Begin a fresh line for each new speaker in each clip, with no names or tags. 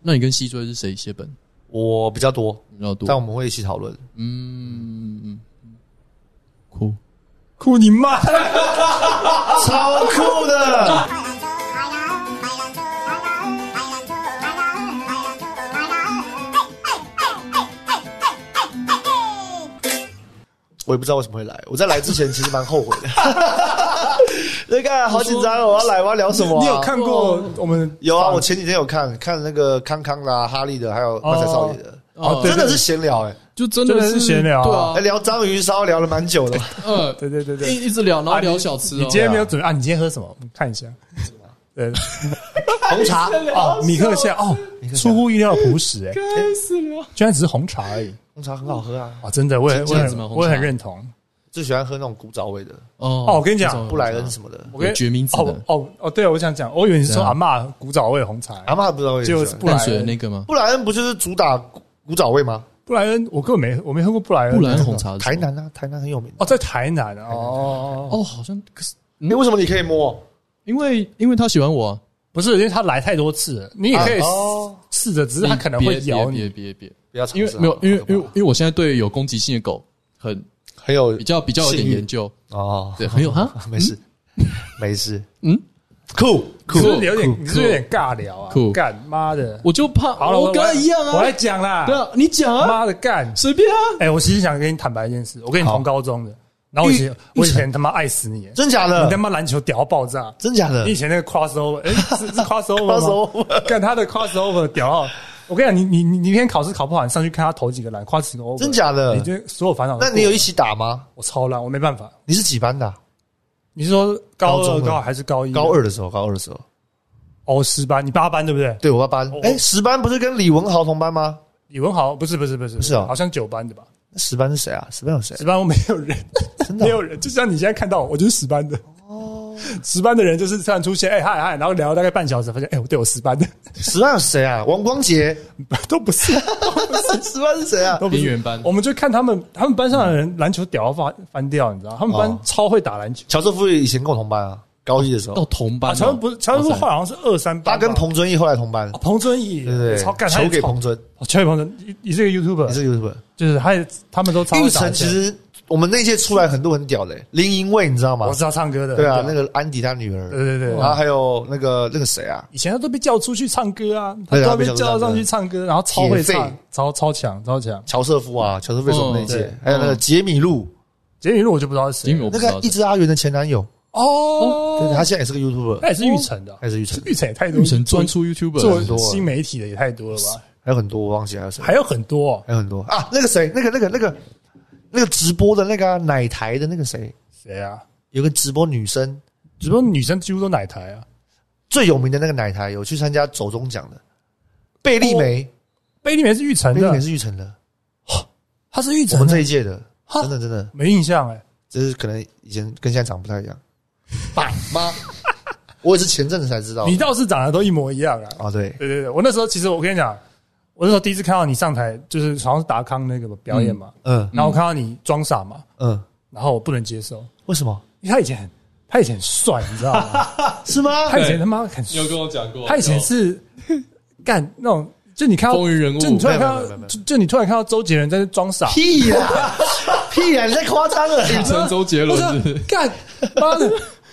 那你跟西追是谁写本
我比较多，
比较多
但？我们会一起讨论。
嗯嗯嗯，酷。
酷你妈！超酷的，我也不知道为什么会来。我在来之前其实蛮后悔的。 那个好紧张哦，我要来，我要聊什么啊、
你有看过我们
有啊，我前几天有看看那个康康啦、哈利的，还有漫才少爷的，
哦对
真的是闲聊哎、
就真
真
的
的是闲聊
对
啊哎
哎
啊，
聊章鱼烧聊了蛮久的，
呃，
对对对对啊
一一直聊，然后聊小吃
你
哦
今。天没有准备啊？你今天喝什么？我们看一下。对，
红茶
哦，米克夏哦，出乎意料的朴实哎，
开始聊，
居然只是红茶而已
红茶很好喝啊，
啊！真的，我也我
这样子
很
吗红茶
我也很认同。
最喜欢喝那种古早味的
哦
哦我跟你讲
布莱恩什么的。
我跟
有决明子的
哦哦哦，对，我想讲，我以为你是说
对啊
阿嬷古早味红茶，
阿妈不知道为什
就
么
是
喜欢，
布莱
淡水的
恩
那个吗？
布莱恩不就是主打古古早味吗？
布莱恩，我根本没我没喝过布莱恩。
布莱恩红
哦
茶是什
台
么，
南啊，台南很有名。
哦，在台南哦，哦
哦，好像可是
你为什么你可以摸？
因为因为他喜欢我啊，
不是，因为他来太多次了，你也可以
哦，
试着，只是他可能会
别
咬
别
你。
别别别，
不要尝
因为
试啊
没有因为因为
好可怕
因为我现在对有攻击性的狗很
很有
比较比较有点
性欲
研究，
哦，
对，很有哈，
没事，没事，
嗯，
酷酷
你是不是有点，
酷
你是不是有点尬聊啊
酷，
干妈的，
我就怕
好了，
我跟他一样啊，
我来讲啦，
对啊，你讲啊，
妈的干！
随便啊，
哎、我其实想跟你坦白一件事，我跟你同
好
高中的，然后我以前
玉
我以前他妈爱死你，你
真假的
他？妈篮球屌到爆炸，
真假的
你以？前那个 crossover，哎、是是 crossover 吗
crossover
干他的 crossover 屌到，我跟你讲，你你你你明天考试考不好，你上去看他投几个篮，crossover，
真假的
你就所有烦恼都过
那
了。
你有一起打吗？
我超烂，我没办法。
你是几班的啊？
你是说高
高中
二、
的
高二还是高一？
高二的时候，高二的时候，
哦，十班，你八班对不对？
对我八班
哦。
哎，十班不是跟李文豪同班吗？
语文好不是不是不是不
是哦
好像九班的吧？
那十班是谁啊？十班有 谁？
十班我没有人，
真的
没
啊
有人，就像你现在看到我，我就是十班的。哦，十班的人就是突然出现，哎、嗨嗨，然后聊了大概半小时，发现哎、我对我十班的
十班有谁啊？王光杰。
都不是，
十班是谁啊？
都不
边
是。
缘班
我们就看他们，他们班上的人篮球屌到翻翻掉，你知道吗，他们班
哦
超会打篮球。
乔瑟夫以前跟我同班啊，高一的时
到
候，
同班
啊，
哦，
乔恩不是，乔恩
哇塞
后来好像是二三班
他
吧，
跟彭尊义后来同班
啊。彭尊义，
对对
超
对，
干，
球给彭
彭，
尊，
哦球给彭尊，你你是一个
你
YouTuber，
是 YouTube。
就是他也他们都超
玉
会打
成
篮球
其实我们那届出来很多很屌的、欸，林银卫你知道吗
哦我？知道唱歌的，
对啊，那个安迪他女儿，
对对对
然后还有那个那个谁啊，
以前他都被叫出去唱歌啊，他
对啊
都被叫上去唱歌，然后超会
铁
唱
肺，
超超强，超强。
乔瑟夫啊，乔瑟夫也是我们那一届，
嗯
还有那个杰米露，
杰米露我就不知道是谁
因为
了，
我不
那
知道
个一只阿元的前男友，对，
哦，
他现在也是个 YouTuber，
他也是玉成的啊，
还是玉成，
玉成也太多，
玉成专出 YouTube
做
很多啊
新媒体的也太多了吧，
还有很多我忘记还有谁，
还有很多哦
还有很多啊，那个谁，那个那个那个那个直播的那个啊奶台的那个谁，
谁啊？
有个直播女生
只不过女生几乎都奶台啊，
最有名的那个奶台，有去参加走中奖的，贝利梅，
贝利梅是玉成
贝利梅
哦的，
是玉成的，
他是玉
我
成
们
的，
这一届的，
哈
真的真的。
没印象哎，
就是可能以前跟现在长不太一样。 爸妈，我也是前阵子才知道的。
你倒是长得都一模一样啊。
啊，对，
对对对，我那时候其实我跟你讲，我那时候第一次看到你上台，就是好像是达康那个表演嘛，
嗯
然后我看到你装傻嘛，
嗯，
然后我不能接受。
为什么？
因为他以前很，他以前很帅，你知 道吗？
是吗？
他以前他妈很，
你有跟我讲过，
他以前是 干那种，就你看到
风云人物
就你突然看
没有没有没
到，
有
就就你突然看到周杰伦在那 装傻，
屁呀，屁呀，你在夸张啊了，
玉成周杰
我
伦是
说干妈的，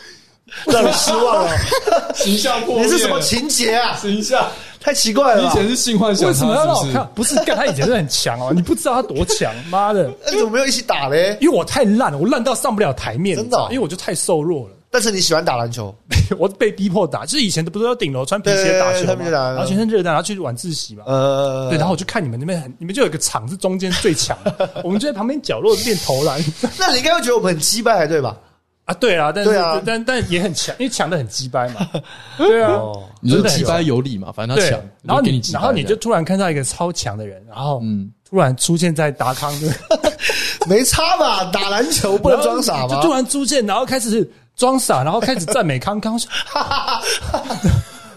让你失望啊了。
形象破
你是什么情节啊？
形象？
太奇怪了
以
吧。
前是性幻想，
为什么要让
是
我
不是
看？不是干，他以前是很强 哦，你不知道他多强，妈的！
那你怎么没有一起打嘞？
因为我太烂了，我烂到上不了台面，
真的哦
你知道吗因为我就太瘦弱了，
但是你喜欢打篮球，
我被逼迫打。就是以前不是要顶楼穿皮鞋打球
对对对对他
嘛，
们就打
然后全身热带，然后去晚自习嘛，
呃，
对，然后我就看你们那边很，你们就有一个场是中间最强的， 我们就在旁边角落练投篮
那你应该会觉得我们很击败才 对吧？
啊，对啊，但是、
对啊
但但也很 强，因为强的很鸡掰嘛，对啊，
哦，
你说
真的很
击败有理嘛？反正他
对
强，，
然后
我就给
你
你击败
然后你
这
就
样
突然看到一个超强的人，然后
嗯，
突然出现在达康的，
没差吧？打篮球 不能装傻
然
吗
后就？突然出现，然后开始装傻，然后开始赞美康康，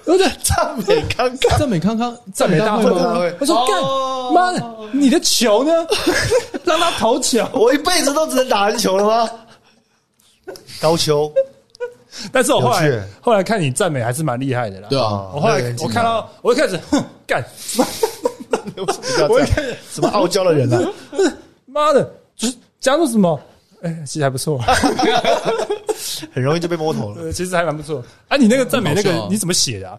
对不对？
赞美 刚刚，
赞美康康，
赞美大会
赞美大
吗
会？
我说干
哦
妈的，你的球呢？ 让他投球。
我一辈子都只能打篮球了吗？高秋，
但是我后
有趣
来后来看你赞美还是蛮厉害的啦。
对啊，
我后来
那个人
我
精
看到我一开始哼干，
我
我一
一
开
看
始
什么傲娇的人啊，
妈的，就是讲出什么？哎，其实还不错，
很容易就被摸头了。
呃，其实还蛮不错。啊，你那个赞美那
很好笑
个
啊
你怎么写的啊？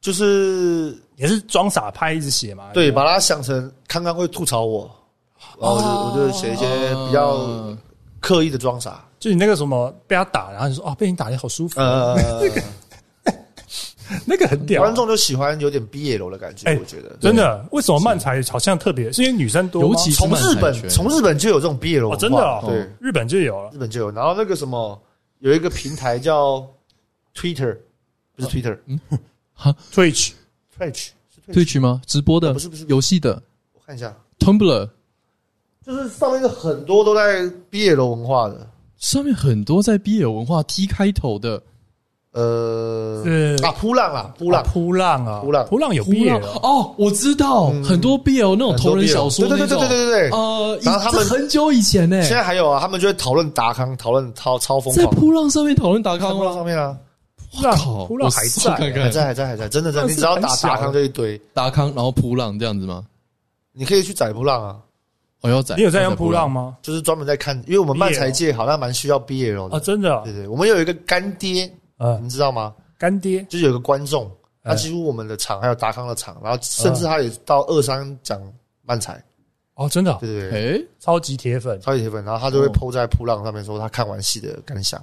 就是
也是装傻拍一直写嘛？
对，把它想成康康会吐槽我，然后哦我就我就写一些比
哦呃
较刻意的装傻。
就你那个什么被他打，然后你说哦被你打的好舒服，
呃，
那个很屌啊。
观众就喜欢有点 BL 的感觉
哎，
我觉得。
真的，为什么漫才好像特别？是因为女生多吗？
尤其是
从日
漫才圈
本，从日本就有这种 BL 文
哦，
化，
真的哦，
对，
日本就有了
日本就有。然后那个什么，有一个平台叫 Twitter，不是 Twitter，Twitch
Twitch，
是 Twitch，
Twitch 吗？直播的，
啊不是不是
游戏的
我看一下，
Tumblr
就是上面有很多都在 BL 文化的，
上面很多在 BL 文化 T 开头的，
呃，
是
啊，扑浪啦，扑浪
啊，扑浪啊，
扑浪
扑浪有
不
毕业
要
了，
哦，我知道很多 BL 那种
很多
同人
BL
小说
对
那
嗯
种，
对对对对对对。
呃，
然后他们
这很久以前呢，
现在还有啊，他们就会讨论达康，讨论超超疯
在
狂。
扑浪上面讨论达
在
康
扑浪
吗？
上面啊，
扑浪
靠
扑浪
我
还
搜
在
看
啊，
看
还在还在还在，真的真的，你只要打
但是很小
达康就一堆，
达康，然后扑浪这样子吗？
你可以去宰扑浪啊，
我要宰，
你有在
要
用
宰
扑浪？吗？
就是专门在看，因为我们漫才界好像蛮需要 BL
啊，
的。哦
真的啊，
对对，我们有一个干爹，你
呃，
们知道吗？
干爹
就是有一个观众，他
哎
几乎我们的场还有达康的场，然后甚至他也到二三讲漫才，
哦，真的啊
对对对，
哎，
超级铁粉
超级铁粉，然后他就会
哦
PO 在扑浪上面说他看完戏的感想，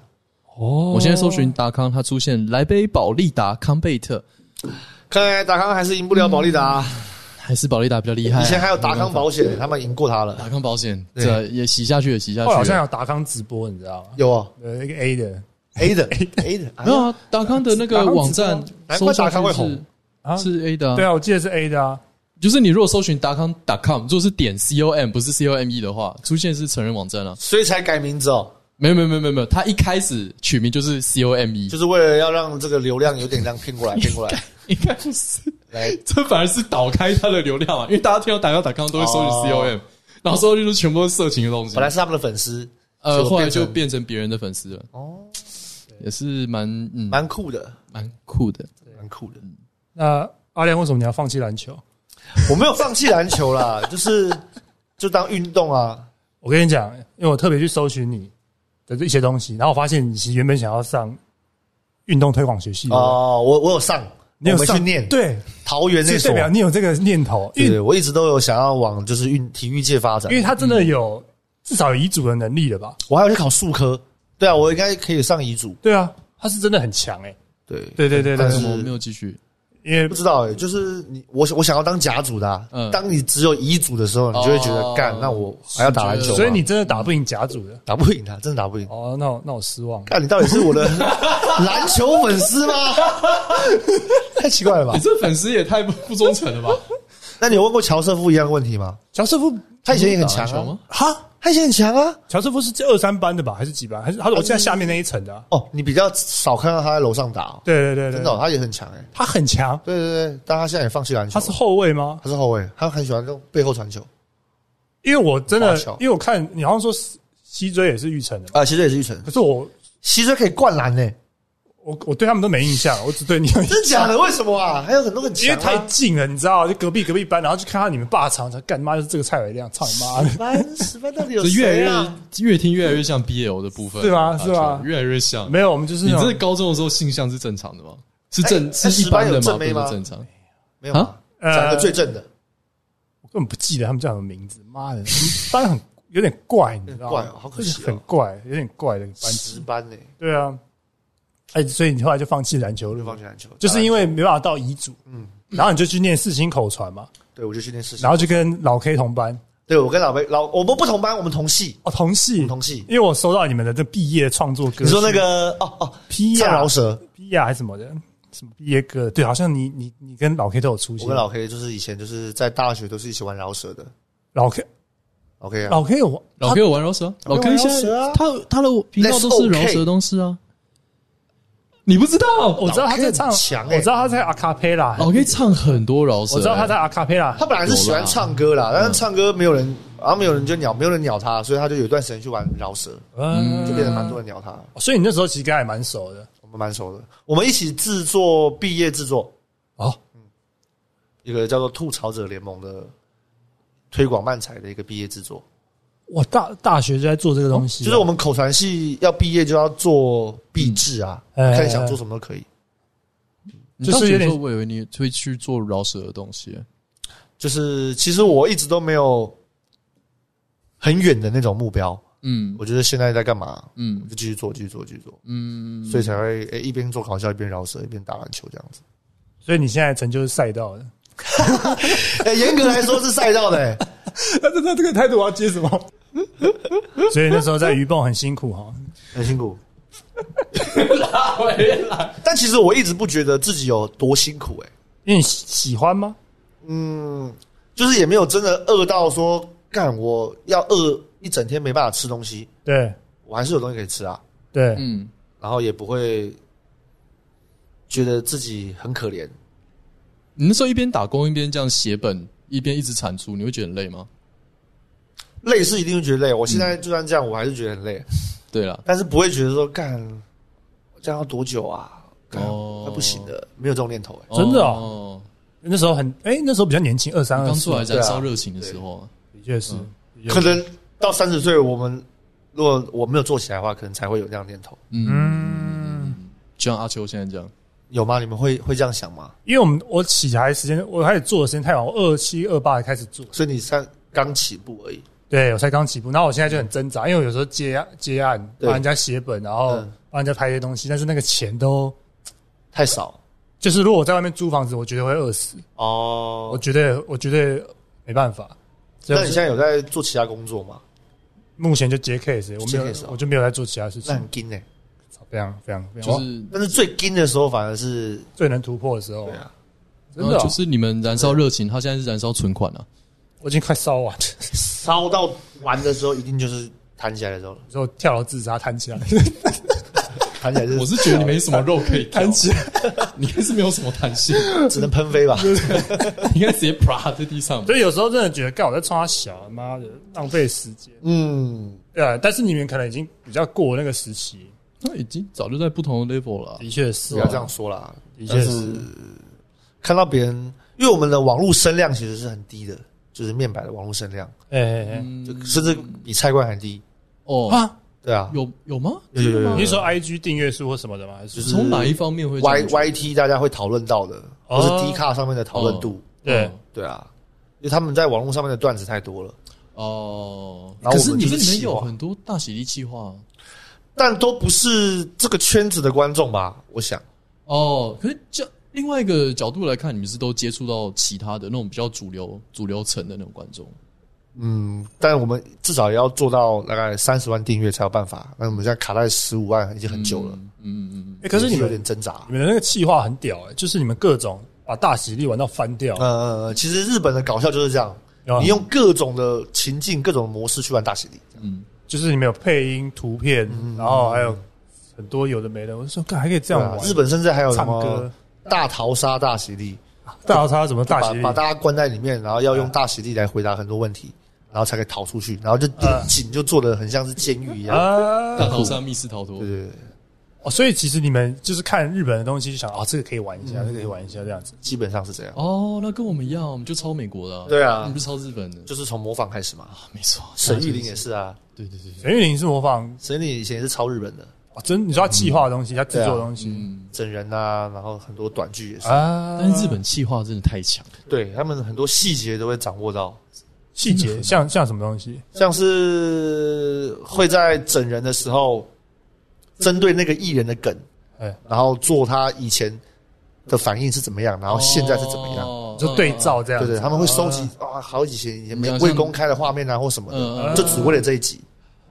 哦
我现在搜寻达康，它出现来杯保利达康贝特，
看来达康还是赢不了保利达，啊
嗯
还是保利达比较厉害啊。
以前还有达康
没办
保险，他们赢过他
法
了，
达康保险，
对
这也洗下去了，洗下去
哦后来
了。
好像有达康直播，你知道吗？
有啊
呃，那个 A 的
A 的 A 的，哎
没
呀
有啊，达康的那个
达康直播
网站，
难怪达康会红
啊，
是 A 的、
对，啊，我记得是 A 的啊，
就是你如果搜寻达康 .com，如果是点 com 不是 com e 的话，出现是成人网站啊。
所以才改名字哦，
没有没有没有没有没有，他一开始取名就是 com e，
就是为了要让这个流量有点这样骗 过来，骗过来，
应该不是，
来
这反而是导开它的流量啊，因为大家听到达康 .com 都会搜寻 com，、然后搜就是全部都是色情的东西。
本来是他们的粉丝，
呃，
结果
后来
变成
就变成别人的粉丝了。哦，也是蛮嗯蛮
蛮酷的，
蛮酷的。
蛮酷的。
那阿亮为什么你要放弃篮球？
我没有放弃篮球啦， 就是就当运动啊，
我跟你讲，因为我特别去搜寻你的一些东西，然后我发现你其实原本想要上运动推广学系的，
哦，我我有上，
啊你
我
有
没
上
去念
对，
桃园那
这
所
代，表你有这个念头，因
对，
为
我一直都有想要往就是运体育界发展
因，为他真的有至少有遗嘱的能力了吧？
我还要去考数科，对啊，我应该可以上遗嘱，
对啊，他是真的很强哎，
对，
对对对
为
但
什
是
对，
么没有继续？
因为
不知道哎、就是你我我想要当甲组的、啊，
嗯
当你只有乙组的时候，你就会觉得
哦
干，那我还要打篮球吗，
所以你真的打不赢甲组的
打不赢他，真的打不赢。
哦，那我那我失望。
看你到底是我的篮球粉丝吗？ 太奇怪了吧
你？欸这粉丝也太不不忠诚了吧？
那你有问过乔瑟夫一样的问题吗？
乔师傅
他以前也很强
打篮球
啊
吗，
哈，
他以前很强啊。
乔师傅是二三班的吧？还是几班？还是他是我在下面那一层的啊？
哦，你比较少看到他在楼上打、哦，
对对对对
真的、哦
对，，
他也很强哎、
他很强，
对对对，但他现在也放弃篮球
他
了，
是后卫吗？
他是后卫，他很喜欢用背后传球
因为我真的
华侨，
因为我看你好像说西西追也是玉成的嘛，
啊。其实也是玉成，
可是我
其实可以灌篮呢、欸
我我对他们都没印象，我只对你有印
真的
象。
假的？为什么啊？还有很多很
因为
强、啊，
太近了，你知道，就隔壁隔壁班，然后就看到你们霸场，才干妈就是这个蔡伟亮，操你妈的！
十班十班到底有
这越
谁
来
啊？
越越听越来越像 BL 的部分，
是吗
打球
是吗
越来越像。
没有，我们就是
你
那种
这高中的时候性向是正常的吗？是正
哎
是一般的
哎十
吗？
班有正
不
妹
是
吗
正常。
没有啊，
呃
讲一个最正的，
我根本不记得他们叫什么名字，妈的，班很有点怪，你知道
有点
吗？
怪哦好可惜哦
就是很怪，有点怪的班
十
级。
班呢、
对啊，哎，所以你后来就放弃篮球
我就
了，
放弃篮球，
就是因为没办法到乙组，嗯，然后你就去念四星口传嘛，
啊对我就去练事情
然。后就跟老 K 同班
对我跟老贝老我们不同班，我们同系，
哦，同
我
系
们同系。
因为我收到你们的这毕业创作歌曲，
你说那个哦哦，
披
唱
呀
饶舌，
毕业还是什么的，什么毕业歌？对，好像你你你跟老 K 都有出
我
现。
跟老 K 就是以前就是在大学都是一起玩饶舌的。
老 K
OK 啊，
老 K 有
老 K 有玩饶舌啊，
老
老
K 有
K
玩饶
现
舌啊
在他他的频道都是饶
That's okay
舌东西啊。你不知道，
我知道他在
老 K
唱，
很强欸
我知道他在阿卡贝拉，
老 K 哦唱很多饶舌，
我知道他在
哎
阿卡贝拉
他，本来是喜欢唱歌啦，但是唱歌没有人，然后没有人就鸟，没有人鸟他，所以他就有一段时间去玩饶舌，
嗯，
就变得蛮多人鸟他。
所以你那时候其实跟他也蛮熟的。
我我蛮熟的。我们一起制作毕业制作
哦，
一个叫做“吐槽者联盟”的推广漫才的一个毕业制作，
我大大学就在做这个东西，
哦就是我啊们口传系要毕业就要做毕制啊，
嗯
看你想做什么都可以。
你
就是有
当时
点
说我以为你会去做饶舌的东西，
就是其实我一直都没有很远的那种目标，
嗯
我觉得现在在干嘛，
嗯
就继续做，继续做，继续做，
嗯，
所以才会诶、一边做搞笑一边饶舌一边打篮球这样子。
所以你现在成就是赛道的。
诶、严格来说是赛道的、诶
那 这那这个态度我要接什么？ 所以那时候在鱼蹦很辛苦哈，
很辛苦。
拉回来，
但其实我一直不觉得自己有多辛苦、诶
因为你喜喜欢吗？
就是也没有真的饿到说干我要饿一整天没办法吃东西，
对
我还是有东西可以吃啊，
对，
嗯，
然后也不会觉得自己很可怜。
你那时候一边打工一边这样写本，一边一直产出，你会觉得很累吗？
累是一定会觉得哎累，我现在就算这样，我还是觉得很累，
对啦，
但是不会觉得说干这样要多久啊？干
哦
那不行的，没有这种念头、哎诶
真的
哦，
那时候很哎、那时候比较年轻，二三二
刚
四
出，来燃
对啊
烧热情的时候啊，
的确是。
嗯可能到三十岁，我们如果我没有做起来的话，可能才会有这样的念头。
嗯，就像阿秋现在这样，
哦
有
有吗？你们会会这样想吗？
因为我们我起来时间，我开始做的时间太晚，我二七二八开始做，
所以你三刚起步而已，
对我才刚起步，然后我现在就很挣扎，因为我有时候接接案，
嗯对
帮人家写本，然后
嗯
帮人家拍一些东西，但是那个钱都
太少
就是如果我在外面租房子，我绝对会饿死，
哦
我绝对我绝对没办法。所以
那
我
你
就
现在有在做其他工作吗？
目前就接 case，我没
接 case 哦
有我就没有在做其他事
那
情，
很紧呢、欸
非常非常非常，
就
哇
是
但是最紧的时候反而是
最能突破的时候
对，啊，
真的哦、
呃就是你们燃烧热情，他现在是燃烧存款啊，
我已经快烧完了，
烧到完的时候，一定就是弹起来的时候了，
之后跳楼自杀，弹起来，
弹起来就是
我是觉得你没什么肉可以
弹
弹，
起来。
你应该是没有什么弹 性，
只能喷飞吧。
你应该直接啪在地上。
所以有时候真的觉得，干我在冲他小，妈的浪费时间。
嗯，
对啊，但是你们可能已经比较过那个时期，
那已经早就在不同的 level 了啊、
的确是
不
啊
要这样，说啦，
的
但
确
是
是。
看到别人，因为我们的网络声量其实是很低的，就是面板的网络声量，
哎哎
就甚至比菜冠还低。
哎
哦，
啊！
对啊，
有有吗？
有有有有
你是说 I G 订阅数或什么的吗？还
就
是
是
从哪一方面会这
Y
样觉得
Y T 大家会讨论到的，或是
哦
D 卡上面的讨论度。
对
嗯
对啊，因为他们在网络上面的段子太多了，
哦，
然后
可
我
是
们
你
就
们
是
里面
企
有
划
很多大喜力计划啊
但都不是这个圈子的观众吧？我想，
哦。可是这另外一个角度来看，你们是都接触到其他的那种比较主流、主流层的那种观众。
嗯，但我们至少也要做到大概三十万订阅才有办法。那我们现在卡在十五万已经很久了，
嗯嗯
哎，可是
也
你
有
们
点挣扎。
你们的那个企划很屌哎，就是你们各种把大喜力玩到翻掉，
呃，其实日本的搞笑就是这样，
啊
你用各种的情境、各种模式去玩大喜力。
嗯嗯，
就是你们有配音、图片，
嗯
然后还有很多有的没的。我就说，干还可以这样
对啊
玩，
日本甚至还有什
唱
么
歌、
大逃杀大喜力，
大逃杀什么大
把
喜力
把，大家关在里面，然后要用大喜力来回答很多问题，然后才可以逃出去，然后就
啊
景就做的很像是监狱一样。
啊
大逃杀、密室逃脱
对，对对，
哦，所以其实你们就是看日本的东西，就想啊，这个可以玩一
嗯
下，这个可以玩一下，这样子。
基本上是这样。
哦，那跟我们一样，我们就抄美国的、
对啊
你们是抄日本的，啊
就是从模仿开始嘛，
没错。
沈玉琳也是啊，
对对对，对
沈玉玲是模仿
沈玉琳以前也是抄日本的
哦，真你说他企划的东西，他制作的东西
嗯，
整人啊，然后很多短剧也是，
啊
但是日本气化真的太强了，
对他们很多细节都会掌握到，
细节像像什么东西？
像是会在整人的时候，针对那个艺人的梗，
哎
然后做他以前的反应是怎么样，然后现在是怎么样，
样
就对照这样
对
子。
对，他们会收集啊好几前以前没
你好像
未公开的画面啊或什么的，
嗯
就只为了这一集，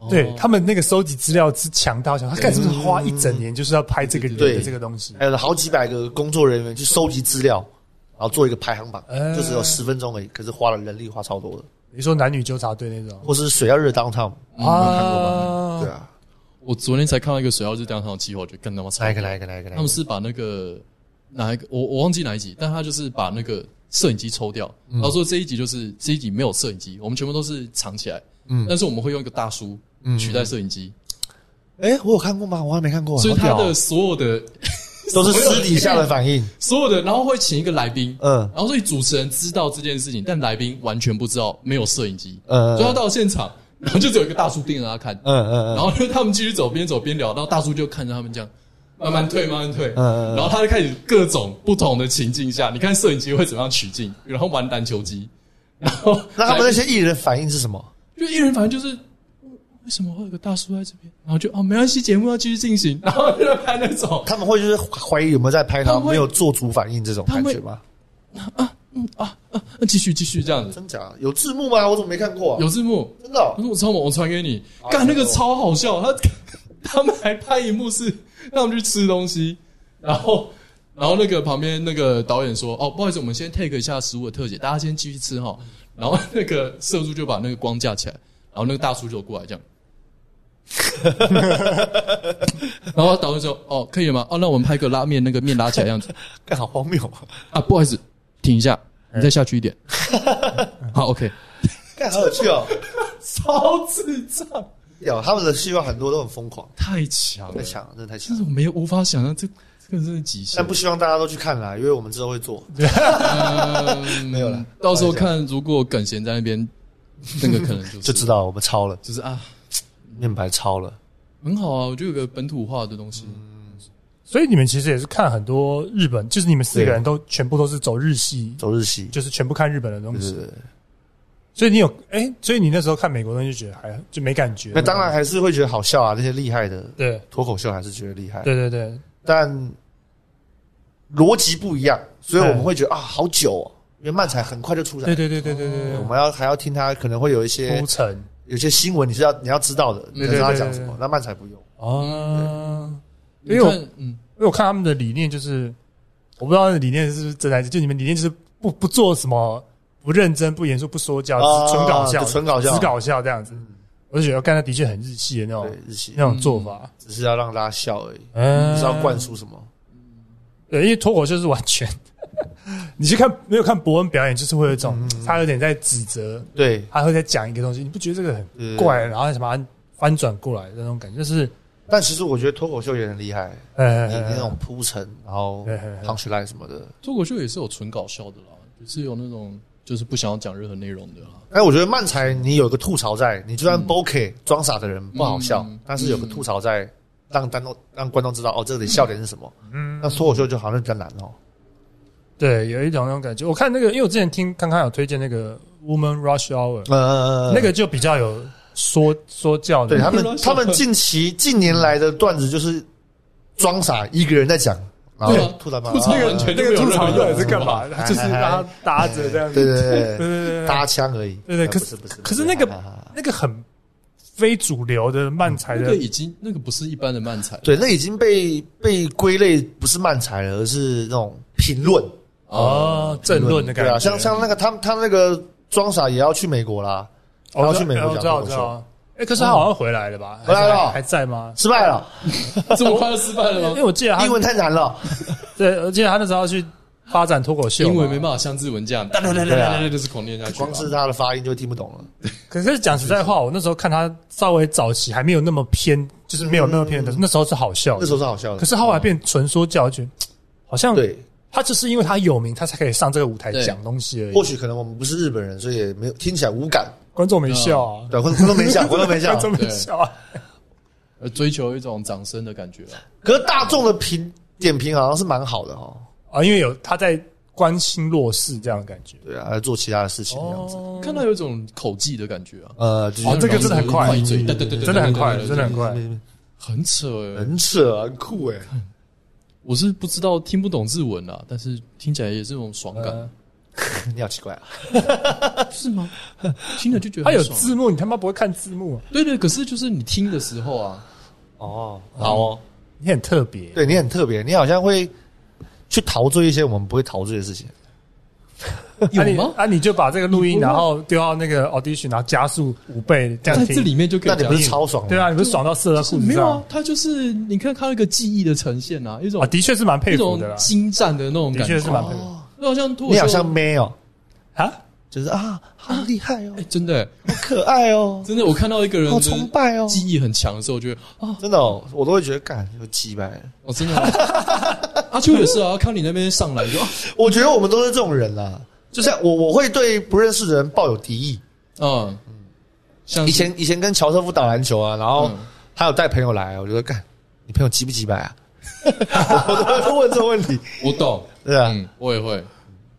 对他们那个收集资料之强大，我想他干什么花一整年就是要拍这个人
对
的这个东西？
还有好几百个工作人员去收集资料。然后做一个排行榜，
哎
就只有十分钟而已，可是花了人力花超多的。
你说男女纠察队那种
或是水曜日 downtown，
哦
啊
对啊，
我昨天才看到一个水曜日当场的计划，我觉得更他妈超
哪一个哪一个哪一个
他
哪一
们
个？
是把那个哪一个我我忘记哪一集，但他就是把那个摄影机抽掉，
嗯
然后说这一集就是这一集没有
嗯
摄影机，我们全部都是藏起来，嗯，但是我们会用一个大叔取代摄影机，
哎，我有看过吗？我还没看过，
所以
好
他
屌
的
哦
所有的
都是私底下的反应。
所有的，然后会请一个来宾，
嗯
然后所以主持人知道这件事情，但来宾完全不知道，没有摄影机，
嗯
所以他到现场，然后就只有一个大叔盯着他看，
嗯嗯
啊然后就他们继续走，边走边聊，然后大叔就看着他们这样。慢慢退，慢慢退，
嗯嗯
然后他就开始各种不同的情境下，你看摄影机会怎么样取景，然后玩篮球机，然后
嗯。 那他
来
们那些艺人反应是什么？
就艺人反正就是为什么会有个大叔在这边，然后就哦没关系，节目要继续进行，然 后就拍那种
他们会就是怀疑有没有在拍他
他会
没有做足反应这种感觉
他
吗？
那继续继续这样子，
真假？有字幕吗？我怎么没看过啊？
有字幕，
真的哦
可是我超猛，我传给你，干那个超好笑，他 他们还拍一幕是让他们去吃东西，然后然后那个旁边那个导演说，哦不好意思，我们先 take 一下食物的特写，大家先继续吃哈，然后那个摄助就把那个光架起来，然后那个大叔就过来这样。 然后导演说：“哦，可以吗？哦，那我们拍个拉面，那个面拉起来的样子。”
干好荒谬啊！
啊，不好意思，停一下，你再下去一点。好，OK，
干好有趣哦！
超智障，
有他们的戏望很多都很疯狂，
太强了
太，强了，真的太强
但
了。
是我没有无法想象这这个真的极限
但。不希望大家都去看啦，因为我们之后会做。没有了，
到时候
开玩笑
看，如果耿贤在那 边，那个可能就是
就知道我们抄了，
就是啊，
面牌抄了。
很好啊，我就有个本土化的东西。
嗯
所以你们其实也是看很多日本，就是你们四个人都全部都是走日系，
走日系，
就是全部看日本的东
对对
西。
对。
所以你有哎、所以你那时候看美国东西就觉得还就没感觉。
那当然还是会觉得好笑啊，那些厉害的
对
脱口秀还是觉得厉害，
对对对，
但逻辑不一样，所以我们
嗯
会觉得啊，好久、哦，因为漫才很快就出来
对
了。
对对对对对
我们要还要听他，可能会有一些
对，铺陈
有些新闻，你是要你要知道的，你才知道他讲什
对对
么
对。
那漫才不用，哦
啊，因
你
为我
看，嗯，
因为我看他们的理念就是，我不知道理念是不是真还是就你们理念就是不不做什么不认真、不严肃、不说教，
啊
只纯搞笑、
就纯搞笑嗯
只搞笑这样子。我就觉得，干他的确很日系的那
对
种
日系
哦那种做法，
只是要让大家笑而已，
嗯，
不是要灌输什么。
对，因为脱口秀是完全， 你去看没有看伯恩表演，就是会有一
嗯
种他有点在指责，
对，
他会在讲一个东西，你不觉得这个很
对
怪，然后什么翻转过来的那种感觉，就是
但其实我觉得脱口秀也很厉害，
呃
有那种铺陈，然后
对对对
punch line 什么的。
脱口秀也是有纯搞笑的啦，就是有那种就是不想要讲任何内容的啦。
哎，我觉得漫才你有个吐槽在，你就算 bokeh 装傻的人不好笑
嗯，
但是有个吐槽在，让观众让观众知道哦，这里笑点是什么。
嗯
那脱口秀就好像比较难哦。
对，有一种那种感觉。我看那个，因为我之前听康康有推荐那个 Woman Rush Hour，
呃，
那个就比较有说说教的，
对他
不
们
知，道
他们近期近年来的段子就是装傻，一个人在讲，然后
对啊
吐槽嘛，
吐槽
啊
完全
那
就没
个
有
吐
任何
槽
用
到底是 干嘛？
哎
就是让他搭着这样
对
子，
对
对
对
对对
对，搭腔而已。
对对
啊
可
不
是
是不是，
可是那个
哈哈哈
那个很非主流的漫才
那
的
个，已经那个不是一般的漫 才
对，那已经被被归类不是漫才了，而是那种评论。
哦政论的感
对
觉
啊，像像那个他们他们那个装傻也要去美国啦，
哦我
他要去美国
啊我
讲
知道
脱
我
口
知
秀，
道。哎，可是他好像回来了吧？
回来了哦
还还在吗？
失败了，
这么快就失败了
因 为
吗？
我记得他
英，文太难 了。
对，我记得他那时候要去发展脱口秀嘛，
英文没办法像日文这样，哒哒哒哒哒哒，就是狂念下去啊。
光是他的发音就听不懂了。
可是讲实在话，我那时候看他稍微早期还没有那么偏，就是没有那么偏
嗯
的，那时候是好笑的。
那时候是好笑的，嗯
可是后来变纯说 教，就觉得嘖好像
对，
他只是因为他有名，他才可以上这个舞台
对
讲东西而
或
已。
许可能我们不是日本人，所以也没有听起来无感。
观众没笑
哦
啊，
对，观观众没笑，观众没 笑
观。众没笑啊，
呃，追求一种掌声的感觉啊。
可是大众的评点评好像是蛮好的哦。
啊，因为有他在关心弱势这样的感觉。
对啊，来做其他的事情这样子。
哦，
看到有一种口技的感觉啊。
呃，就是
哦这个真的很快
一嘴对对对，对
真的很快，
对对
真的很
对
快。
很扯欸。
很扯，很酷 哎。
我是不知道听不懂日文啊，但是听起来也是一种爽
嗯
感，
你好奇怪啊！
是吗？ 听了就觉得
他
很
有
爽
字幕，你他妈不会看字幕啊，
对对，可是就是你听的时候啊，
哦，好哦，
你很特别。
对你很特别，你好像会去陶醉一些我们不会陶醉的事情。
啊
有
你
吗？
啊，你就把这个录音，
你不会
然后丢到那个 audition，然后加速五倍这样
在
啊听。
这里面就可
那
以
你
讲
不，是超爽吗？
对啊，你不是爽到射到
就是
裤子
没有
上
啊？？它就是你看看到一个记忆的呈现啊，一种
啊，的确是蛮
一
佩服
种
的啦，
精湛的那种
的
感
确
觉，
是蛮佩服
哦，
就好像脱口
你好
秀
像没有，
啊。
就是啊，好厉害哦
哎、，真的、欸，
好可爱哦，
真的，我看到一个人
好
就是
崇拜哦，
记忆很强的时候，我觉得啊
真的哦，我都会觉得干有鸡掰。
哦，真的、啊， 阿秋也是啊，看你那边上来就啊
我觉得我们都是这种人啦，就像我我会对不认识的人抱有敌意。
嗯，像
以
是
前以前跟乔瑟夫打篮球啊，然后
嗯
他有带朋友来，我觉得干你朋友鸡不 鸡掰啊？我都会问这个问题，
我懂，
对啊，
嗯，我也会，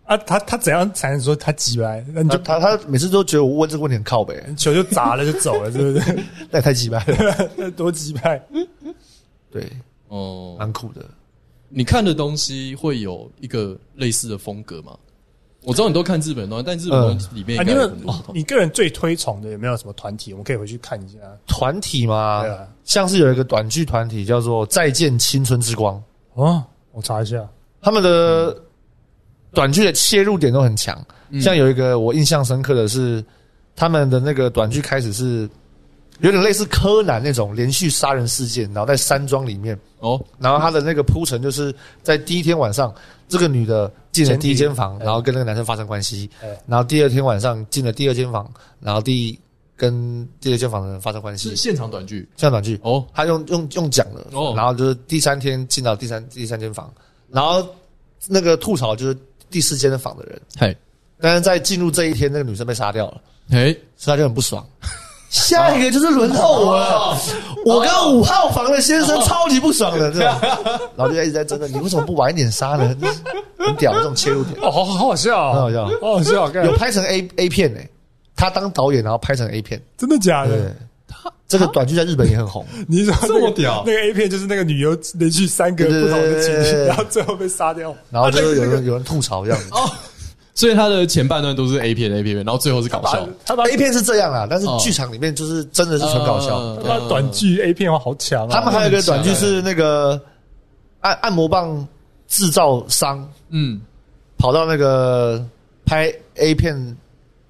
啊，他他怎样才能说他急来？那你
他
就
他他每次都觉得我问这个问题很靠北，
球就砸了就走 了，是不是？
那也太鸡掰了。
那 多击败！
对，
哦、
蛮酷的。
你看的东西会有一个类似的风格吗？我知道你都看日本的东西，但日本东西里面
啊，
应
你
该有
们
很多不同
你个人最推崇的有没有什么团体？我们可以回去看一下。
团体嘛
对啊，
像是有一个短剧团体叫做《再见青春之光》，
哦，我查一下。
他们的
嗯
短剧的切入点都很强。像有一个我印象深刻的是，他们的那个短剧开始是有点类似柯南那种连续杀人事件，然后在山庄里面，
哦，
然后他的那个铺陈就是在第一天晚上，这个女的进了第一间房，
哎
然后跟那个男生发生关系
哎，
然后第二天晚上进了第二间房，然后第跟第二间房的人发生关系
是，现场短剧
像短剧。
哦，
他用用用讲的，
哦
然后就是第三天进到第三第三间房，然后那个吐槽就是第四间的房的人，
嘿，
但是在进入这一天，那个女生被杀掉了，
嘿，
所以他就很不爽。下一个就是轮到我了，我跟五号房的先生超级不爽的，这种，然后就一直在争论，你为什么不晚一点杀呢？就是很屌这种切入点，
哦，好好好笑哦，
很好笑
好好笑，干
有拍成 A A 片呢、他当导演然后拍成 A 片，
真的假
对
的？，
这个短剧在日本也很红，
你说
这么屌
那个 A 片就是那个女优连续三个
对对
不同的
对
情
对对
侣，然后最后被杀掉。
然后就是有人有人吐槽这样子。
所以他的前半段都是 A 片 A 片，然后最后是搞笑
把，他把
A 片是这样啦，但是
哦
剧场里面就是真的是纯搞笑。
嗯
他把短剧 A 片好强啊！
他们还有一个短剧是呃哦那个按按摩棒制造商
嗯，
跑到那个拍 A 片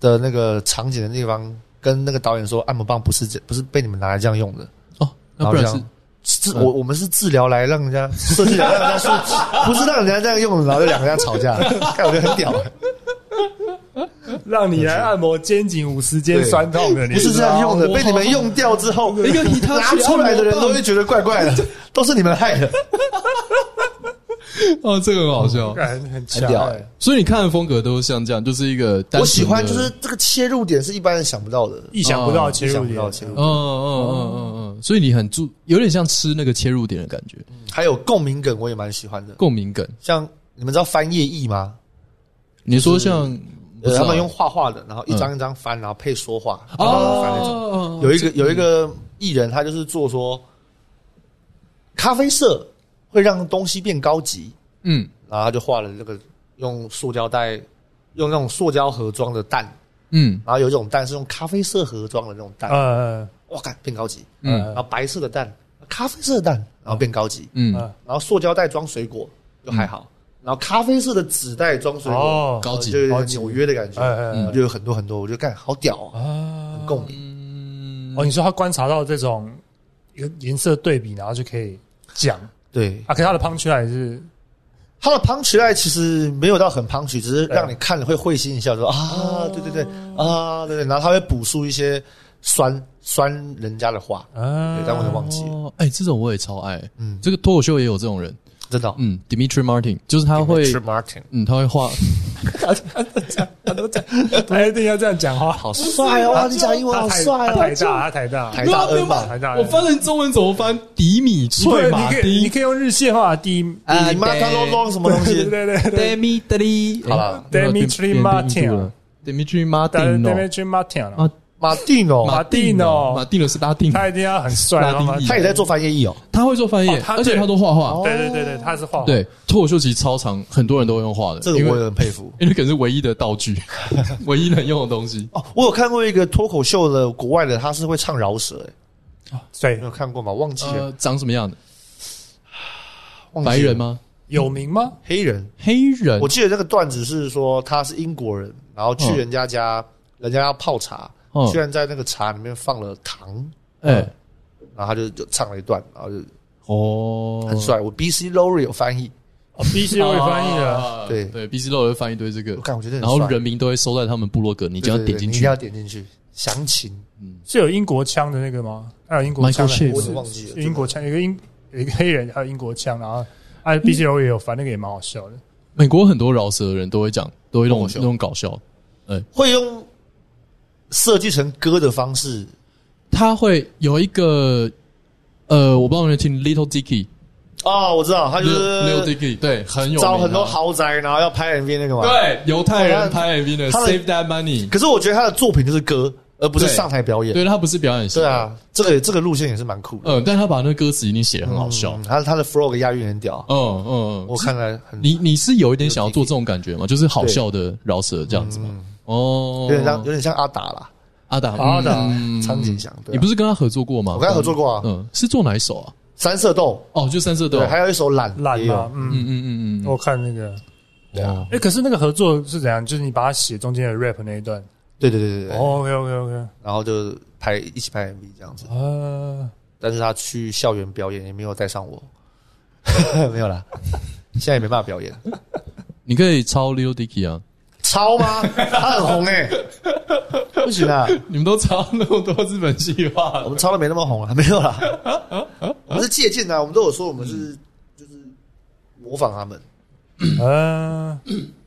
的那个场景的地方，跟那个导演说按摩棒不是这不是被你们拿来这样用的，
哦，那
然后
不
这
然是
样。治我我们是嗯治疗来让人家设计来让人家说，不是让人家这样用的，然后就两个人吵架，看我觉得很屌、啊
让你来按摩肩颈五十肩酸痛的，你
不是这样用的，
哇
被你们用掉之后，
一个以他
拿
去
出来的
按摩
人都
棒
会觉得怪怪 的，都是你们害的。
哦，这个很好笑。
感很
很
强
屌
欸
欸
所以你看的风格都像这样，就是一个单纯的
我喜欢就是这个切入点是一般人想不到的，
意想不到的哦切
哦意
入
想不到的，
点
切入
嗯
点，
嗯嗯嗯嗯，所以你很注，有点像吃那个切入点的感觉，
还有共鸣梗我也蛮喜欢的。
共鸣梗。
像你们知道翻页艺吗？
你说像不
呃
知道
他们用画画的，然后一张一张翻，然后配说话，
哦
然后翻那种。
哦，
有一个有一个艺人，他就是做说，咖啡色会让东西变高级，
嗯
然后他就画了那个用塑胶袋，用那种塑胶盒装的蛋，
嗯
然后有一种蛋是用咖啡色盒装的那种蛋，
呃
哇，看变高级。
嗯
然后白色的蛋，咖啡色的蛋，然后变高级。
嗯，
呃
然后塑胶袋装水果就还好，然后咖啡色的纸袋装水果，
嗯
呃
哦
高级
就有
高
点
级
纽约的感觉，
呃
嗯
我就有很多很多，我就看好屌啊，
啊
很共鸣。
嗯
哦，你说他观察到这种一个颜色对比，然后就可以讲
对，
啊，可是他的 punch line 是
它的 punch line 其实没有到很 punch，只是让你看了会会心一笑，
哦
说啊，对对对，啊对对，然后他会补述一些酸酸人家的话，
啊
对，但我就忘记了，
哦，哎，这种我也超爱，
嗯，
这个脱口秀也有这种人，
真的哦。
嗯，Dimitri Martin，就是他会，
Richard Martin
嗯，他会画，
他哎一定要这样讲话，好啊
帅哦，哇你讲英文好帅
台
哦，
大，他台大，
台大
没有
N 吧
台，大，
我翻成中文怎么翻？迪米
你可
翠
以
马
你可以你
丁
可以用日系化的第一，
你妈刚刚弄什么东
对
西？
对对对
Demi Dri，
好了
，Dimitri Martin 啊
Martin，Dimitri Martin，哦
，Dimitri Martin
啊
马丁哦，
马丁哦
马丁是拉丁，
他一定要很帅，
拉
然
丁
后嘛
裔
他也在做翻页艺哦。
他会做翻译
哦，他
而且
对
他都画画。
对对对对，他是画画，
对，脱口秀其实超长，很多人都会用画的，
这个
因为
我也很佩服
因为可能是唯一的道具， 唯一能用的东西。
哦。我有看过一个脱口秀的国外的，他是会唱饶舌、欸，
所以
你有看过吗？忘记了，
呃，长什么样的？
忘记了
白人？吗？
有名吗？
黑人？
黑人
我？记得那个段子是说他是英国人，然后去
嗯
人家家，人家要泡茶，
嗯
居然在那个茶里面放了糖，嗯
哎，
然后他就就唱了一段，然后就
哦，
很帅。我 B C Lowry 有翻译，
哦，B C O 也翻译了，
啊
对
对，B C 都会翻一堆这个
我，看我觉得很
然后
帅
人民都会收在他们部落格，你
对
就要
对对
点进
你一
去
定。要点进去。详情
是有英国腔的那个吗？还有英国腔
Michael Shea
的，
我
也忘记了
是英国腔，有一个英有一个黑人，还有英国腔，然后啊，B C O 也有翻，那个也蛮好笑的。
美国很多饶舌的人都会讲，都会弄
搞笑
那种搞笑，
会用设计成歌的方式，
他会有一个呃，我不知道你们有听 Little Dicky，
哦，我知道，他就
Little
是
Dicky，对，很有
找
名
很多
啊
豪宅，然后要拍 MV 那个嘛。。
对犹太
他
人拍 MV 的
他的
Save That Money，
可是我觉得他的作品就是歌，而不是
对
上台表演。
对他不是表演型，
对，啊，这个这个路线也是蛮酷的，
嗯，但他把那歌词一定写得很好笑
嗯，他他的 frog 押韵很屌，
嗯嗯，
我看了很
你你是有一点想要做这种感觉吗？就是好笑的饶舌这样子吗？哦
有，点像有点像阿达啦，
阿达
阿达
嗯
苍井翔。对啊
你不是跟他合作过吗？
我跟他合作过啊，
嗯，是做哪一首啊？
三色豆，
哦，就三色豆。
对，还
嗯
有一首懒
懒
也
嘛
有，，
嗯，
嗯嗯嗯
我看那个，
对啊，
哎，可是那个合作是怎样？就是你把它写中间的 rap 那一段。
对对对对对，
哦，OK，OK，OK、o k
然后就拍一起拍 MV 这样子
OK，OK，，啊，
但是他去校园表演也没有带上我， 没有啦，现在也没办法表演，
嗯，你可以抄 Lil Dicky 啊，
超吗？他很红哎， 不行啊，
你们都抄那么多日本戏话
我，们超的没那么红啊，没 有啦，我们是借鉴啊，我们都有说我们
嗯
是就是模仿他们，
嗯，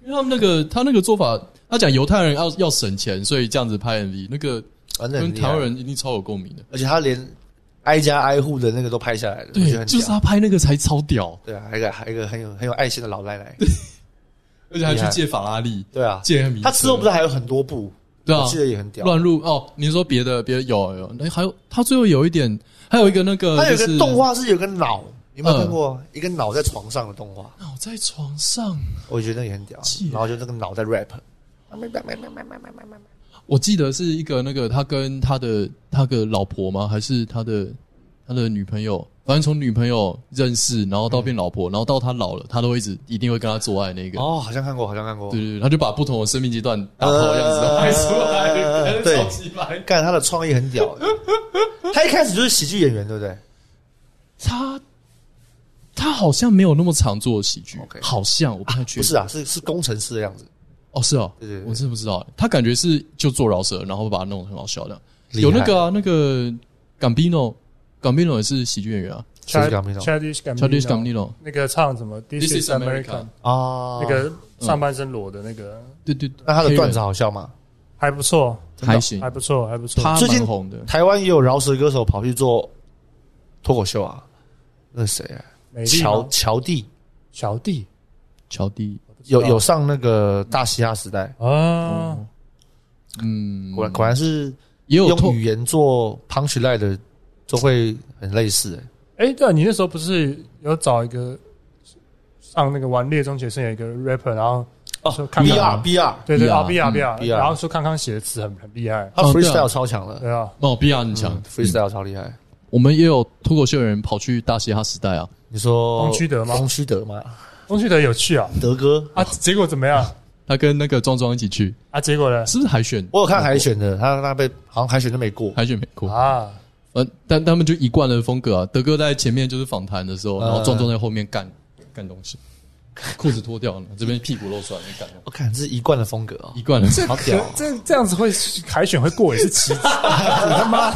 因为他们那个他那个做法，他讲犹太人要要省钱，所以这样子拍 MV，那个
反
跟
正很厉
台
害
湾人一定超有共鸣的。
而且他连挨家挨户的那个都拍下来了，我觉得
对，
很
就是
屌
他拍那个才超屌，
对啊，还有一个还有一个很有很有爱心的老奶奶，
而且还
厉
去
害
借法拉利，
对啊，
借米车。
他之后不是还有很多部，
对啊
我，记得也很屌。
乱入哦，你说别的别的有有，那还有他最后有一点，还有一个那个
哦他有一
就
个
是
动画是有个脑，你有没有
嗯
看过一个脑在床上的动画？
脑哦在床上，
我觉得那也很屌
记得。
然后就那个脑在 rap，
我记得是一个那个他跟他的他的老婆吗？还是他的他的女朋友？反正从女朋友认识，然后到变老婆，然后到他老了，他都会一直一定会跟他做爱那个。
嗯哦，好像看过，好像看过
对。对对，他就把不同的生命阶段打头的样子都拍出来，
呃对
超级白。
干他的创意很 屌，他一开始就是喜剧演员，对不对？
他他好像没有那么常做喜剧
OK
好像我不太确定。
不是啊，是是工程师的样子，
哦，是哦，
对对对
我真的不知道欸。他感觉是就做饶舌，然后把它弄得很好笑的。
厉害
有那个啊，那个 Gambino，Gambino 也是喜剧演员啊
Childish Gambino
Childish Gambino，
，Childish Gambino。啊
那个唱什么
This is America
哦
那个上半身裸的那个
对对，对
那他的段子
黑
好笑吗？
还不错，
人还行
还，不错，还不错。
他
最近
蛮红的。
台湾也有饶舌歌手跑去做脱口秀啊，那谁啊？
美丽
乔
吗
乔弟
小弟
乔弟，
有有上那个大嘻哈时代，
啊，
哦嗯，
果然果然是
也有
用
透
语言做 punch line 的，都会很类似、欸。
哎，对啊，你那时候不是有找一个上那个顽劣中学生有一个 rapper，然后说康
B
康，
R B R，
对对
BR
啊 B R B
嗯
R，
BR
然后说康康写的词很很厉害，
他
哦对啊
freestyle 超强的、
对啊，
哦，比亚很强。
freestyle 超厉害。
我们也有脱口秀演员跑去大嘻哈时代啊，
你说
东区德吗
东区德吗？
翁旭德有趣啊
德哥，
啊，结果怎么样
他跟那个庄庄一起去，
啊？结果呢
是不是海选？
我有看海选的，他他被好像海选都没过。
海选没过，
啊？
嗯，但他们就一贯的风格啊。德哥在前面就是访谈的时候，然后
嗯
壮壮在后面干干东西，裤子脱掉了，这边屁股露出来，那干东
我看这是一贯的风格哦
西，一贯的。
这
好
可
屌哦
这这样子会海选会过也是奇迹，啊你 他妈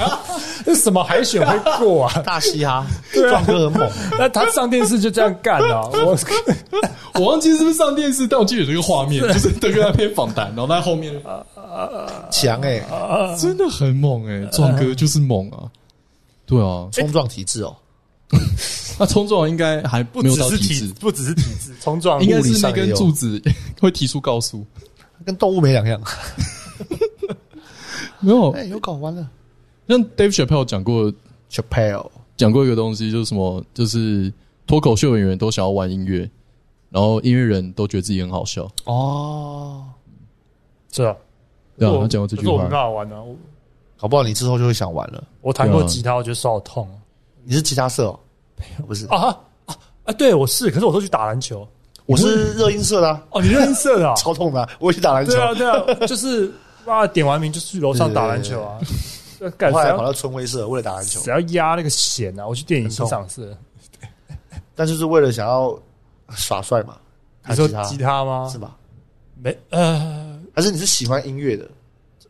这什么海选会过啊？
大嘻哈，壮哥很猛，
那他上电视就这样干啊！我
我忘记是不是上电视，但我记得有这个画面，就是啊德哥那篇访谈，然后在后面
强哎、
真的很猛哎、壮哥就是猛啊，对啊，
冲撞体质哦。
那冲撞应该还
不
没有
只
到
是
体
体
质，，
不只是体 质冲撞
应该
物理
是那
上也
根
有
柱子 会提出告诉，
跟动物没两样，
没有
哎、，有搞完了。
像 Dave Chappelle 讲过
Chappelle，
讲过一个东西，就是什么，就是脱口秀演员都想要玩音乐，然后音乐人都觉得自己很好笑，
哦，
是啊，
对啊
可是我
他讲过这句话
可是我没办法玩啊，我
搞不好你之后就会想玩了。
我弹过
对啊
吉他，我觉得手好痛
你是吉他社哦？不是，
啊啊啊啊！对，我是，可是我都去打篮球。
我是热音社的、啊，
哦，你认识 的啊？
超痛的啊、我也去打篮球
对，啊，对啊，就是哇，点完名就去楼上打篮球啊。对干
后
谁
来跑
要
到春晖社为了打篮球
啊谁，要压那个弦啊？我去电影欣赏室，
但就是为了想要耍帅嘛？
你说
弹
吉
吉
他
他
吗
是？吧？
没，呃，
还是你是喜欢音乐的？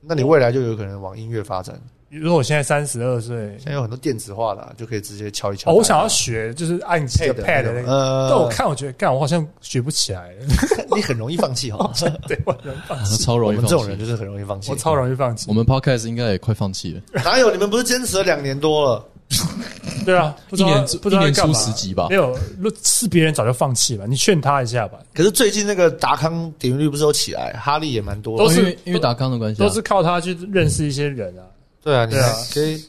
那你未来就有可能往音乐发展。
比如说我现在三十二岁，
现在有很多电子化的、啊，就可以直接敲一敲。
哦，我想要学就是按这个 pad 的那个，
呃，
但我看我觉得干我好像学不起来，
你很容易放 弃哦哈。
对我很放
啊
弃，
超
我
容易
们
放
这
弃。
种人就是很容易放弃。
我超容易放弃
我。们 podcast 应该也快放弃了，
哪有？你们不是坚持了两年多了？
对啊，不知
一
道
年
不
一
知道在
年
干
出
嘛
十集吧
没。有，如是别人早就放弃了，你劝他一下吧，
可是最近那个达康点击率不是有起来，哈利也蛮多的。
都是
因为因为达康的关系啊，
都是靠他去认识一些人啊。
对啊，你
对啊
可以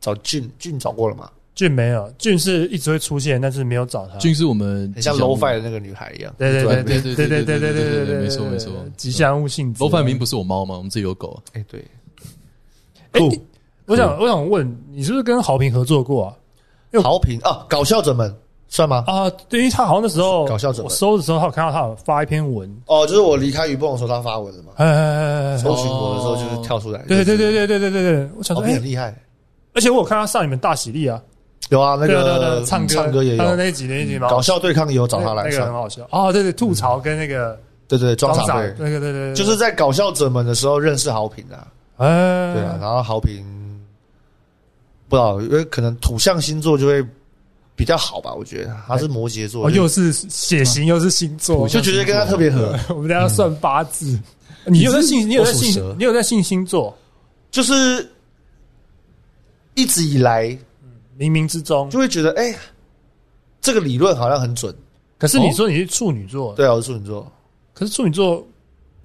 找俊俊找过了嘛？
俊没有，俊是一直会出现，但是没有找他。
俊是我们
很像
吉祥
low
物
fi 的那个女孩一样。
对对对对对对对对对对，吉祥物性质。啊
罗范明不是我猫吗？我们自己有狗啊。
哎，对，
哎
酷，
我想我想问，你是不是跟好评合作过啊？哎
好评啊，搞笑者们算吗？
啊，对，因为他好像那时候
搞笑者们
我搜的时候，他有看到他有发一篇文，
哦，就是我离开鱼蹦的时候，他发文了嘛？
呃，
搜寻我的时候就是跳出来。
哦对对
就是
对，对对对对对，我想
哦
说，
你
哎
很，厉害。
而且我有看他上你们大喜力啊，
有啊，那
对对对
个
对，唱歌
唱歌也
唱歌
有，
那一集那一集嘛，
搞笑对抗也有找他来
那个很
上。
好笑哦，对对，吐槽跟那个
对对，装傻
长
对，
那个对对，
就是在搞笑者们的时候认识好评啊。
哎，
对啊，然后好评不知道，因为可能土象星座就会比较好吧，我觉得他是摩羯座，
哦，
就
又是血型，又是星座，
就觉得跟他特别合。
我们等一下算八字。你有在信？你有在
我属
信
蛇？
你有在信星座？
就是一直以来
冥冥之中，
就会觉得，哎、这个理论好像很准。
可是你说你是处女座，
对啊，我是处女座，
可是处女座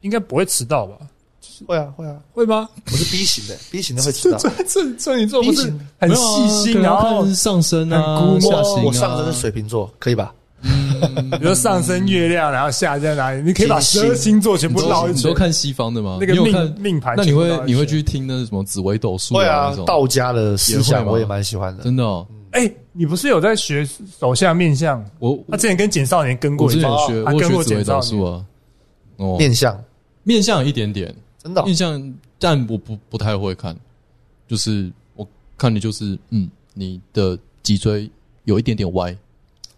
应该不会迟到吧？
会啊会啊，
会吗？
我是 B 型的，B 型的会迟到。
处处女座
不
不
是
是很细心，
没有
然
啊
后
看上升啊，
很估摸
下行啊
我上升是水瓶座，可以吧？
比如上升月亮，然后下在哪里？你可以把十
金星
二星座全
你
部绕
都
一
你
圈
都，看西方的吗？
那个
你有
命
看？
命盘
那
全
你
部绕一圈。
会你会去听那什么紫微斗数
会
啊
啊
那，种？
道家的思
也
想
会吗
我也蛮喜欢的。
真的哦，
哎，你不是有在学手相面相？
我
他之前跟简少年跟
我
过
之
一
前
次，
有学
他
我有
跟
学
过
紫微
简
斗
少
数
年。
啊，哦，
面相
面相有一点点，
真的哦、
面相，但我不不太会看，就是我看你就是嗯，你的脊椎有一点点歪。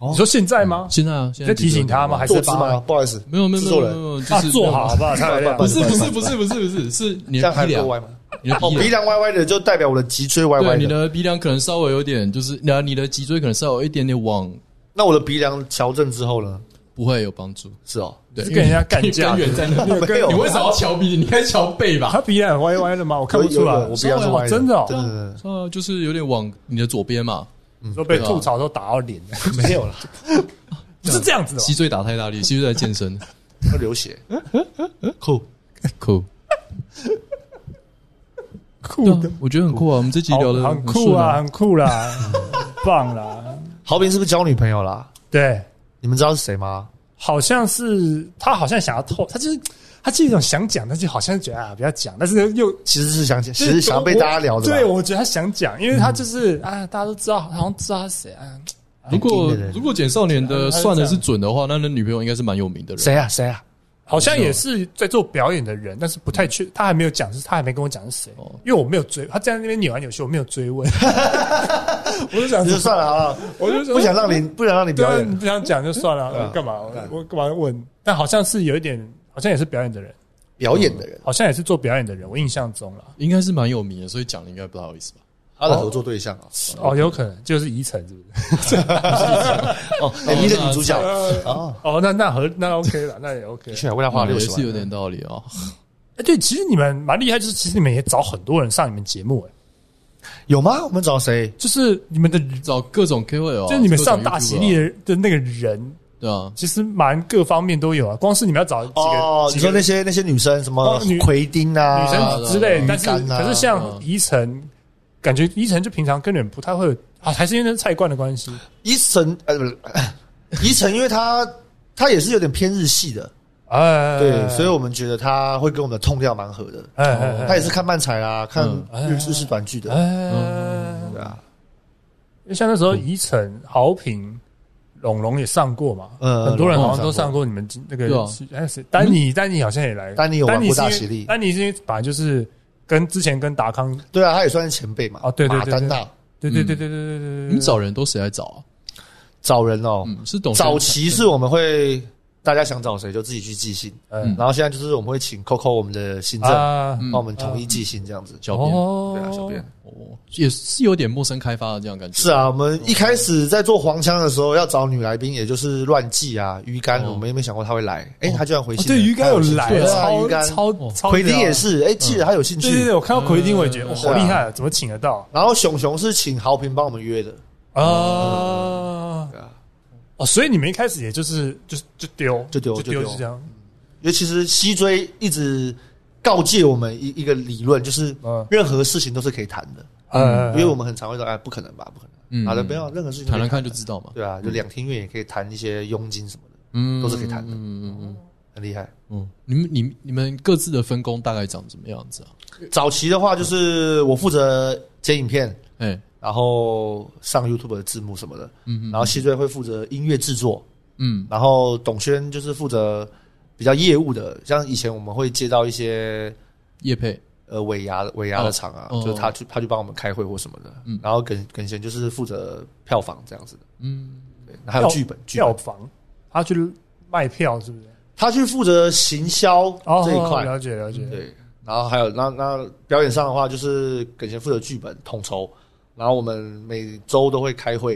你说现在吗？
现在啊，现
在提醒他吗还
是
是
坐姿吗？不好意思，
没有没有
制
没
作
有
人
没有，就
啊
是，
做好好不好？太亮
不
不
是
是
不是不是不是不是，是你
这
的
样还
鼻
不
梁，
够歪吗？
你的
哦，
鼻梁。
鼻梁歪歪的就代表我的脊椎歪
啊
对，
歪
你
的，
的鼻梁可能稍微有点，就是你的你的脊椎可能稍微有一点点往，
那我的鼻梁矫正之后呢？
不会有帮助。
是哦，
对，
是
因
跟
为
人家干
你
架
根源在那
没有
里。
跟
你为什么要瞧鼻？你应该瞧背吧？
他 鼻梁很歪歪的吗？我看不出来
有有有我。鼻梁是歪的，
哦真的哦
真的
啊，就是有点往你的左边嘛，
说被吐槽都打到脸，
真的没有了，
不 是这样
啊
子的
脊
吧。
椎打太大力，脊椎在健 身。
会流 血。
酷酷
酷的，
我觉得很酷啊！我们这集
好
聊的
很酷啊，，很酷 啦，很棒啦。
豪平是不是交女朋友啦？
对，
你们知道是谁吗？
好像是他，好像想要透，他就是他是一种想讲，但是好像觉得啊不要讲，但是又
其实是想，其实想被大家聊的吧。
对，我觉得他想讲，因为他就是啊，大家都知道，好像知道他是谁啊。
如果
对对对
如果简少年的
哎他是
算的
这样
是准的话，那那女朋友应该是蛮有名的人。
谁啊谁啊？
好像也是在做表演的人，但是不太确，他还没有讲，是他还没跟我讲是谁
哦，
因为我没有追，他站在那边扭来扭去，我没有追 问，我就想
你
说
就算了好了，
我就说
不想让你不想让你
对
表
啊，你
演。
不想讲就算了，
对啊
我干嘛？我我干嘛问？但好像是有一点，好像也是表演的人，
表演的人，
好像也是做表演的人，我印象中了。
应该是蛮有名的，所以讲的应该不太好意思吧？
他的合作对象啊，
哦，有可能就是宜城，是不是？
哦，哎你的女主角哦，
哦，那那和那 OK 了，那也 OK
的。确为他花了
也
六十
是有
万。
点道理哦。
哎，对，其实你们蛮厉害，就是其实你们也找很多人上你们节目，哎，
有吗？我们找谁？
就是你们的，就
找各种
哦
KOL，啊
是你们
各种
上大喜力
YouTuber 啊
的的那个人，
对啊，
其实蛮各方面都有啊。光是你们要找几
哦
个，
你
几
说
个
那些那些女生什么
哦女
奎丁啊，
女生之类
啊
的，但是
鱼竿啊
可是像宜城，感觉宜城就平常跟人不太会有啊，还是因为那是菜冠的关系。
伊晨呃不是， 伊晨，因为他他也是有点偏日系的，
哎，
对，所以我们觉得他会跟我们的痛调蛮合的。
哎哎哎
他也是看漫才啊，看
嗯
日日式短剧的，
哎，
对啊，
因为像那时候宜城、豪平、龙龙也上过嘛，
嗯
很多人
龙龙
好像都
上
上过你们那个
对啊
是，哎谁丹尼丹尼好像也来，
丹尼有玩过
是因为
大喜力
丹尼是因为本来就是跟之前跟达康，
对啊，他也算是前辈嘛。
哦对对对
马丹娜
对对
嗯
对对对对对对对，
你们找人都谁来找啊？
找人哦，
嗯，是懂
早期是我们会大家想找谁就自己去寄信，
嗯
嗯
然后现在就是我们会请 Coco 我们的行政
啊，
嗯
帮我们统一寄信这样子。
小编，
对啊，小编。
哦，也是有点陌生开发的这样感觉。
是
哦
啊，我们一开始在做黄腔的时候要找女来宾，也就是乱寄啊，鱼竿，
哦
我们也没想过她会来，哎，她居然回信了。
哦对，鱼竿有来
对，啊鱼竿
超超
哦
超
奎丁
屌啊嗯
也，是，哎，寄了她有兴
对对
趣
对，。我看到奎丁我也觉得哇，
嗯
好厉害，怎么请得到
然后熊熊是请豪平帮我们约的，
啊
对啊？
哦，所以你们一开始也就是就是就丢
就丢
就
就丢
丢是这样，
因为其实西追一直告诫我们一一个理论，就是
嗯
任何事情都是可以谈的，
呃
因为我们很常会说，哎，不可能啊吧，不可
嗯
能，好的，哎不要任何事情都
谈
嗯
可以
谈看就知道嘛，
对啊，就两厅院也可以谈一些佣金什么的，
嗯，
都是可以谈的
嗯嗯嗯
很厉害。
嗯，你们你你们各自的分工大概长什么样子啊？
早期的话，就是我负责剪影片，
哎，
然后上 YouTube 的字幕什么的，
嗯嗯
然后西追会负责音乐制作，
嗯
然后董轩就是负责比较业务的，像以前我们会接到一些
叶配，
呃尾牙尾牙的场啊，
哦哦
就是他去他去帮我们开会或什么的，
嗯
然后耿耿贤就是负责票房这样子的，
嗯
对，还有剧本剧
票
本，
房，他去卖票是不是？
他去负责行销
哦，
这一块，嗯
了解了解，
对，然后还有那那表演上的话，就是耿贤负责剧本统筹，然后我们每周都会开会，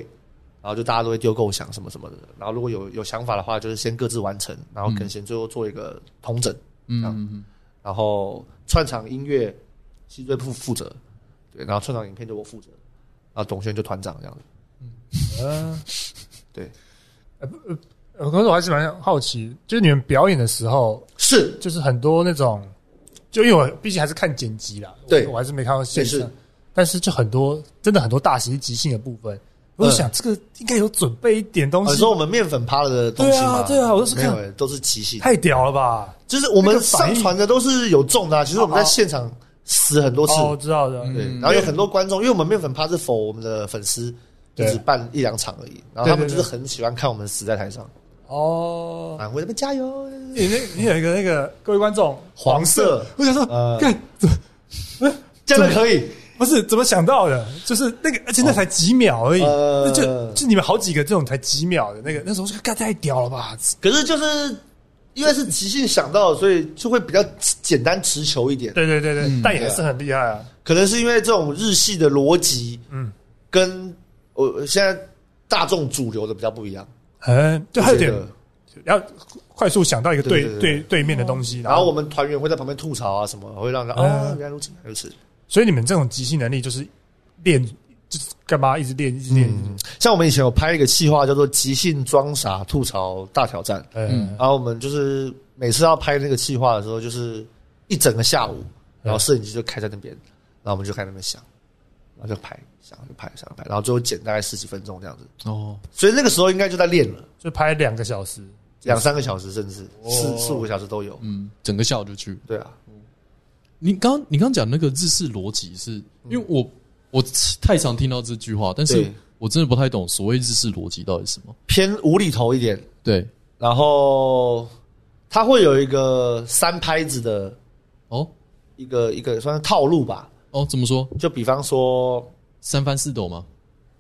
然后就大家都会丢构想什么什么的，然后如果有有想法的话，就是先各自完成，然后耿贤最后做一个统整，
嗯
这样
嗯嗯
然后串场音乐西队负负责，对，然后串场影片就我负责，然后董轩就团长这样子。
嗯，
对
呃。不呃呃可是我还是蛮好奇，就是你们表演的时候，
是
就是很多那种，就因为我毕竟还是看剪辑啦，我
对
我还是没看到现
也
场
是，
但是就很多真的很多大型即兴的部
嗯
分，我就想这个应该有准备一点东
哦你
西
说，我们面粉趴了的东西吗？
对啊对啊我都是
没
看
有、欸，都是即兴，
太屌了吧！
就是我们
那个反
上
应
传的都是有中的啊、其实我们在
哦哦
现场死很多次，
哦，我知道的，
嗯
对，然后有很多观众，因为我们面粉趴是否我们的粉丝，就
对
只办一两场而已，然后他们
对对
就
对
是很喜欢看我们死在台上，
哦，
啊，我这边加油，
你那你有一个那个各位观众
黄色，
我想说，
呃，
干
真的可以，
不是怎么想到的，就是那个，而且那才几秒而已，
呃
那就就你们好几个这种才几秒的那个，那时候说干太屌了吧！
可是就是因为是即兴想到的，所以就会比较简单持球一点，
对对对对，
嗯
但也是很厉害啊，
可能是因为这种日系的逻辑
嗯，
跟我我现在大众主流的比较不一样，
很呃就
我
还有
觉
点
得
要快速想到一个
对
对
对对嗯
对对面的东西，
然后我们团员会在旁边吐槽啊什么，会让他
嗯
啊原来如此，原来如此。
所以你们这种即兴能力就是练，就是干嘛一直练一直练，
嗯，像我们以前有拍一个企划叫做“即兴装傻吐槽大挑战
嗯”，，
然后我们就是每次要拍那个企划的时候，就是一整个下午，然后摄影机就开在那边，然后我们就开在那边想，然后就拍，想就拍，想就拍，然后最后剪大概十几分钟这样子。
哦，
所以那个时候应该就在练了，
就拍两个小时，
两三个小时，甚至
哦
四四五个小时都有。
嗯，整个下午就去。
对啊，
你刚你刚讲那个日式逻辑是，因为我我太常听到这句话，但是
嗯对
我真的不太懂所谓日式逻辑到底是什么。
偏无厘头一点，
对，
然后它会有一个三拍子的
哦
一个一个算是套路吧，
哦，怎么说？
就比方说。
三翻四抖吗？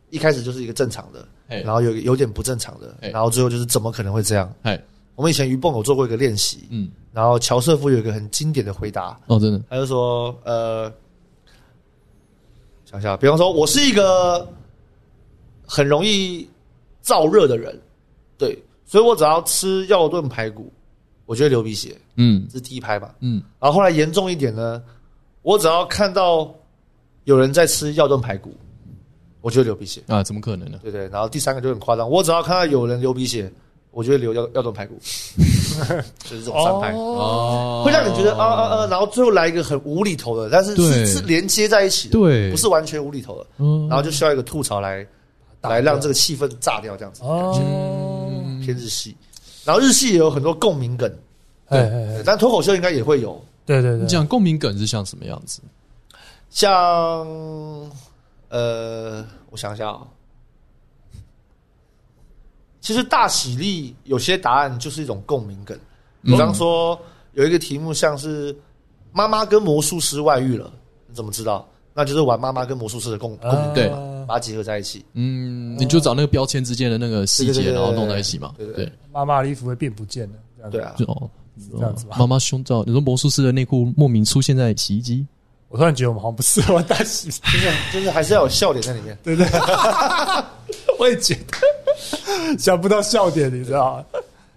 一开始就是一个正常的，
哎
然后有有点不正常的，
哎
然后最后就是怎么可能会这样？
哎，
我们以前于蹦有做过一个练习，
嗯，
然后乔瑟夫有一个很经典的回答，
哦，真的，
他就说，呃，想一下，比方说我是一个很容易燥热的人，对，所以我只要吃药炖排骨，我就会流鼻血，
嗯
这是第一拍嘛。
嗯
然后后来严重一点呢，我只要看到有人在吃药炖排骨，我就会流鼻血。
啊，怎么可能呢？
对对，然后第三个就很夸张，我只要看到有人流鼻血，我就会流要要炖 排骨，就是这种三拍，
哦
会让你觉得啊啊啊，然后最后来一个很无厘头的，但是
对
是是连接在一起的，
对
不是完全无厘头的，
嗯
然后就需要一个吐槽来
打
来让这个气氛炸掉，这样子
哦，
嗯
偏日系，然后日系也有很多共鸣梗，
哎哎，哎
但脱口秀应该也会有，
对对
你
对，
讲共鸣梗是像什么样子？
像呃，我想想、哦，其实大喜力有些答案就是一种共鸣梗，
嗯
比方说有一个题目像是妈妈跟魔术师外遇了，你怎么知道？那就是玩妈妈跟魔术师的共共鸣
啊
梗。
对
嗯
把它结合在一起。
嗯，你就找那个标签之间的那个细
对
节，
对对对
然后弄在一起嘛。
对对
对
对，
妈妈的衣服会变不见了，这样子
对。啊，
就哦，
这样子吧
妈妈胸罩，你说魔术师的内裤莫名出现在洗衣机，
我突然觉得我们好像不适合大洗，
就是就是还是要有笑点在里面。
对不对？ 我也觉得想不到笑点，你知道吗？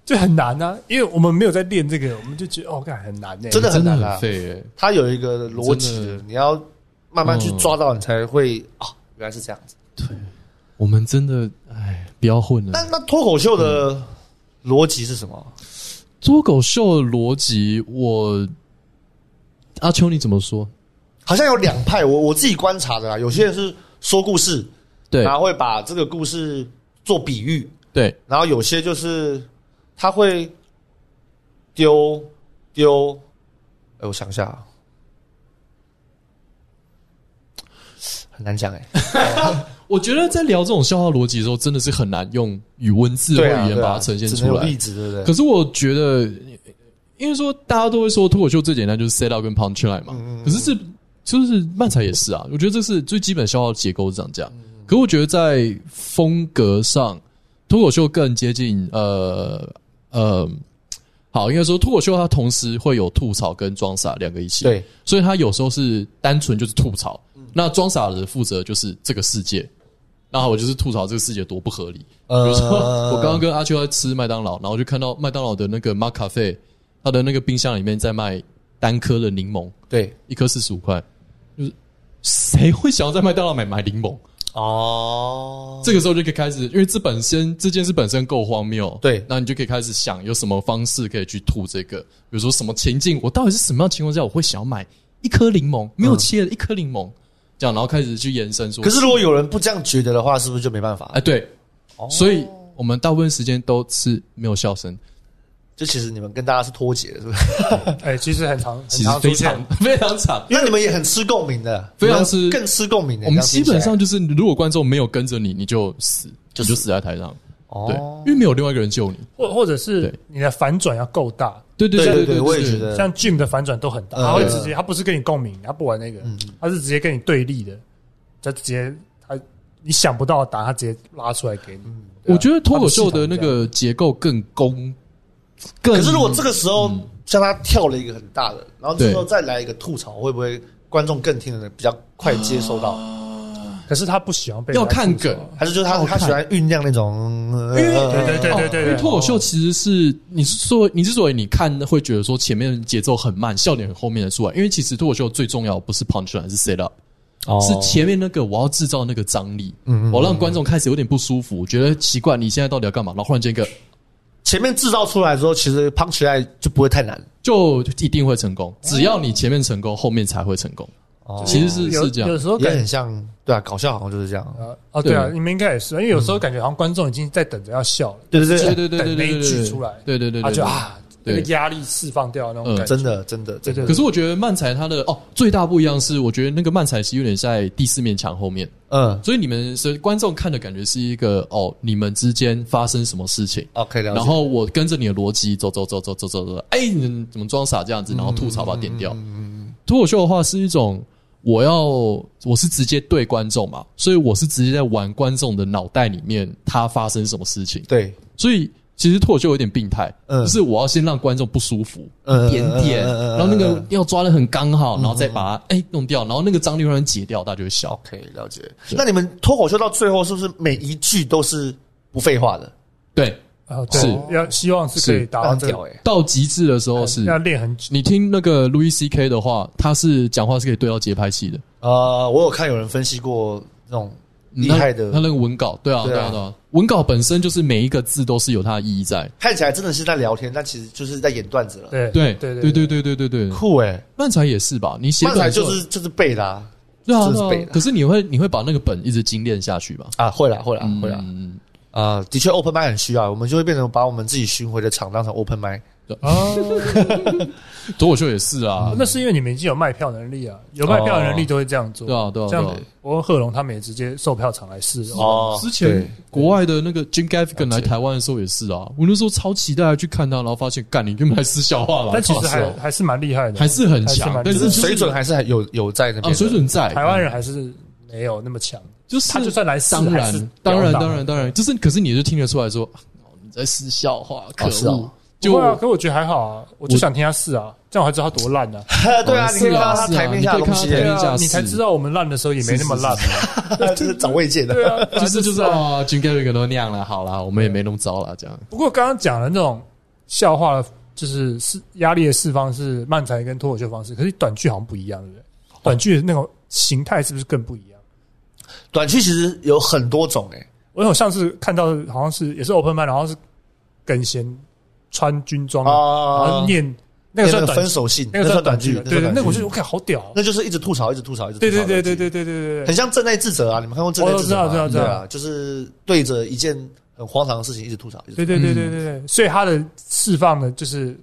就很难啊，因为我们没有在练这个，我们就觉得哦，干很难呢、
真的
真
很
的
难啊
很废哎。
它有一个逻辑
嗯真
的
的，嗯
你要慢慢去抓到，你才会啊，原来是这样子。
我们真的哎，不要混了
那。那脱口秀
嗯
的逻辑是什么？
脱口秀的逻辑，我阿秋你怎么说？
好像有两派，我我自己观察的啦，啊有些人是说故事，
对
然后会把这个故事做比喻，
对，
然后有些就是他会丢丢，哎，我想一下啊，很难讲哎、
我觉得在聊这种笑话逻辑的时候，真的是很难用语文字或
对啊，
语言
对啊
把它呈现
只能
出
有例
来。
子，对不对？
可是我觉得，因为说大家都会说脱口秀最简单就是 set up 跟 punch line
嗯
嘛，可是这就是漫才也是啊，我觉得这是最基本笑话结构是长这样。可我觉得在风格上，脱口秀更接近呃呃，好，应该说脱口秀它同时会有吐槽跟装傻两个一起，
对，
所以他有时候是单纯就是吐槽，那装傻的负责就是这个世界。那我就是吐槽这个世界多不合理。比如说，
呃
我刚刚跟阿秋在吃麦当劳，然后就看到麦当劳的那个 Mac Cafe，它的那个冰箱里面在卖单颗的柠檬，
对
一颗四十五块，就是谁会想要在麦当劳买买柠檬？
哦，
这个时候就可以开始，因为这本身这件事本身够荒谬，
对
那你就可以开始想有什么方式可以去吐这个，比如说什么情境，我到底是什么样的情况下我会想要买一颗柠檬，没有切的一颗柠檬，这样，然后开始去延伸说，
嗯可是如果有人不这样觉得的话，是不是就没办法
哎、？对，
哦
所以我们大部分时间都是没有笑声，
就其实你们跟大家是脱节的，是不是？
哎、其实很长，
其实
很常
非
出现
常 非常长。
因为你们也很吃共鸣的，
非常
你们
吃
更吃共鸣的。
我们
这样听
基
起来
本上就是，如果观众没有跟着你，你就死，
就
你就死在台上，对，
哦
因，为没有另外一个人救你。
或或者是
对
你的反转要够大，
对对
对
对
对对，我也觉。得，
像 Jim 的反转都很大，
呃
他会直接，他不是跟你共鸣，他不玩那个，他是直接跟你对立的，他直接他你想不到的答案，他直接拉出来给你。对啊
我觉得脱口秀的那个结构更公，更
可是如果这个时候像他跳了一个很大的，然后这
嗯对
时候再来一个吐槽，会不会观众更听得比较快接收到？
可是他不喜欢被
要
人家
看
吐槽
梗，
还是就是他
啊好
他
看嗯
喜欢酝酿那种？呃
对对对对对
因为
对，
脱口秀其实是你是说你之所以你看会觉得说前面节奏很慢，笑点很后面的出来，因为其实脱口秀最重要的不是 punch line 是 set up，
哦
是前面那个我要制造那个张力，我让观众开始有点不舒服，觉得奇怪你现在到底要干嘛，然后忽然间一个
前面制造出来之后，其实 punch line 就不会太难。
就一定会成功，只要你前面成功，后面才会成功。
哦
其实是
有
是这样
有，时候
也
感
很像，对啊，搞笑好像就是这样。
呃哦对啊，
对
你们应该也是，因为有时候感觉好像观众已经在等着要笑了，
对对
对
对，
对对对对
等那一句
对，
出来
对对对
他
嗯对，
就
对
啊那
对
个压力释放掉那种
嗯
感觉，
真的真的
对
真的
对。
可是我觉得漫才它的哦最大不一样是，我觉得那个漫才是有点在第四面墙后面，
嗯
所以你们是观众看的感觉是一个哦你们之间发生什么事情，
，OK，了解
然后我跟着你的逻辑走走走走走走走，哎你们怎么装傻这样子，然
嗯
后吐槽把它点掉。脱口秀的话是一种我要我是直接对观众嘛，所以我是直接在玩观众的脑袋里面他发生什么事情，
对，
所以其实脱口秀有点病态，
嗯
就是我要先让观众不舒服，
嗯
一点点，
嗯嗯嗯嗯嗯
然后那个要抓的很刚好，然后再把它哎弄掉，然后那个张力让人解掉，大家就会笑。
可以了解。那你们脱口秀到最后是不是每一句都是不废话的？
对，
啊对
是
要希望是可以
是
达到
很
这
屌
个，嗯
哎！
到极致的时候是，
要练很久。
你听那个 Louis C K 的话，他是讲话是可以对到节拍器的，
呃，我有看有人分析过那种厉害的
他他那个文稿，对啊，
对啊
对啊，对啊，文稿本身就是每一个字都是有它的意义在。
看起来真的是在聊天，但其实就是在演段子了。
对
对
对
对对对对对对，
酷哎、欸，
漫才也是吧？你写
漫才
本时候
就是就是背的啊，
对啊
这是
对
背
啊
的，
可是你会你会把那个本一直精炼下去吧？
啊会啦会啦会啦啊、
嗯，
的确 open mic 很需要，我们就会变成把我们自己巡回的场当成 open mic。
哦，
嗯
脱口秀也是啊，
那是因为你们已经有卖票能力啊，有卖票能力都会这样做。
对啊，对啊，对
像
啊。
伯恩贺龙他们也直接售票厂来试用。
哦
之前国外的那个 Jim Gaffigan 来台湾的时候也是啊，我那时候超期待去看他，然后发现干，你根本来私笑啊话了。
但其实
靠
还
手
还是蛮厉害的，
还是很强，
还是
但
蛮厉害
是
的
就是
水准还是有有在那边的、
啊水准在
台湾人还是没有那么强。
就是
他就算来试
当
还是
然当
表
然
达
当然当然，就是可是你就听得出来说啊你在是笑话，可
哦是
恶
哦，
就
不会啊，可我觉得还好啊，我就想听他试啊，这样我还知道他多烂呢。
对啊，
哦
你可以
是
看
啊
到他
是啊
台面下的东西欸
你可以
耶
看，
对
到
啊，
试
你才知道我们烂的时候也没那么烂啊嘛。
这是长慰藉的。
对啊，反正
就是就是
这样
啊，Jim Carrey 都那样了，好啦，我们也没那么糟啦，这样
不过刚刚讲的那种笑话，就是是压力的释放是漫才跟脱口秀方式，可是短剧好像不一样，对不对？短剧的那种形态是不是更不一样？
短剧其实有很多种欸诶，
我有上次看到好像是也是 open m i 然后是耿贤穿军装，然
啊
后，念那个算短
分，手信，
那个
算
算
短
短剧
剧，
的，对对，那
那
个我就
就
我看好屌哦，
那就是一直吐槽，一直吐槽，一直吐槽
对
短
对对对
剧
对对对对
很
对，
像正在智者啊，你们看过正在智者
哦知道
吗？
知道
对啊，就是对着一件很荒唐的事情一直吐槽，一直吐
对对对对对对，所以他的释放呢，就是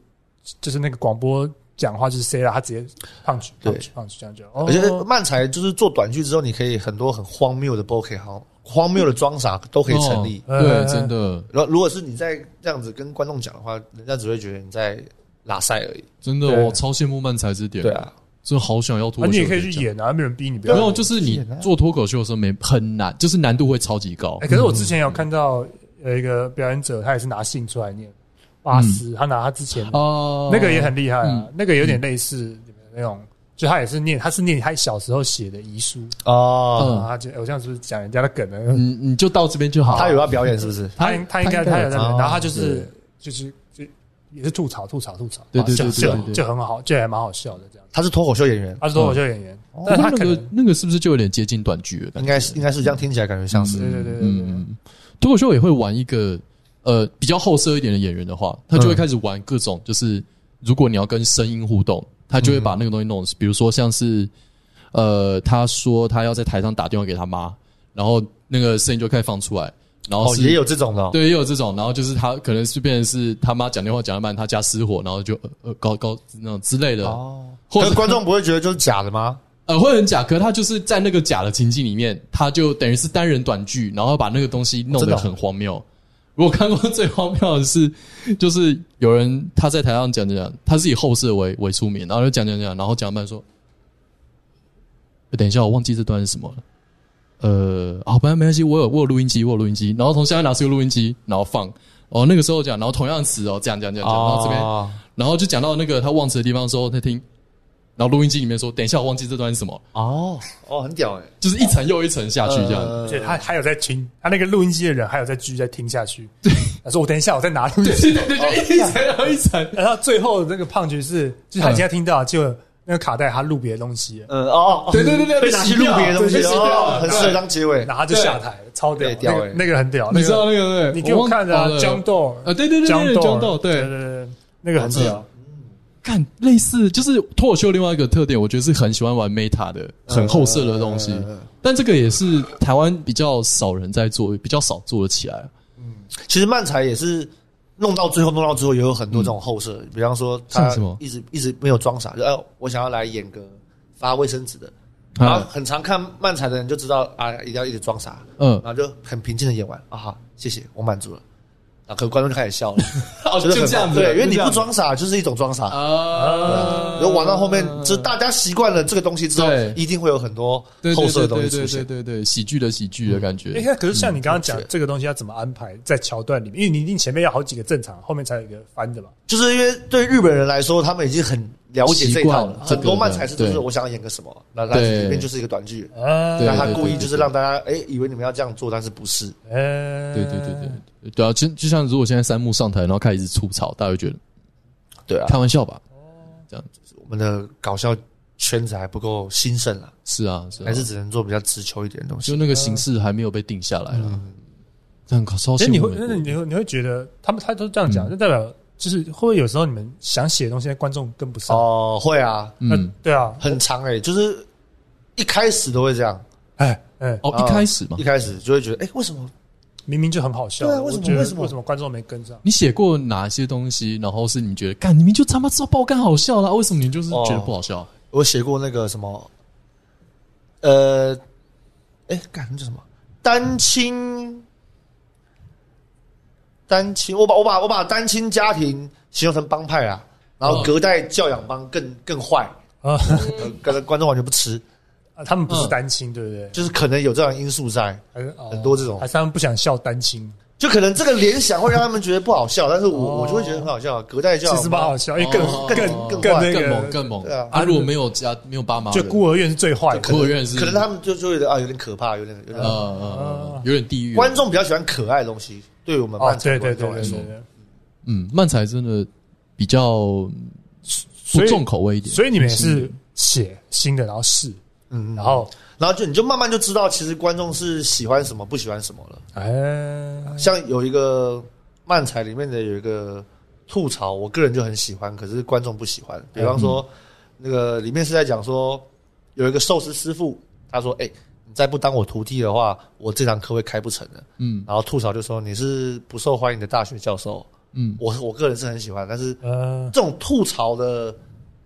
就是那个广播讲话就是 C 了，他直接胖去
对
胖去胖去这样就，
槽
哦
我觉得漫才就是做短剧之后，你可以很多很荒谬的 BOK，好荒谬的装傻都可以成立。
嗯
哦对，真的
然后如果是你在这样子跟观众讲的话，人家只会觉得你在拉塞而已。
真的，
对
我超羡慕漫才这点，
对，啊，
真的好想要脱
啊
口秀，
你也可以去。演啊，没有人逼你不
没
要
有，就是你做脱口秀的时候没很难，就是难度会超级高
哎、。可是我之前有看到有一个表演者，他也是拿信出来念，巴斯，他拿他之前、
哦
那个也很厉害啊，
嗯
那个有点类似你们那种，就他也是念，他是念他小时候写的遗书，
哦，
嗯
然后他就、哎我这样是不是讲人家的梗呢？
你嗯你就到这边就好。
他有要表演是不是？
啊他他应该他有在那，
哦
然后他就是就是就也是吐槽吐槽吐槽，
对对
就
对对对
就
对
就很好，就还蛮好笑的这样。
他是脱口秀演员，
他是脱口秀演员，但
不过
他
哦那
可
个
能
那个是不是就有点接近短剧了？
应该是应该是这样听起来感觉像是
对对对对对对
嗯，脱口秀也会玩一个呃比较后设一点的演员的话，他就会开始玩各种，就是如果你要跟声音互动，他就会把那个东西弄，比如说像是呃，他说他要在台上打电话给他妈，然后那个声音就开始放出来，然后
哦，
是、
也有这种的哦。
对也有这种，然后就是他可能是变成是他妈讲电话讲得慢，他家失火，然后就呃呃高高那种之类的，
哦，
或
可
者
是观众不会觉得就是假的吗？
呃，会很假，可是他就是在那个假的情境里面，他就等于是单人短剧，然后把那个东西弄
真的
得
哦
很荒谬。我看过最荒谬的是，就是有人他在台上讲讲讲，他是以后世为为出名，然后就讲讲讲，然后讲半说，等一下，我忘记这段是什么了。呃，好、本来没关系，我有我有录音机，我有录音机，然后从下面拿出一个录音机，然后放。哦，那个时候讲，然后同样词哦，这样这样这样，讲，然后这边
哦
然后就讲到那个他忘词的地方的时候，他听，然后录音机里面说：“等一下，我忘记这段是什么。
哦哦，很屌哎”，
就是一层又一层下去这样。
呃
而且他还有在听，他那个录音机的人还有在继续在听下去。对，他说我等一下，我再拿录音机。
对对对，就一层又一层。
然后最后那个胖橘是，就是他现在听到，就那个卡带他录别的东西了，
呃哦哦，
对对对对
被拿去录别的东西
被洗掉
哦，很
对
适合当结尾
然。后他就下台，超屌，
对屌
那个
欸
那个很屌，
你
那
知道那
个
个对不对？
你给我看的啊
忘了
John Doe
啊，对对对对对，John Doe，
对
对，
对对，那个很屌，
看类似就是脱口秀另外一个特点，我觉得是很喜欢玩 meta 的，很后设的东西
嗯嗯嗯嗯。
但这个也是台湾比较少人在做，比较少做得起来。
其实漫才也是弄到最后，弄到最后也有很多这种后设，比方说他
像什么
一直一直没有装傻，就哎，我想要来演个发卫生纸的。然后
啊，
很常看漫才的人就知道啊，一定要一直装傻，
嗯
然，后就很平静的演完啊，好，谢谢，我满足了。然后可能观众就开 始笑了，
哦
觉得很棒对，因为你不
装
装傻就是一种装傻，
啊
然后玩到后面，就是大家习惯了这个东西之后
嗯对，
一定会有很多
对
后
对
设
对
的东
对
西
对
出现
对。对对，喜剧的喜剧的感觉。
哎、可是像你刚刚讲
嗯
了解
这个东西要怎么安排在桥段里面，因为你一定前面要好几个正常，后面才有一个翻的嘛。
就是因为对日本人来说，他们已经很了解这
习
一套
惯
了
了，
很多漫才是就
对
是我想要演个什么，那那
对
里面就是一个短剧，
啊，
对
那他
对
故意
对
就是让大家哎以为你们要这样做，但是不是？
呃，
对对对对对对啊！就就像如果现在三木上台，然后开始一直吐槽，大家会觉得
对啊
开，玩笑吧？
我们的搞笑圈子还不够兴盛啊，
是啊，是啊
还是只能做比较直球一点的东
就
西。
那个形式还没有被定下来啊哎啦。这样搞超
所
羡
以你
慕
会，
美国
那你会你会觉得他们他都这样
嗯
讲，就代表就是会不会有时候你们想写的东西，观众跟不上？
哦，会啊，
那
嗯，
对啊，
很长哎，就是一开始都会这样，
哎哎，
哦，一开始嘛
一，开始就会觉得哎为什么
明明就很好笑，
对啊
我
为什么
觉得
为什么
为什么观众没跟上？
你写过哪些东西？然后是你觉得干，你们就他妈知道爆肝好笑啦，为什么你就是觉得不好笑？
我写过那个什么，呃，哎、干那叫什么？单亲，单亲，我把我把我把单亲家庭形容成帮派啊，然后
哦
隔代教养帮更更坏，
啊，
呃，观观众完全不吃。
啊，他们不是
嗯
单亲，对不对？
就是可能有这样的因素在，
还是、哦
很多这种
还是他们不想笑单亲，
就可能这个联想会让他们觉得不好笑，但是我
哦
我就会觉得很好笑，隔代教
其实蛮好
嘛，
笑，因为更、
哦
更
更坏
那
更
个
猛更猛
对啊
啊！如果没有家没有爸妈的，
就孤儿院是最坏的
孤儿院是
可能他们就就会觉得啊有点可怕，有点有点、
哦
呃呃呃有点地狱
观众比较喜欢可爱的东西，对于我们
哦
漫，才观
对对对
众来
对
说，
对对。
嗯，漫才真的比较不
以
重口嗯味一点，
所以你们也
新
是写新的，然后试，
嗯，嗯
然后
然后就你就慢慢就知道，其实观众是喜欢什么，不喜欢什么了。
哎，
像有一个漫才里面的有一个吐槽，我个人就很喜欢，可是观众不喜欢。比方说，那个里面是在讲说，有一个寿司师傅，他说：“哎、你再不当我徒弟的话，我这堂课会开不成的。”
嗯
然后吐槽就说：“你是不受欢迎的大学教授。
嗯
我”我个人是很喜欢，但是
呃，
这种吐槽的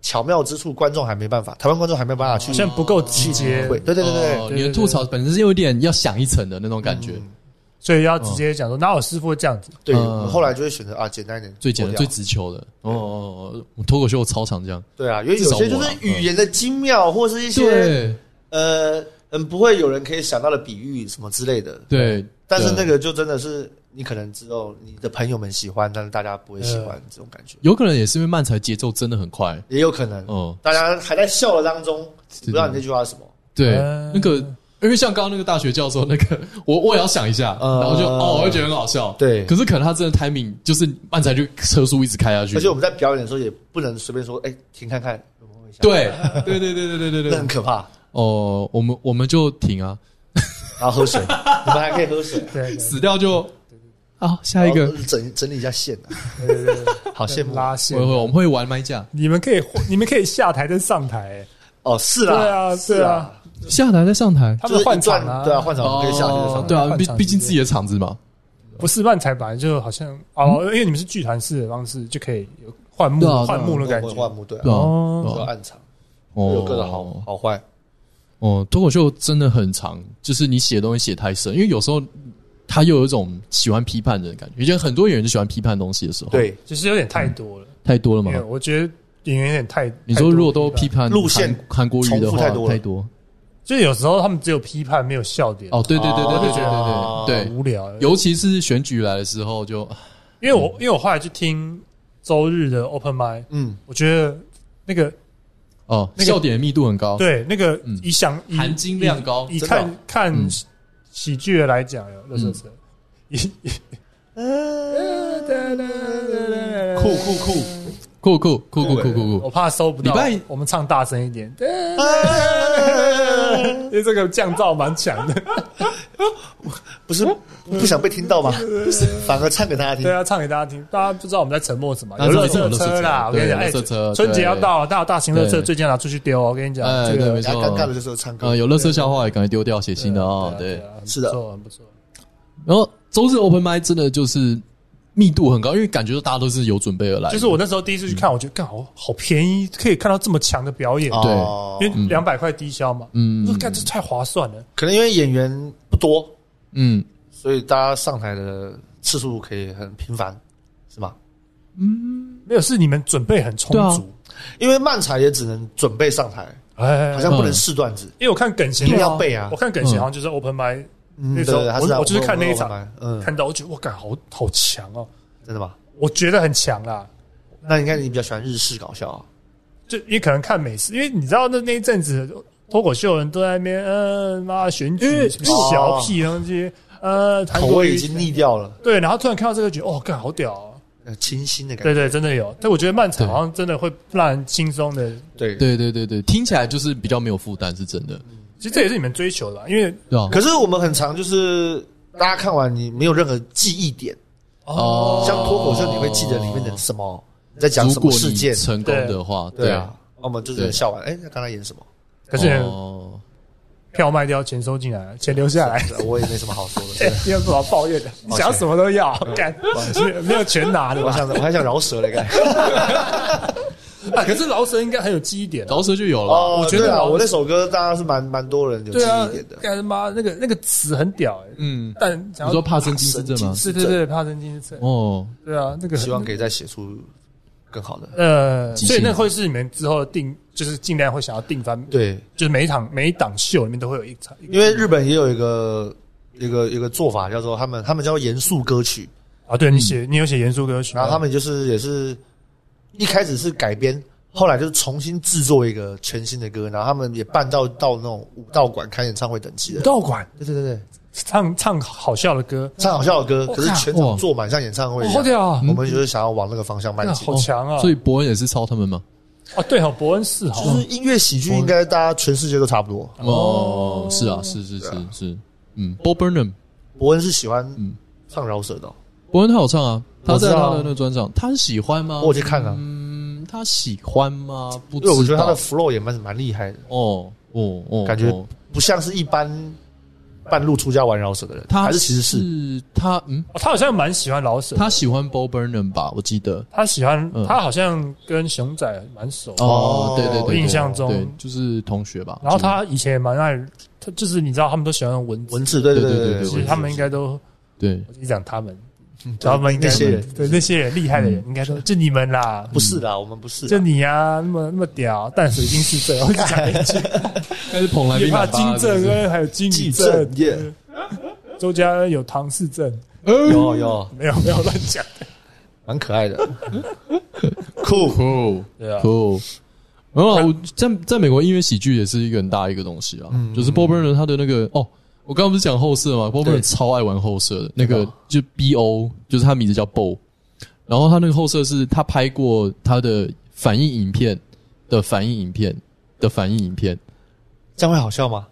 巧妙之处，观众还没办法，台湾观众还没办法去
好像不够直接
体，会。对对对对，
哦
对
你的
对
吐槽本身是有点要想一层的那种感觉，
所以要直接讲说哪有师傅会这样子？
对，
嗯
我后来就会选择啊，简单一点，
最简单、
脱
最
掉
直球的。哦哦哦，我脱口秀我超常这样。
对啊，因为有些就是语言的精妙，或是一些
嗯对
呃，嗯，不会有人可以想到的比喻什么之类的。
对，
但是
对
那个就真的是你可能只有你的朋友们喜欢，但是大家不会喜
嗯
欢这种感觉，
有可能也是因为漫才节奏真的很快。
也有可能
嗯，
大家还在笑的当中，
的
不知道你那句话是什么。
对
嗯，
哎
那个因为像刚刚那个大学教授那个， 我我也要想一下，
嗯
然后就哦，我会觉得很好笑。
对
可是可能他真的 timing 就是漫才就车速一直开下去
而且，我们在表演的时候也不能随便说，哎，停看看，有没有人想
对 对对对对对对
那很
对。
可怕。
哦，我们我们就停啊，
然后 喝水，你们还可以喝水。
对，对
死掉就啊下一个
然后整整理一下线啊，
对对对，
好羡慕
拉线
会。会我们会玩麦架，
你们可以，你们可以下台再上台，欸
哦，是
对
啦，
啊，
是
对啊，，
下台再上台。
他
就
们
是
换
一段
场啊，
对啊，换场我们可以下去的
哦
场。
对啊，
换
毕
场
毕竟
时间
自己的场子嘛。
不是漫才本来就好像哦，因为你们是剧团式的方式，就可以有换幕
对啊
换幕的感
我
觉
们，换幕对啊
对，啊，
哦
对
有
啊
暗场，
哦
有各种好好坏。
哦，脱口秀真的很长，就是你写的东西写太深，因为有时候他又有一种喜欢批判的感觉，因为很多演员就喜欢批判东西的时候，，
对，
就是有点太多了。
太多了嘛
没。有，我觉得演员有点太，
嗯你
太
说
多
如果都
批
批判
判
路线
韩韩国语的
重复
话，
太多了
太多
就有时候他们只有批判，没有笑点，
哦，对对对对对
哦
对对
好
对
无聊。
对，尤其是选举来的时候就，
因为我因为我后来去听周日的 Open m i d
嗯，
我觉得那个
哦，
那个
笑点密度很高，
对那个
嗯
以想以
含金量高
以以
真的哦
看看
嗯
喜剧的来讲，有乐色车，以
啊酷酷酷，
酷酷酷酷酷酷
我
酷，
怕收不到。
礼拜
我们唱大声 一点，
啊
因为这个降噪蛮强的。
不是不想被听到 吗？反而唱给大家听
嗯对。啊，唱给大家听，大家不知道我们在沉默什么。
大
有
家
乐
不知道
色
有垃圾
车啦，
车
我跟你讲，
对
哎
垃圾车
春节
对
要到了，大大型乐车
对
最近要拿出去丢哦。我跟你讲，
哎，
这
对，
个
没
比较尴尬的
错，
就是唱歌
哦
呃，，有乐色笑话也赶快丢掉，写新的哦，对
对啊，。对啊很不
是的
错，很不错。
然后周日 open m i 真的就是密度很高，因为感觉大家都是有准备而来的，
就是我那时候第一次去看，我觉得干好好便宜，可以看到这么强的表演，
对
嗯哦
因为两百块低消嘛。
嗯
我说干这太划算了，
可能因为演员不多，
嗯
所以大家上台的次数可以很频繁，是吗？
没有是你们准备很充足，
因为漫才也只能准备上台，
哎，
好
好像
像不能试段子，
因为我看耿贤
啊一定要背啊
我。看耿贤好像就是 open m i
嗯
那时候
对对他
我
是
我就是看那一场，
嗯，
看到，我觉得我干好好强哦，
真的吗？
我觉得很强啦。
那应该你比较喜欢日式搞笑啊？
就也可能看美食，因为你知道那那一阵子脱口秀人都在那边，嗯，妈选
因
举
为
什么小屁东西，呃，韩
哦口
国
味
瑜
已经腻掉了，
对，然后突然看到这个，觉得哦，干好屌、哦，
呃清新的感觉。
对对，真的有。但我觉得漫才好像真的会让人轻松的，
对，
对对对对，听起来就是比较没有负担，是真的，
其实这也是你们追求的吧，因为
对吧？啊
可是我们很常就是大家看完你没有任何记忆点，
哦
像脱口秀你会记得里面的什么，你在讲
如
什么
果
事
你
件，
成功的话，
对啊，我们就是
对
笑完，哎，那刚才演什么？
可是
哦，
票卖掉，钱收进来，钱留下来。
是啊我也没什么好说的对。，
哎 你有什么抱怨的？你想什么都要，干没有没有全拿的
我
吧？
想着，我还想饶舌嘞，该。
啊，可是饶舌应该很有记忆点啊的。
饶舌就有了，
哦，
我觉得
对啊，
饶舌
我那首歌大家是蛮蛮多人有记
对啊
忆点的，。
干他妈那个那个词很屌哎，
嗯，
但
你
你
说帕森金斯症
神
吗
经？
对对对，帕森金是
哦，
对啊，那个很
希望可以再写出更好的。
呃，
即兴
所以那会是你们之后的定，就是尽量会想要定番，
对，
就是每一场每一档秀里面都会有一场，
因为日本也有一个一个一个做法叫做他们他们叫严肃歌曲，
啊，对你写你有写严肃歌曲，啊
然后他们就是也是一开始是改编，后来就是重新制作一个全新的歌，然后他们也办到到那种武道馆开演唱会等级的。
道馆
对对对对，
唱唱好笑的歌，
唱好笑的歌，
哇
可是全场坐满，像演唱会
哦
一嗯
好
样。
屌啊！
我们就是想要往那个方向迈
那
进。
好强啊！
哦所以伯恩也是抄他们吗？
哦，对哦，伯恩是好
就是音乐喜剧，应该大家全世界都差不多。
哦，是啊，是是是是，嗯，Bob Burnham，
伯恩是喜欢
嗯
唱饶舌的哦，
伯恩他有唱啊，他在
我知
他
道啊
的那个专场，他喜欢吗
我？有去看了，
嗯，他喜欢吗？不知
因为
道，
我觉得他的 flow 也蛮蛮厉害的，
哦哦哦，
感觉
哦
不像是一般半路出家玩饶舌的人，
他
还是其实是
是他嗯，
哦，他好像蛮喜欢老舍，
他
他
喜欢 Bob Burnham 吧？我记得
他喜欢
嗯
他好像跟熊仔蛮熟的，
哦
哦，
对对对，对
印象中
对，就是同学吧。
然后他以前也蛮爱，他就是你知道他们都喜欢文字，
文字，对
对
对
对对
对
对
其
文字
实他们应该都
对
我就讲他们，
对，
他们应该
那些人
对那些人厉害的人应该都就你们啦，
不是啊啦，我们不是
就
啦，
你啊，那么那么屌，淡水金是最，我就讲一句，
但是捧来
也
宾
怕金正恩还有金宇正，
耶，
周家恩有唐氏症，
有有，
没有没有乱讲，
蛮可爱的， 酷，
酷
对啊，
酷。然后我在在美国音乐喜剧也是一个很大一个东西啊，就是 Bob Burnham 他的那个哦，我刚刚不是讲后设嘛，Bob Burnham
对
超爱玩后设的，那
知
个
道
就 B O，就是他名字叫 Bo，然后他那个后设是他拍过他的反应影片的反应影片的反应影片，
这样会好笑吗？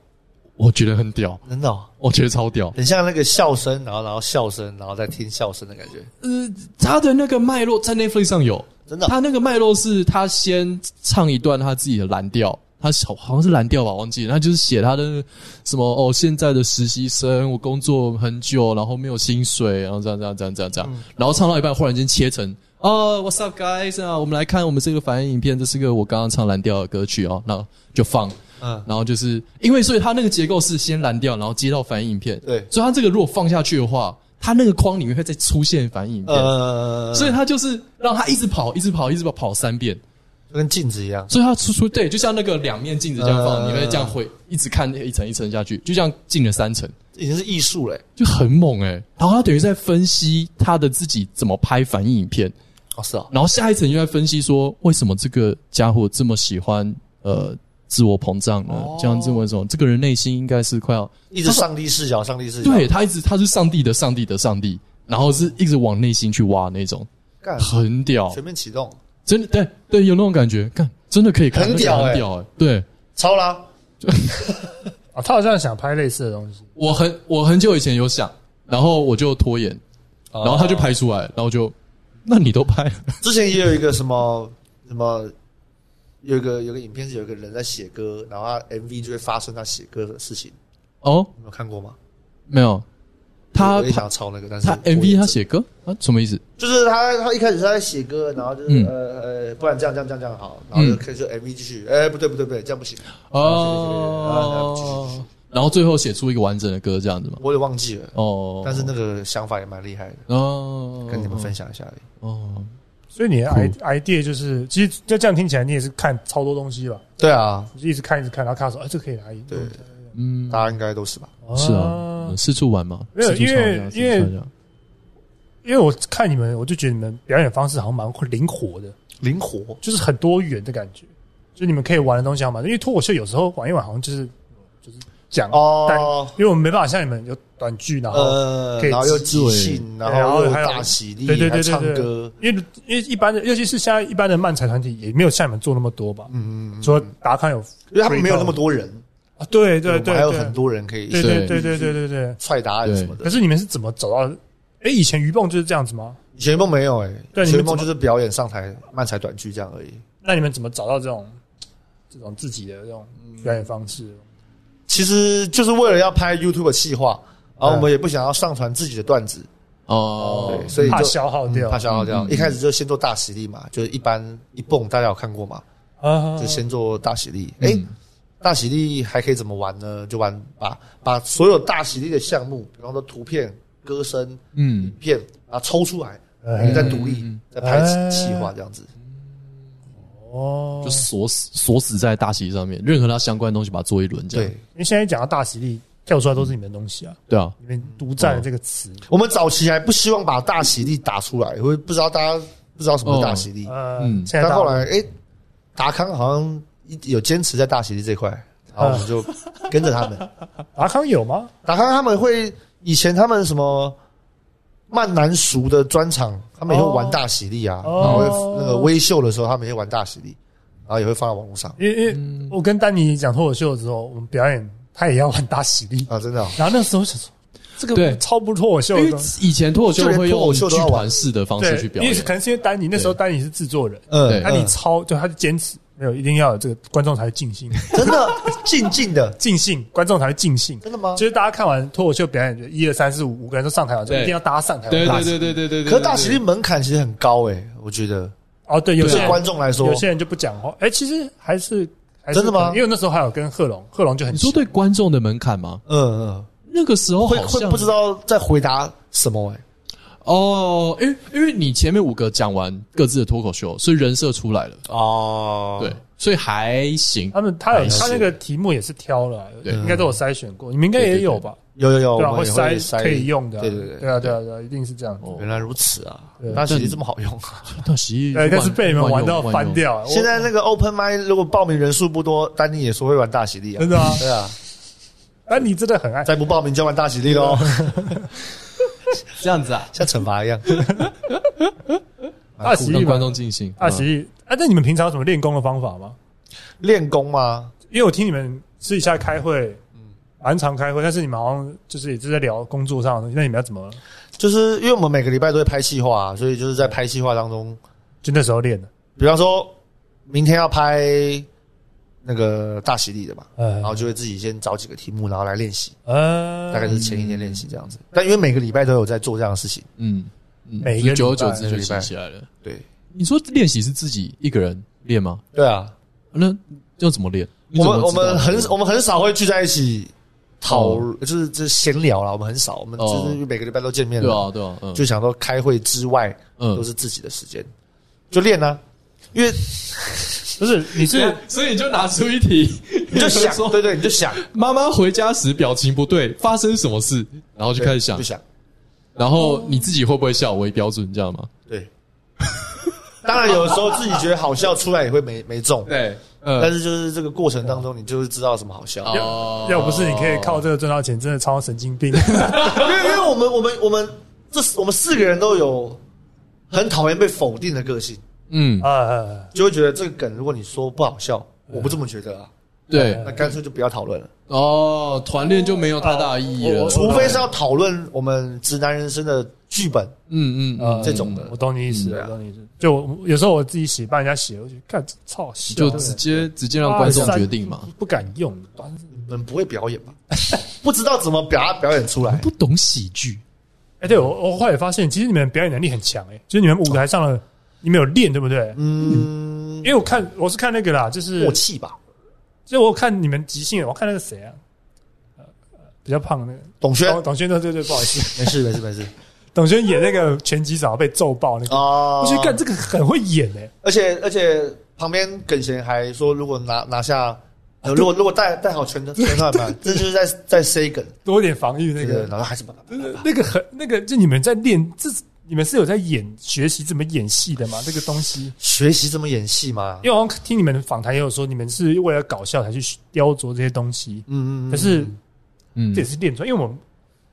我觉得很屌，
真的哦，
我觉得超屌，
很像那个笑声，然后然后笑声，然后再听笑声的感觉，
呃，他的那个脉络在 Netflix 上有，
真的哦
他那个脉络是他先唱一段他自己的蓝调，他好好像是蓝调吧，忘记了。他就是写他的什么哦，现在的实习生，我工作很久，然后没有薪水，然后这样这样这样这样这样，然后唱到一半，忽然间切成哦，What's up guys 啊，我们来看我们这个反应影片，这是个我刚刚唱蓝调的歌曲哦，那就放，
嗯，
然后就是因为所以他那个结构是先蓝调，然后接到反应影片，
对，
所以他这个如果放下去的话，他那个框里面会再出现反应影片。
呃，
所以
就
他就是让他一直跑，一直跑，一直跑，跑三遍。
跟镜子一样，
所以他出出对，就像那个两面镜子这样放，
嗯
你会这样会一直看一层一层下去，就这样进了三层，
已经是艺术嘞，
就很猛欸诶、然后他等于在分析他的自己怎么拍反应影片，
哦是哦，
然后下一层又在分析说为什么这个家伙这么喜欢呃自我膨胀呢？
哦
这样子为什么这个人内心应该是快要
一直上帝视角，上帝视角，
对，他一直他是上帝的上帝的上帝，然后是一直往内心去挖那种，
干，
很屌，
全面启动，
真的对对，有那种感觉，看真的可以看，
很
那个
屌
很
欸
屌哎、对
超啦，
啊，他好像想拍类似的东西，
我很我很久以前有想，然后我就拖延，
啊
然后他就拍出来，然后就那你都拍 了，
之前也有一个什么什么，有一个有个影片是有一个人在写歌，然后他 MV 就会发生他写歌的事情，
哦，
你有看过吗？
没有，他
我也想要抄那个，但是
他
我也
MV 他写歌啊，什么意思？
就是他他一开始是在写歌，然后就是、
嗯
呃呃，不然这样这样这样这样好，然后就开始
嗯
MV 继续，哎、不对不对不对，这样不行，对对对对对对
哦，然后最后写出一个完整的歌这样子嘛？
我也忘记了，
哦，
但是那个想法也蛮厉害的，
哦，
跟你们分享一下而已。
哦，
所以你的
酷
i- idea 就是，其实就这样听起来，你也是看超多东西吧，
对啊，
你就一直看一直看，然后看到说，哎，这个可以拿哦一，
对，
嗯，
大家应该都是吧？
是啊，嗯四处玩嘛，
没有
四处
因为
唱一下
因为
四处唱一下
因为我看你们，我就觉得你们表演方式好像蛮灵活的，
灵活，
就是很多元的感觉，就你们可以玩的东西好像蛮多。因为脱口秀有时候玩一玩，好像就是就是讲
哦
但因为我们没办法像你们有短剧，然后、
呃，
可以
然后又
自慰
即兴，然
哎然后
后又
还有
大喜力，
对对
还
对
唱
对
歌
对，，因为因为一般的，尤其是现在一般的漫才团体也没有像你们做那么多吧，
嗯嗯，嗯
除了达康有
因为他们没有那么多人，
啊，对对
我们
对，
还有
对
很多人可以
对
对
对对对对对对。
踹答案什么
可
的。
是你们是怎么走到？哎，以前鱼蹦就是这样子吗？
以前梦没有哎，
对你们
以前梦
怎么
就是表演上台漫才短剧这样而已。
那你们怎么找到这种这种自己的这种表演方式？
其实就是为了要拍 YouTube 的企划，然后我们也不想要上传自己的段子，
嗯哦
对，，所以
怕
就
消耗掉
嗯怕消耗掉
嗯。嗯
一开始就先做大喜力嘛，就是一般一蹦大家有看过嘛，
啊
就先做大喜力。哎，
嗯
大喜力还可以怎么玩呢？就玩把把所有大喜力的项目，比方说图片、歌声、
嗯
影片，把它抽出来，
哎
然后再独立
嗯
再拍
哎
企划这样子。
哦
就锁死锁死在大喜力上面，任何它相关的东西把它做一轮这样。
对，
因为现在讲到大喜力，跳出来都是你们的东西啊，
对啊，
你们独占了这个词。
我们早期还不希望把大喜力打出来，我也不知道大家不知道什
哦
么是大喜力。
呃，
嗯
现在
但
大
后来，哎、达康好像一有坚持在大喜力这块，然后我们
嗯
就跟着他们。
达康有吗？
达康他们会以前他们什么曼南熟的专场，他们也会玩大喜力啊，
哦
然后会那个微秀的时候，他们也会玩大喜力，然后也会放在网络上
因为因为
嗯，
我跟丹尼讲脱口秀的时候，我们表演他也要玩大喜力，
啊，真的哦、
然后那时候想说，这
嗯对
个超不脱口秀
因为
的东西。
以前脱口秀会
就连脱
用
口秀
剧
都要玩
团式的方式去表
因为
演，
可能是因为丹尼那时候丹尼是制作人，
对
嗯，
那你
嗯
超就他就坚持没有一定要有这个观众才会尽兴，
真的静静的，
尽兴观众才会尽兴。
真的吗
就？是大家看完脱口秀表演，就一二三四五五个人都上台了，就
对
一定要大家上台玩
对
大
对
喜
对对对对对。
可是大
喜
喜力门槛其实很高哎、我觉得
哦，对，有
对
些
对
人
观众来说
有，些人就不讲话。哎，其实还是还是
真的吗
可能因为那时候还有跟贺龙，贺龙就很
你说对观众的门槛吗？
嗯嗯，
那个时候
会
好
会
像
不知道在回答什么哎、
哦，因为因为你前面五个讲完各自的脱口秀，所以人设出来了，
哦
对，，所以还行。
他们他有
还是
他那个题目也是挑了，
对
应该都有筛选过，你们应该也有吧？
有有有，
对啊，
哦我
会
们也会
筛
筛
可以用的啊，
对对对
对啊对啊对啊，一定是这样。
哦
原来如此啊
对！
大喜力这么好用，
大喜力
对，但是
万
被你们
万
玩
用
到
万
翻
用
掉。我
现在那个 Open m i 如果报名人数不多，丹尼也说会玩大喜力啊
真。的啊，
对啊，
但你真的很爱
再不报名就玩大喜力喽，
这样子啊，
像惩罚一样。
大啊喜力
让
嘛
观众尽兴。
大喜力啊？那你们平常有什么练功的方法吗？
练功吗？
因为我听你们私底下开会，
嗯
蛮常开会，但是你们好像就是也是在聊工作上的东西。那你们要怎么
就是因为我们每个礼拜都会拍戏话，所以就是在拍戏话当中，
就那时候练的？
比方说明天要拍那个大喜力的嘛，
呃
然后就会自己先找几个题目，然后来练习，
呃，
大概是前一天练习这样子。但因为每个礼拜都有在做这样的事情，
嗯嗯，
每一
所
个
以久而
礼拜
久之就
每个礼
习
拜
起来了。
对
你说练习是自己一个人练吗？
对啊，
那要怎么练？你
我
怎么
们我们很
知道嗯
我们很少会聚在一起讨
哦，
就是就是闲聊啦，我们很少，我们就是
哦
每个礼拜都见面
对
了，
啊对啊，嗯
就想说开会之外都
嗯，
是自己的时间，就练啊，因 为
不是你是
所以你就拿出一题，
你就想，
说
对对，你就想，
妈妈回家时表情不对，发生什么事，然后就开始想
就，想，
然后你自己会不会笑为标准，你知道吗？
对。当然，有的时候自己觉得好笑，出来也会没 没中，
对，
但
嗯，
是就是这个过程当中，你就是知道什么好笑。
哦
要不是你可以靠这个赚到钱，真的超神经 病。啊
因为因为我们我们我们这我们四个人都有很讨厌被否定的个性，
嗯，
呃，
就会觉得这个梗，如果你说不好笑，我不这么觉得啊，
对，
那干脆就不要讨论了。
哦，团练就没有太大的意义了
啊我，
除非是要讨论我们直男人生的剧本，
嗯嗯
啊
嗯，
这种的
我懂你意思，
嗯对啊
我懂你意思。就我有时候我自己写，帮人家写，我就看超好笑，
就
对
直接直接让观众
啊
决定嘛，
不敢用，
你们不会表演吧？不知道怎么表表演出来，
不懂喜剧，
哎、对我我后来发现，其实你们表演能力很强，哎，就是你们舞台上的你们有练，对不对？
嗯
因，为我看我是看那个啦，就是
默契吧。
就我看你们即兴的，我看那个谁啊，呃，呃比较胖的那
董
个
轩
董，董轩，对对对，不好意思，
没事没事没事
董轩演那个拳击手被揍爆那个，
啊
我觉得干这个很会演哎、
而且而且旁边耿贤还说，如果拿拿下，呃如果如果带带好拳的拳头嘛，这就是在在 say 梗，
多点防御那
那个
个，
然后还是把
真的那个很那个，就你们在练这。你们是有在演学习怎么演戏的吗？这个东西，
学习怎么演戏嘛
因。为我好像听你们访谈也有说，你们是为了搞笑才去雕琢这些东西，
嗯嗯嗯，
可是
嗯
这也，是练出来。因为我们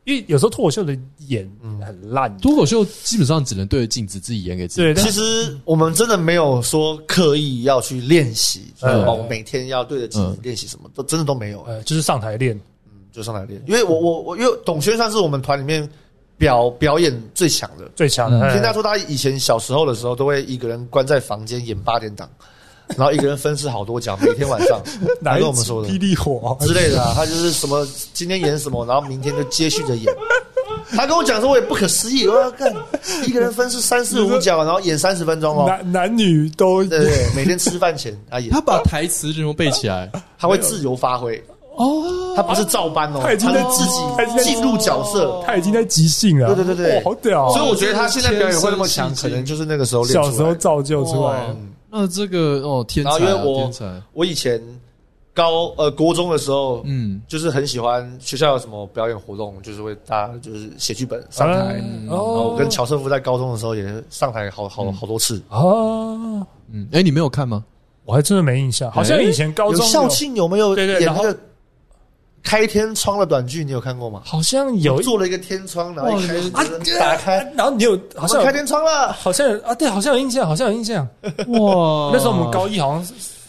因为有时候脱口秀的演很烂，
脱口秀基本上只能对着镜子自己演给自己
对，但啊
其实我们真的没有说刻意要去练习，说
嗯
哦，我每天要对着镜子练习什么，都真的都没有，
呃，就是上台练，
就上来练。因为我我我，因为董轩算是我们团里面表表演最强的。
最强的。
嗯
哎
听他说，他以前小时候的时候，都会一个人关在房间演八点档，然后一个人分饰好多角，每天晚上
哪
哪
一
跟我们说的
集霹雳火？
之类的啊。他就是什么今天演什么，然后明天就接续着演。他跟我讲说，我也不可思议，我要看一个人分饰三四五角，然后演三十分钟哦。
男男女都
对对对，每天吃饭前啊演，
他把台词全部背起 来，
他会自由发挥，
哦，
他不是照搬哦，
他已经在
是自
他已经在
己进入角色。
他已经在即兴了。
对对对对
哇好屌哦！
所以我觉得他现在表演会那么强，可能就是那个时候练
小时
出
候
来的。
造就出来
哇
的。
嗯
那这个哦，天才、啊，
然后因为我
天才，
我以前高呃国中的时候，
嗯，
就是很喜欢学校有什么表演活动，就是会大家就是写剧本上台。
嗯
然后我
哦，
跟乔瑟夫在高中的时候也上台好
嗯
好好多次。
啊，
嗯，哎、你没有看吗？
我还真的没印象，好像以前
哎
高
有
中有
校庆有没有
对对
演那
然
个开天窗的短剧？你有看过吗？
好像有
做了一个天窗，然后一开始
哎啊
就是打开，，
然后你有好
好
像
像
有
开天窗了。
好像有啊，对，好像有印象，好像有印象。
哇，
哦
那时候我们高一好像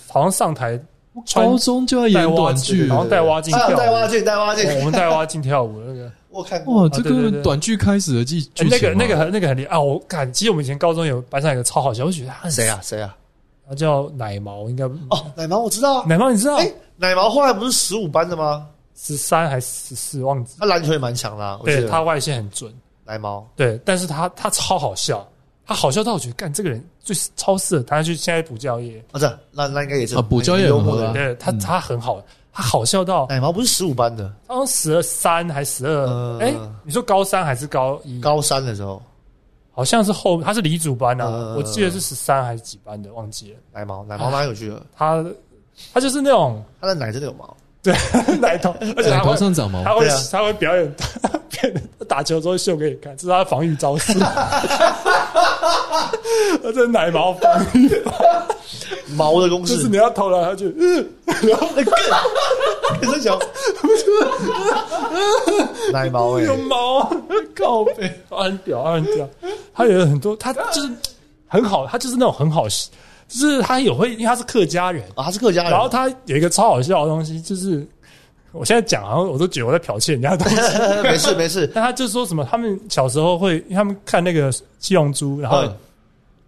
好像上台穿
高中就要演短剧，
然后戴蛙镜哎
啊
跳舞
戴蛙镜，戴蛙镜，
我们带蛙镜跳舞的 那个，
我看过。
哇，
对
这
哦对对
个短剧开始的剧剧情、
哎
啊
那个那个，很那个很厉害啊！我感其实我们以前高中有班上有个超好笑，我觉得他很
谁啊？？谁啊？
他叫奶毛，应该
哦，奶毛我知道啊。
奶毛，你知道
哎，奶毛后来不是十五班的吗？
十三还是十四忘记？
他篮球也蛮强的啊，我记
对
得
他外线很准，
奶毛。
对，但是他他超好笑，他好笑到我觉得干这个人最超适合他去现在补教业，
啊，这那那应该也是
啊补教业
幽
很
默
合啊哎
的。
对他他很好，他好笑到
奶毛不是十五班的，
好像十二三还十
呃
嗯
二，哎，你说高三还是高一？
高三的时候，
好像是后他是黎主班啊，
嗯
呃
我记得是十三还是几班的，忘记了。
奶毛奶毛蛮有趣的，
他他就是那种
他的奶真的有毛。
奶头，而且
奶
他
头
会
上长毛，
他会
对啊
他会表演， 他打球之后秀给你看，这是他的防御招式。 这是奶毛防御，
毛的公
就
式
是你要投篮，他就嗯
你在 讲，奶毛哎、
有毛啊，靠背，啊很屌，啊很屌。他有很多，他就是很好，他就是那种很好，就是他有会，因为他是客家人，
啊，他是客家人，
然后他有一个超好笑的东西，就是我现在讲，好像我都觉得我在剽窃人家的东西。
没事没事，
但他就说什么，他们小时候会，因为他们看那个《七龙珠》，然后
嗯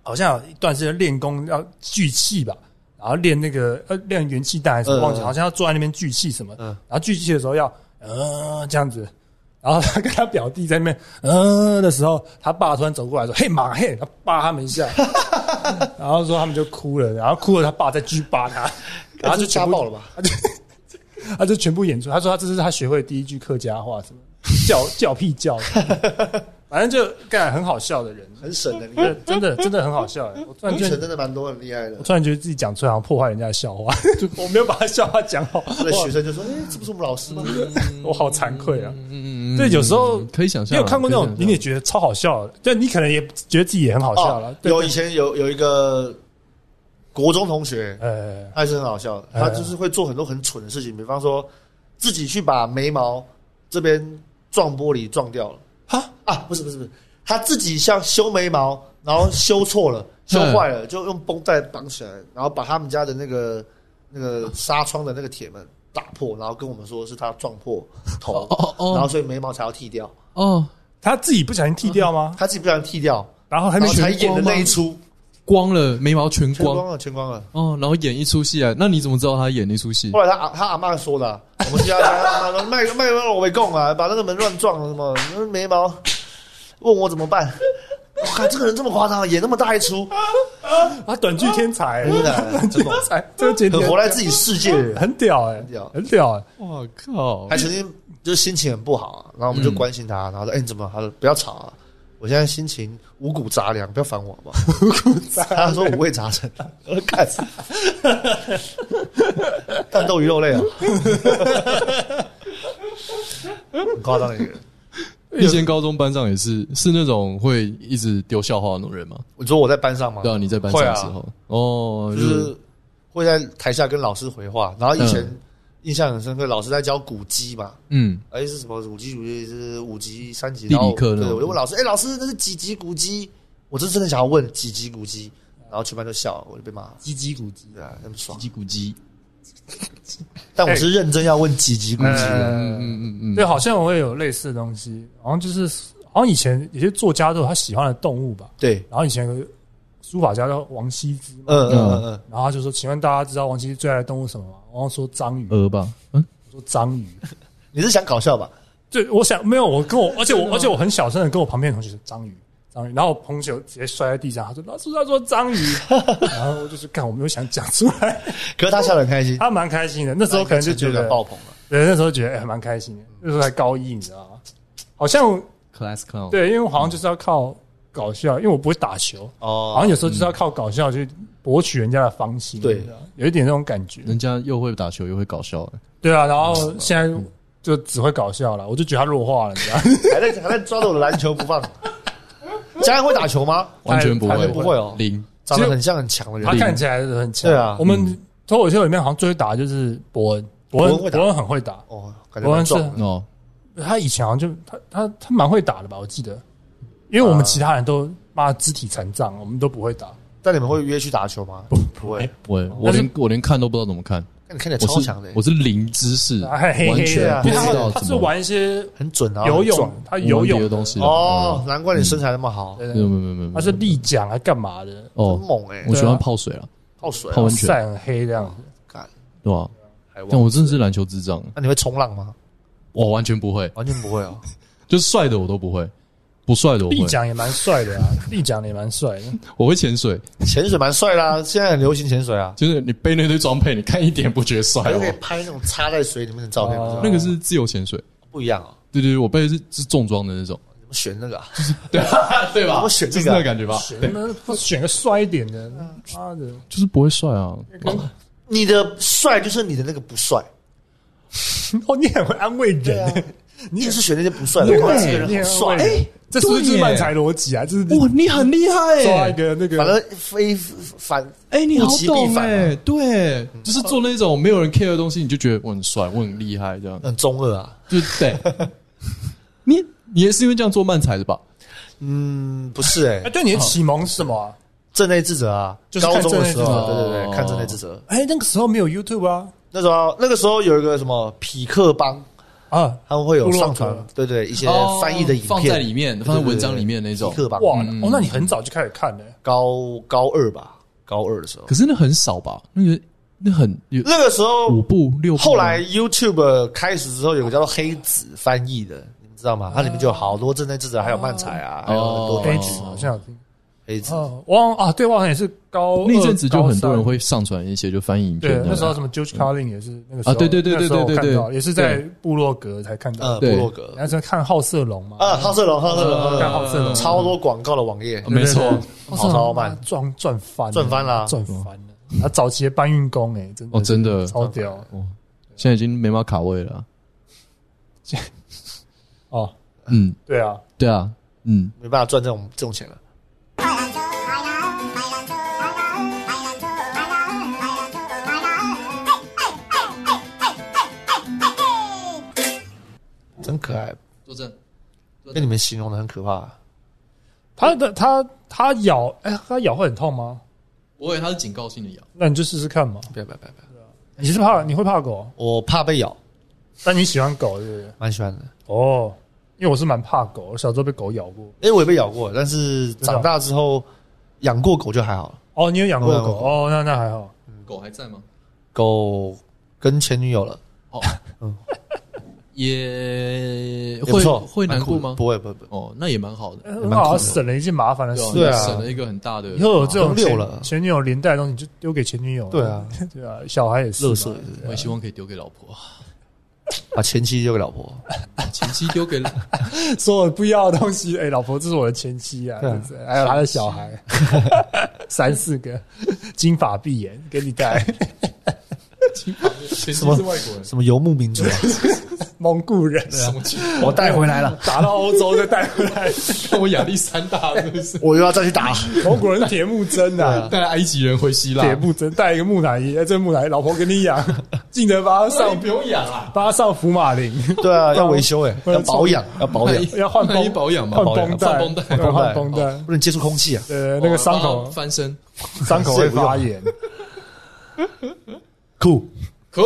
好像有一段时间练功要聚气吧，然后练那个呃练元气弹还是什
嗯
么，忘记，好像要坐在那边聚气什么，
嗯
然后聚气的时候要嗯、呃、这样子。然后他跟他表弟在那边嗯、呃的时候，他爸突然走过来说：“嘿马嘿！”他扒他们一下， 然后说他们就哭了，然后哭了，他爸再继续 扒他，然后就
这家
全部
暴了吧？
他就全部演出。他说他这是他学会第一句客家话，什么叫 叫屁 叫，反正就干很好笑的人，
很省的，你看
真，真的真的很好笑。我突然
女
觉
神
得，
真的蛮多很厉害的
我。突然觉得自己讲出来好像破坏人家的笑话， 我没有把他笑话讲好，
那学生就说：“哎、这不是我们老师吗？”
嗯
哦
我好惭愧啊。
嗯嗯嗯
对有时候
可以想象
你
啊，
有看过那种
可以
你
想
也
象
觉得超好笑的，但你可能也觉得自己也很好笑了
哦。，
对
有以前有有一个国中同学，
呃，
他也是很好笑的，
哎
他就是会做很多很蠢的事情，比方说自己去把眉毛这边撞玻璃撞掉了
哈
啊，不是不是不是，他自己像修眉毛，然后修错
嗯
了，修坏了，就用绷带绑起来，然后把他们家的那个那个纱窗的那个铁门打破，然后跟我们说是他撞破头，
哦哦
然后所以眉毛才要剃掉，
哦，
他自己不小心剃掉吗？
他自己不小心剃掉，
然后还
然
没
后才演的那一出，
光了眉毛全
全光
光
了，全光了。
哦，然后演一出戏啊，那你怎么知道他演那出戏？
后来他阿他阿嬷说的啊、我们去他家，他阿嬷说卖卖卖我没供啊，把那个门乱撞了什么那眉毛，问我怎么办？我靠，这个人这么夸张，演那么大一出，
他啊短剧天才，
哦真的
短剧
真
天
猛
才，这个节点
很活在自己世界的人，
很屌哎，
屌
很屌哎。
哇靠
还！曾经就是心情很不好、啊，然后我们就关心
嗯
他，然后说：“哎、你怎么了？”他说：“不要吵啊，我现在心情五谷杂粮，不要烦我，好不好？” 他说：“五味杂陈。”我说：“干啥？蛋豆鱼肉 类啊，很夸张的一个人。”
以前高中班上也是，是那种会一直丢笑话的那种人吗？
你说我在班上吗？
对啊，你在班上的
会啊
时候，哦，
就
就是
是会在台下跟老师回话，然后以前
嗯
印象很深刻，老师在教古籍嘛，
嗯，
哎是什么五级、五级是五级、三级，
地理
然后
课那
对，
种
我就问老师，哎，老师这是几级古籍？我是真的想要问几级古籍，然后全班都笑，我就被骂，
唧唧咕唧。
对啊，那么爽。
叽咕叽，
但我是认真要问几级古籍的，
嗯
哎嗯，
嗯嗯，
对，好像我也有类似的东西，好像就是好像以前有些作家都有他喜欢的动物吧，
对，
然后以前有个书法家叫王羲之嘛，
嗯嗯嗯嗯，
然后他就说，请问大家知道王羲之最爱的动物是什么吗？然后说章鱼，
鹅吧，嗯，
我说章鱼。
你是想搞笑吧？
对，我想没有，我 跟我，而且我而且我很小声的跟我旁边的同学说章鱼。章鱼，然后我朋友直接摔在地上，他说：“老师他说章鱼。” 然后我就是看我没有想讲出来，
可是他笑得很开心，
他蛮开心的。那时候可能就觉
成
得
感爆棚了。
对，那时候觉得哎、蛮开心的。那时候才高一，你知道吗？好像
class clown，
对，因为我好像就是要靠搞笑，因为我不会打球，
哦
好像有时候就是要靠搞笑去博取人家的芳心，
对
你知道吗有一点那种感觉，
人家又会打球又会搞笑、欸
对啊。然后现在就只会搞笑了，我就觉得他弱化了，你知道吗？
还在还在抓着我的篮球不放。家人会打球吗？
完全不
他
会，
他不
会哦
零。
长得很像很强的
他
人，
看起来很强，
对啊
我们脱口秀里面好像最会打的就是伯恩，伯
伯恩会
恩
打
伯恩很会打，
哦，感觉蛮壮的。
哦，
他以前好像就他他他蛮会打的吧，我记得，因为我们
啊
其他人都妈肢体残障，我们都不会打，
但你们会约去打球吗？不，不会。
不会，我连我连看都不知道怎么看，
那你看起来超
我是
强的，
我是零知识，
哎嘿嘿
完
对
全
啊
不
因
知
为他
道
他
怎
是
么
玩一些
很准啊，
游
很壮
泳，他游泳
的
的
东西，
哦，难怪你身材那么好，
对
嗯，没
对
有
对
没有没有没有，
他是立桨啊，干嘛的？
很
哦，
猛哎，
我喜欢泡水了，
泡水啊
泡温泉
晒很黑这样子，
干
对吧？
海
但
王。
我真的是篮球智障，
那你会冲浪吗？
我完全不会，
完全不会哦。
就是帅的我都不会，不帅的我
立
会，
桨也蛮帅的啊，立桨也蛮帅的。
我会潜水，
潜水蛮帅啦，现在很流行潜水啊，
就是你背那堆装备，你看一点不觉得帅
还
哦
可以，拍那种插在水里面的照片，
哦
不是吗
那个是自由潜水，
不一样哦。
对对对，我背的是是重装的那 种，
你们选那个啊？
对吧对吧？
我选
就
这
是
个
那
啊
个感觉吧，
选那不选个帅一点的，妈的！
就是不会帅啊，
嗯你的帅就是你的那个不帅，
哦，你很会安慰人
啊，你也是选那些不帅的，
对
我看这个人很帅。
你很会
哎，
这是不是就
对
是
耶
漫才逻辑啊？就是你
哇，你很厉害
抓
哎
一，个那
反
个，
正非反
哎，你好
物极必
懂
反啊嗯
哎，对，就是做那种没有人 care 的东西，你就觉得我很帅，我很厉害， 这样，
很中二啊。
就对。你你也是因为这样做漫才的吧？
嗯，不是哎
哎，，对你的启蒙是什么啊？
正内智者啊，
就是看
高中的时
正
候，
内智者
对对
哦
对，看正内智者。
哎，那个时候没有 YouTube 啊
那时候那个时候有一个什么匹克帮，
啊！
他们会有上
部落
传
格，
对对，一些
哦
翻译的影片
放在里面，
对对
放在文
对
章里面那种
匹。克帮，
哇，
嗯
哦，那你很早就开始看了，
高高二吧，高二的时候
可，是那很少吧？那个那很有
那个时
五
候
部六部吗。啊
呃后来 YouTube 开始之后，有个叫做黑子翻译的，你们知道吗？它里面就有好多正内智者，还有漫才啊，还有很多
哦
黑
黑
子
子
好像有听
黑子，
哦，汪啊，对，汪也是高
那阵子就很多人
会。
会上传一些就翻译影片
对
的，，
那时候什么 George Carlin 也是那个时
啊
候，
对对对对
那时候
对对
看
对
到也是在
对
部落格才看到
呃，
的。
部
对
落格，
那时候看好色龙嘛，
呃，好色龙，好色龙，好色
看
龙，
好色龙，
超多广告的网页，
哦没错
对对对
跑哦超慢
哇赚赚翻了，
赚翻了啊
赚翻了。啊，早期的搬运工哎，真的
哦真的
超屌
现在已经没办法卡位了啊。
哦，
嗯，
对啊，
对啊，嗯，
没办法赚这种这种钱了。真可爱，
坐正。
被你们形容的很可怕。啊
他的他他咬哎，他咬会很痛吗？
我以为他是警告性的咬，
那你就试试看嘛。
不要不要不要不要！
你是怕你会怕狗，
我怕被咬，
但你喜欢狗对不对？
蛮喜欢的。
哦，因为我是蛮怕狗，我小时候被狗咬过。
因为我也被咬过，但是长大之后养过狗就还好了。
哦，你有养过
我有
狗
养过
哦，那那还好。
狗还在吗？
狗跟前女友了，
哦，
嗯
也
也不
会
错，
会
蛮
难
酷
过
的
吗？
不会不会不会，
哦，那也蛮好的，
很好，啊省了一件麻烦的事。
对啊
你省了一个很大的。
呃以后有这种
都六
前
了
前女友连带的东西，你就丢给前女友。
对啊，
对啊，小孩也是嘛。
乐色
我也希望可以丢给老婆，
把前妻丢给老婆，
前妻丢 给
所有不要的东西，哎，老婆，这是我的前妻啊，
对啊
这是还有他的小孩， 三四个，金发碧眼，给你带
前妻是
么
外国人，
什么游牧民族啊，
蒙古人，
什么情
我带回来了，
打到欧洲再带回来。
况？我亚历山大是不 是？
我又要再去打。
蒙古人铁木真啊，
带埃及人回希腊，
铁木真带一个木乃伊，哎，这木乃伊老婆给你养，记得把它
那你
上
不用养啦，
把它上福马林，
对啊，要维修哎，要保养，要保
哎
养，
要换绷
那你保养嘛，
换
保养
绷
放
带，
绷带哦
对换绷
绷
带。
不能接触空气啊。
呃，那个伤
帮
口
他翻身，
伤口会发炎。
酷，
酷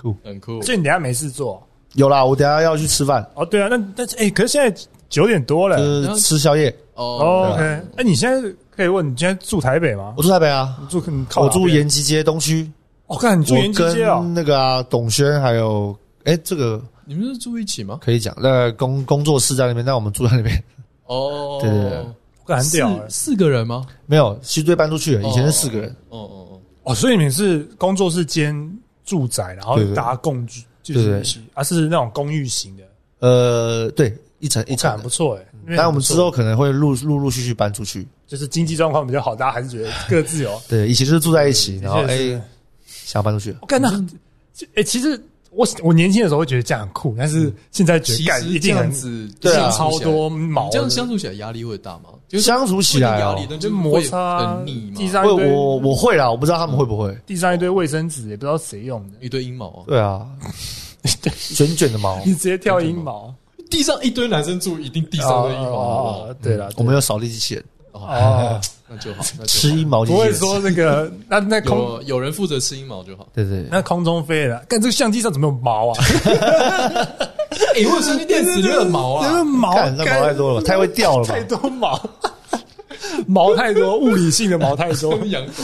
酷，
很 酷。
所以你等一下没事做
有啦，我等一下要去吃饭，
哦？对啊，那但是哎、可是现在九点多了、
就是吃宵夜。
哦
哦、OK，哎、你现在可以问你现在住台北吗？
我住台北啊，
住你靠
我
哪边
住，延吉街东区，
我、哦、看你住延
我
吉街哦
跟，那个啊董轩还有。哎，这个
你们是住一起吗？
可以讲。那工工作室在那边，那我们住在那边，
哦，
对对对
我看很屌哎、
四四个人吗？
没有，其实对搬出去了。以前是四个人，
哦哦
哦，所以你们是工作室兼住宅，然后
对对对
搭共居，就
对
是
对
一起啊，是那种公寓型的，
呃，对，一层一
我看
层
很
的
不错哎、因为
嗯但我们之后可能会陆陆陆续续搬出去。
就是经济状况比较好，大家还是觉得各自 有。
对，以前就是住在一起，然后
的
哎、
确是
想要搬出去了。
我干那，哎，其实我我年轻的时候会觉得这样很酷，但
嗯
是现在觉
其
得干一
实这
定很
样子
对啊
相
超
处起来
多毛的，
这样相处起来压力会大吗？就是
相处起来
压
哦
力，但
就是摩
会
擦啊
很腻
地
嘛，
上
会
一堆
我我会啦，我不知道他们会不会。
地上一堆卫生纸，也不知道谁用的，
一堆阴毛啊，
对啊，卷卷的毛，
你直接跳阴毛，
地上一堆男生住，一定地上的阴毛好不好
哦，对了，
我们有扫地机器人，
哦，
那就好，那
吃
就好
阴毛机
不
器
会
人。
说那个那那空
有有啊人负责吃阴毛就 好。
对对，对
那空中飞了，干这个相机上怎么有毛啊？
哎，我有相机电池就有毛
因为
啊，
毛
干这毛太多了吧，太会掉了吧
太？多毛，啊 毛太多，物理性的毛太多，
养狗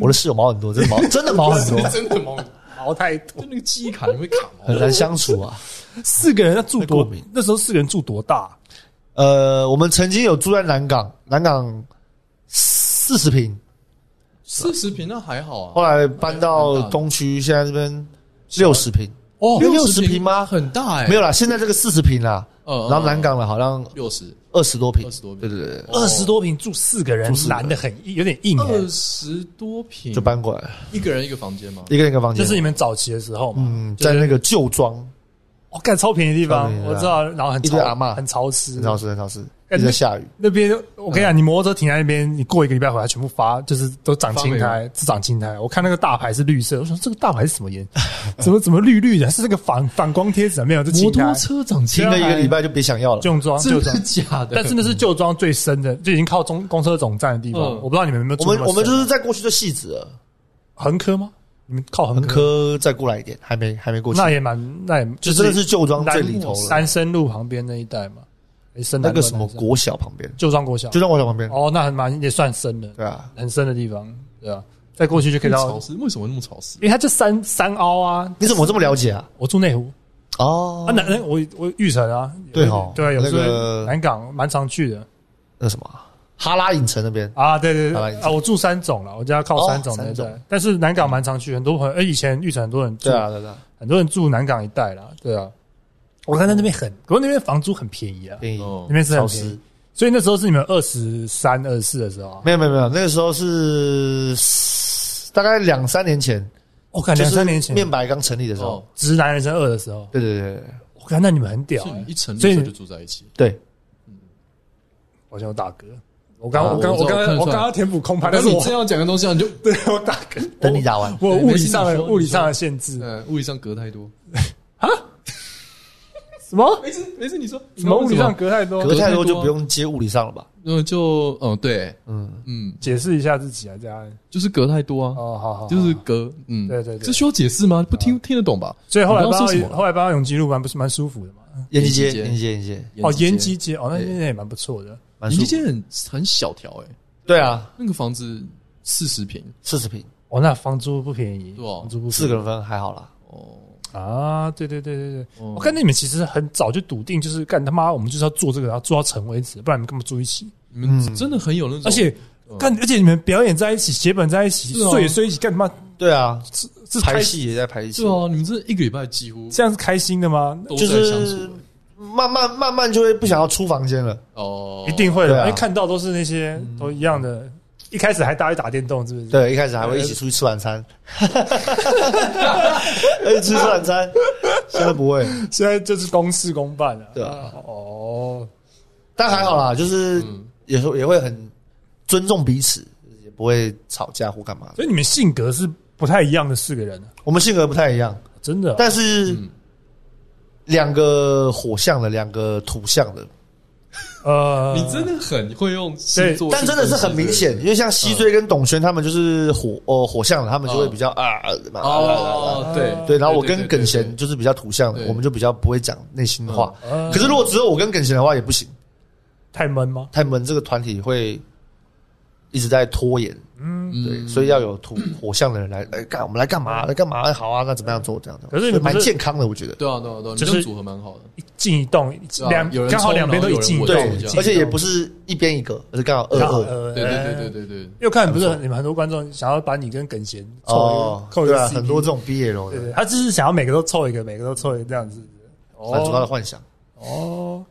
我的室友毛很多，真的毛真的毛很多，
真的毛，
毛太多
就。那个记忆卡里面会卡毛
很。难相处啊。
四个人要住
过
多
敏？
那时候四个人住多大？
呃，我们曾经有住在南港，南港四十平，
四十平那还好啊，
后来搬到东区，现在这边六十平，
哦
60平吗
很大哎，
没有啦，现在这个四十平啦，
嗯，嗯
然后南港了好像
六十
二十多平，
20多平
对对对，对
哦
二十多平住四个人
住，四个人
难的很，有点硬欸。
二十多平，
就搬过来了，
一个人一个房间吗？
一个人一个房
就
间，
是你们早期的时候嘛，
嗯，在那个旧庄，
我干超便宜的地
超
方
便宜，的
我知道，然后很
一堆
潮
阿嬷
很潮湿，
很潮湿，很潮湿，一
哎
直在下雨，
那边我跟你讲，你摩托车停在那边，你过一个礼拜回来，全部发就是都长青
发霉
苔，只长青苔。我看那个大牌是绿色，我想这个大牌是什么颜？ 怎么怎么绿绿的？是那个反反光贴纸啊没有？这青
摩
苔
托车涨价，
停了一个礼拜就别想要了，
旧装旧
真
装
的，假的？
但是那是旧装最深的，就已经靠中公车总站的地方。
嗯
我不知道你们有没有
我
住那么
们我
深。
们就是再过去就戏子了，
横科吗？你们靠横
文科再过来一点，还没还没过去，
那也蛮那也
就真的是旧庄
南
最里头了，
三生路旁边那一带嘛，诶深
那
南
个
路
什么
南生
国小旁边，
旧装国小
就在国小旁边，
哦，那还蛮也算深的，
对啊，
很深的地方，对啊，再过去就可以
那么
到
潮，湿，为什么那么潮湿
因？为它就三三凹啊。
你怎么这么了解啊？
我住内湖
哦
啊，，南南我我玉城啊，
对哦
对啊，有
那
时候
个
南港蛮常去的
那什么啊哈拉影城那边，
啊，对对
好
对
了
啊，我住三种了，我家靠三种
哦
那
三
一
种
带，但是南港蛮常去，很多朋友，哎，以前玉城很多人住
对，啊对啊，
很多人住南港一带啦，对啊，我看在那边很，不过那边房租很便宜啊，
哦便宜
哦
那边是
潮
很便
湿
宜，，所以那时候是你们二十三、二十四的时候啊，
没有没有没有，那个时候是大概两三年前，
我看
就
两
哦是
三年前，
面白刚成立的时候
哦，，
直男人生二的时候，
对对对对
我看那你们很屌、
所以
欸
你一成立
所以
的时候就住在一起，
对，
好像我大哥，我刚
啊
我刚
我
我
知道看
刚
得出来
我刚刚填补空白，但
但
是
是你
我
真要讲的东西啊，你就
对我大哥，
等你打完，
我物
没
理
事
上
你
的
说
物理
你说
上的限制，
呃物理上隔太多。
什么
没事没事，你说
什么物理上？隔太多
隔，太多
隔太多
就
啊
不用接物理上了吧？
嗯，就嗯对，
嗯，
嗯，
解释一下自己啊，这样
就是隔太多啊，
哦，好好，
就是
好
隔，嗯，
对对对哦
这需要解释吗？不听听得懂吧？
所以后来
你
搬
刚刚
到
说什么
后来搬到永吉路蛮不是蛮舒服的嘛，
延吉街，嗯延
延
吉街，延吉街，
哦，延
吉
吉街哦，那
对
那也蛮不错的，
蛮
延
舒
吉
服
街。很很小条哎，
对啊，
那个房子四十平
四十平，
哦，那房租不便宜，
对啊
房租不便宜
四个人分还好啦。
哦，
啊，对对对对对，
哦
我看你们其实很早就笃定，就是干他妈，我们就是要做这个，然后做到成为止，不然你们根本住一起。
你们
嗯
真的很有那种，
而且干，而且你们表演在一起，写本在一起，
嗯是啊
睡也睡一起，干他妈
对啊，
是是
排
开
戏也在排戏
对，啊，你们这一个礼拜几乎
这样是开心的吗？
都
就
在相处
是慢慢慢慢就会不想要出房间了。
哦，
一定会
对
的，
啊
因为看到都是那些
嗯
都一样的。一开始还大家打电动，是不是？
对，一开始还会一起出去吃晚 餐，一起吃晚餐，现在不会。
现在就是公事公办了。
对啊，
哦，
但还好啦，就是
嗯
有时候也会很尊重彼此，也不会吵架或干嘛的。
所以你们性格是不太一样的四个人啊，
我们性格不太一样，
真的啊。
但是
嗯
两个火象的，两个土象的，
呃，
你真的很会用
对
星座去分析，嗯
但真的是很明显，因为像西追跟董轩他们就是火哦火象的，他们就会比较啊嘛。啊啊啊
哦，对
对，然后我跟
对对对
耿贤就是比较土象的，
对嗯哦
我们就比较不会讲内心话。
呃
可是如果只有我跟耿贤的话也不行，
太闷吗？
他们这个团体会一直在拖延，
嗯
对，所以要有土火象的人来来干，我们来干嘛？来干嘛？好啊，那怎么样做？这样的，
可是
所
你
以
们不是
蛮健康的，我觉得。
对啊，对啊，对啊，你这
就
种
是
组合蛮好的。
一进一动，
对啊
两
有人
刚好
冲
两边都
然
一
后
进一
有人
动啊呃
稳，
对
这样，
而且也不是一边一个，而是刚好二二。
对对
哎
对对对对，
又看不是很很多观众想要把你跟耿贤凑
哦，
一个，凑一
对
个
啊，
CP
很多这种 BL
对
的，
对，他就是
哦
啊
哦想要每个都凑一个，每个都凑一个这样子。
满足他的
哦
幻想。
哦，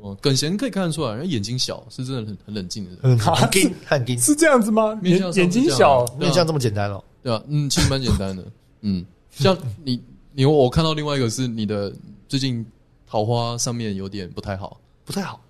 哦，耿贤可以看得出来，人家眼睛小，是真的很很冷静的人，
很很硬，很硬，
是这样子吗？
面
眼
相上
眼睛
是这样
小
啊，
面相这么简单哦。
对啊，嗯，其实蛮简单的，嗯，像你你我看到另外一个是你的最近桃花上面有点不太好，
不太好。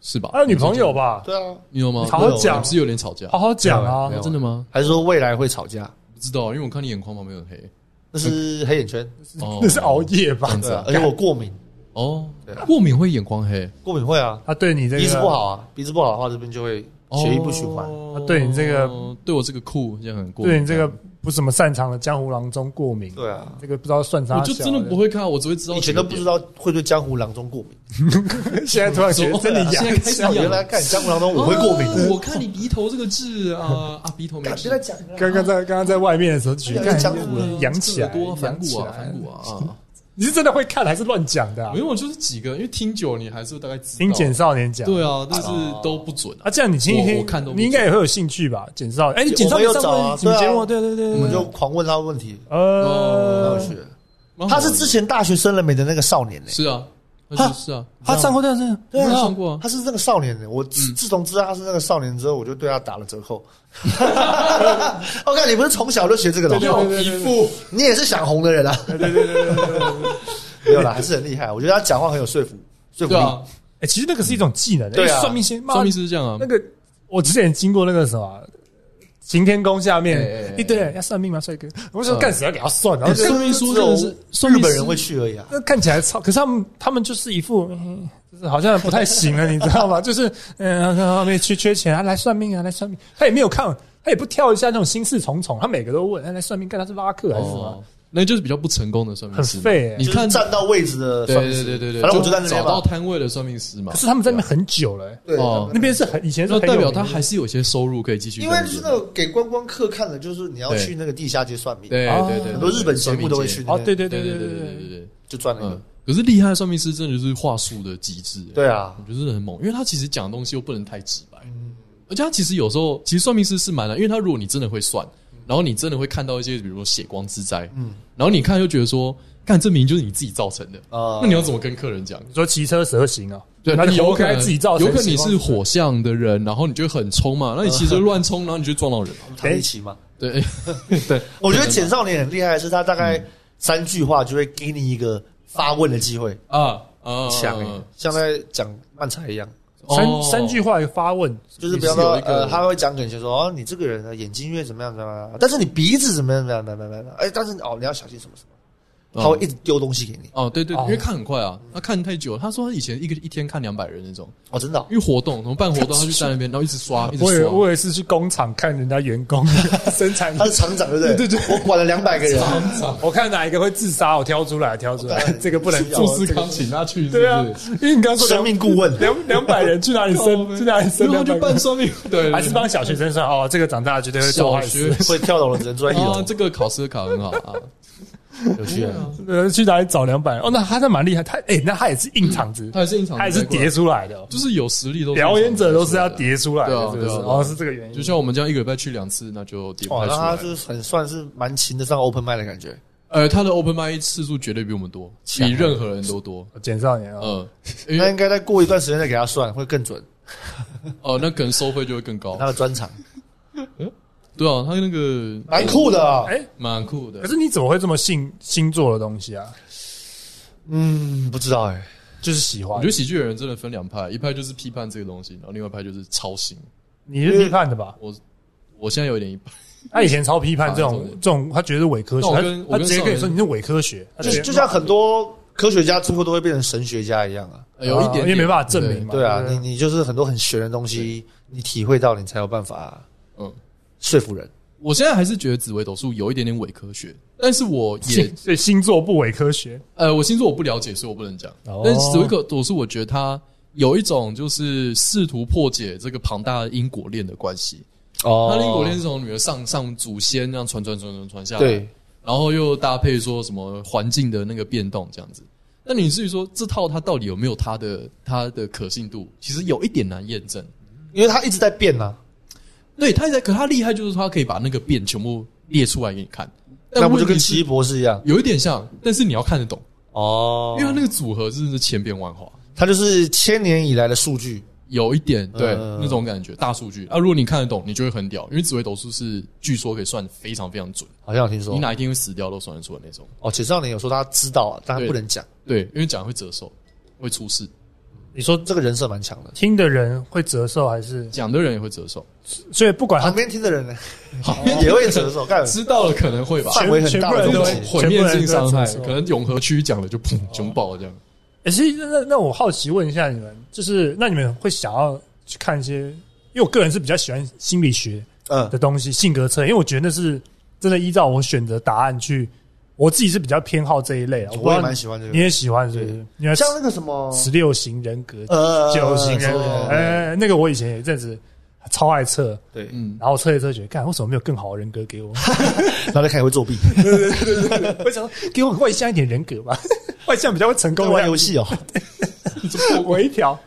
是吧？
他啊有女朋友？吧？
对啊，
你有吗？
好好
我
讲
我是有点吵架，哦
好好讲啊
没有，啊
真的吗？
还是说未来会吵架？
不知道，因为我看你眼眶旁边很黑，
那嗯是啊黑眼圈，
哦
那是熬夜吧？
这样
对
子
啊
啊，
而且我过敏，
哦
对啊，
过敏会眼眶黑，
过敏会啊，
他对你这个
鼻子不好，啊，鼻子不好的话，这边就会血液不循环。
哦
啊对你这个
对我这个酷也很过敏，
对你这个不怎么擅长的江湖郎中过敏，
对啊，
这个不知道算啥
我
小。
就真的不会看，我只会知道
以前都不知道会对江湖郎中过敏，
会，现在突然 觉得真的
哦现在
痒
开始
啊
痒
原来看江湖郎中我会过敏
啊我
的。
看你鼻头这个痣 啊啊，鼻头没
感
痣
觉在，讲啊，
刚刚在刚刚在外面的时候，觉
哎呀
得
江湖
啊
痒起来
这个耳朵，反
痒起
骨啊，
来
反。骨啊
你是真的会看还是乱讲的
啊！
啊
没？有，就是几个，因为听久了你还是会大概知道。
听简少年讲，
对啊，但是都不准啊。
啊，这样你听一
我
听，
我看都不
你应该也会有兴趣吧？简少，哎，你简少
我没有
你上过
找啊
什么节
对啊
目啊？对对对，呃
我
对
们就狂问他问题，
哦
很有
呃，
趣。
蛮好
他
玩的
是之前大学生了没的那个少年呢、
哦是啊，他是是啊，
他上过这样子，
对
我没有
啊
上过啊，嗯
他是那个少年呢、我自自从知道他是那个少年之后，我就对他打了 折扣。我看你不是从小就学这个的
对
哦，
要皮肤
你也是想红的人啊。对对对对对，没有啦，还是很厉害。我觉得他讲话很有说服说服
对
力。
啊，
哎，其实那个是一种技能，
对啊
哎算命先，妈
算命师是这样啊
那。个我之前经过那个什么擎天宫下面
哎哎哎
一堆人要算命吗？帅哥，我说
嗯
干谁要给他算？然后
哎
就
算命书
只有
真的是算
日
命
本
师
人会去而已啊。
那看起来超，可是他们他们就是一副，嗯就是好像不太 行了，你知道吗？就是嗯，后面缺缺钱啊，来算命啊，来算命，他也没有看。他也不跳一下那种心事重重，他每个都问，哎，来算命，看他是拉客还是什么
哦？，那就是比较不成功的算命师嘛。
很废欸
你
就是
看，
站到位置的
对
算
对
是，
对对对，
反正我就在那边
找到
嘛。
摊位的算命师嘛
可。是他们在那边很久了、哎
对，
哦
那边是很以前是
那
很有
代表
名的
他还是有些收入可以继续在
因
那
为
边。
就是那种给观光客看的，就是你要
对
去那个地下街算命，
对
啊
对对，
很多日本节
算命
目都会
节
去那
哦，
边
对对
对
对
对对
对
对
对
对
对，
对。
就赚那个
嗯。，可是厉害的算命师真的就是话术的极致、欸，
对啊
我，觉得真的很猛，因为他其实讲的东西又不能太直白，
嗯
而且他其实有时候其实算命师是蛮难，因为他如果你真的会算，然后你真的会看到一些比如说血光之灾，嗯，然后你看就觉得说，干这明明就是你自己造成的，
啊
那你要怎么跟客人讲？
你说骑车蛇行啊，
对，
那
你
你
有
活
可
该
能
自己造成
有可能
死
你
亡
是火象的人，然后你就很冲嘛，那你 其实乱冲，然后你就撞到人嘛，
唐一奇嘛。
对对，
我觉得简少年很厉害的是，他大概三句话就会给你一个发问的机会，
啊 啊，
强欸像在讲漫才一样，
哦
三三句话发问，
就是比方说
也是有一个
呃，他会讲给你说哦，你这个人的眼睛越怎么样怎么样，但是你鼻子怎么样怎么样怎么样怎么样，哎，但是哦你要小心什么什么，他会一直丢东西给你。
哦，对对，
哦
因为看很快啊，他看太久了。他说他以前一个一天看两百人那种，
哦，真的哦
因为活动，我们办活动，他就在那边，然后一直刷，一直
我以为
刷。
我以为是去工厂看人家员工 生产力
他，是厂长对不对？对对，我管了两百个人，
我看哪一个会自杀，我挑出来，挑出来
我看，
这个不能
是
做
要。
思康请他去，是
对啊
不 是？，哦
因为你刚刚说
生
两
命顾问。
两两百人去哪 里生，去哪里生
然后
两
就
百
办
个，
算命， 对，
还是帮小学生算哦，这个长大绝对会做
小
坏
学
事。
会跳楼的只能坐在一
哎
啊，
楼，
这个考试考很好 啊。
有趣啊。
呃，去哪里找两百？哦，那他那蛮厉害，他哎，那他也是硬场子
他，也是硬场，
嗯他也是叠，出来的哦，
就是有实力都是
表演者都是要
叠。
叠出来
对啊
的，是不是？
对啊
哦，是这个原因
就。像我们这样一个礼拜去两次，那就叠不
哇，
太
那
出
他
来。
就是很算是蛮勤的上 open m i 的感觉。
呃，他的 open mic 次数绝对比我们多，比
强啊
任何人都多。
简少年啊，
嗯，因
那
为
应该再过一段时间再给他算，会更准。哦
哦，那可能收费就会更高
他。的专场
对啊，他那个
蛮酷的啊。
哎，
蛮酷的
可。是你怎么会这么信星座的东西啊？
嗯，不知道哎，
就是喜欢
我觉，得喜剧的人真的分两派，一派就是批判这个东西，然后另外一派就是超新。
你是批判的吧？
我现在有点一派，
他以前超批判这
啊
种
对对
这种，他觉得是伪科学，
那我
他
跟我
他
跟
直接
少
跟你
年
说你是伪科学，他
就
直接
就像很多科学家最后都会变成神学家一样啊。
呃有一点
因为没办法
点
证明嘛。
对啊，你
不
你就是很多很玄的东西，你体会到，你才有办法
对嗯，
说服人。
我现在还是觉得紫微斗数有一点点伪科学，但是我也
星所以星座不伪科学，
呃，我星座我不了解，所以我不能讲。
哦
但是紫微斗数，我觉得它有一种就是试图破解这个庞大的因果链的关系。
哦
它的因果链是从女儿上上祖先那样传传传传传下来，
对，
然后又搭配说什么环境的那个变动这样子。那你至于说这套它到底有没有它的它的可信度，其实有一点难验证。
因为他一直在变啊呐，
对，他在，可他厉害就是他可以把那个变全部列出来给你看，
那不就
问题
跟
是
奇异博士一样
有一点像，但是你要看得懂，
哦
因为他那个组合真的是千变万化。
它就是千年以来的数据，
有一点对、
嗯
那种感觉，大数据啊，如果你看得懂，你就会很屌，因为紫微斗数是据说可以算非常非常准，
好像有听说
你。哪一天会死掉都算得出来那种。
哦，且少年有说他知道，啊但他不能讲。
对，因为讲会折寿，会出事，
你说这个人设蛮强的，
听的人会折寿还是？
讲的人也会折寿，
所以不管他
旁边听的人呢
好，
也会折寿，干
知道了可能会吧。
范围很
哦全
大
部
的
人都
东
会
西。
毁灭性伤害，
全部人都在折寿哦
可能永和区讲的就砰熊爆这样。
欸，其实那那我好奇问一下你们，就是那你们会想要去看一些？因为我个人是比较喜欢心理学
嗯
的东西，性格测验，因为我觉得那是真的依照我选择答案去，我自己是比较偏好这一类啊。我
我
不知
也
道
蛮喜欢这
你
个，
也喜欢是不是？你看
像那个什么
十六型人格、
呃
九型人格，
说
哎，那个我以前有一阵子超爱测，
对，
嗯，
然后测一测觉得，干为什么没有更好的人格给我？
然后再看你会 作弊，
我想说给我外向一点人格吧， 外向比较会成功
跟
的
玩
样
游
子。
戏哦，
我一条。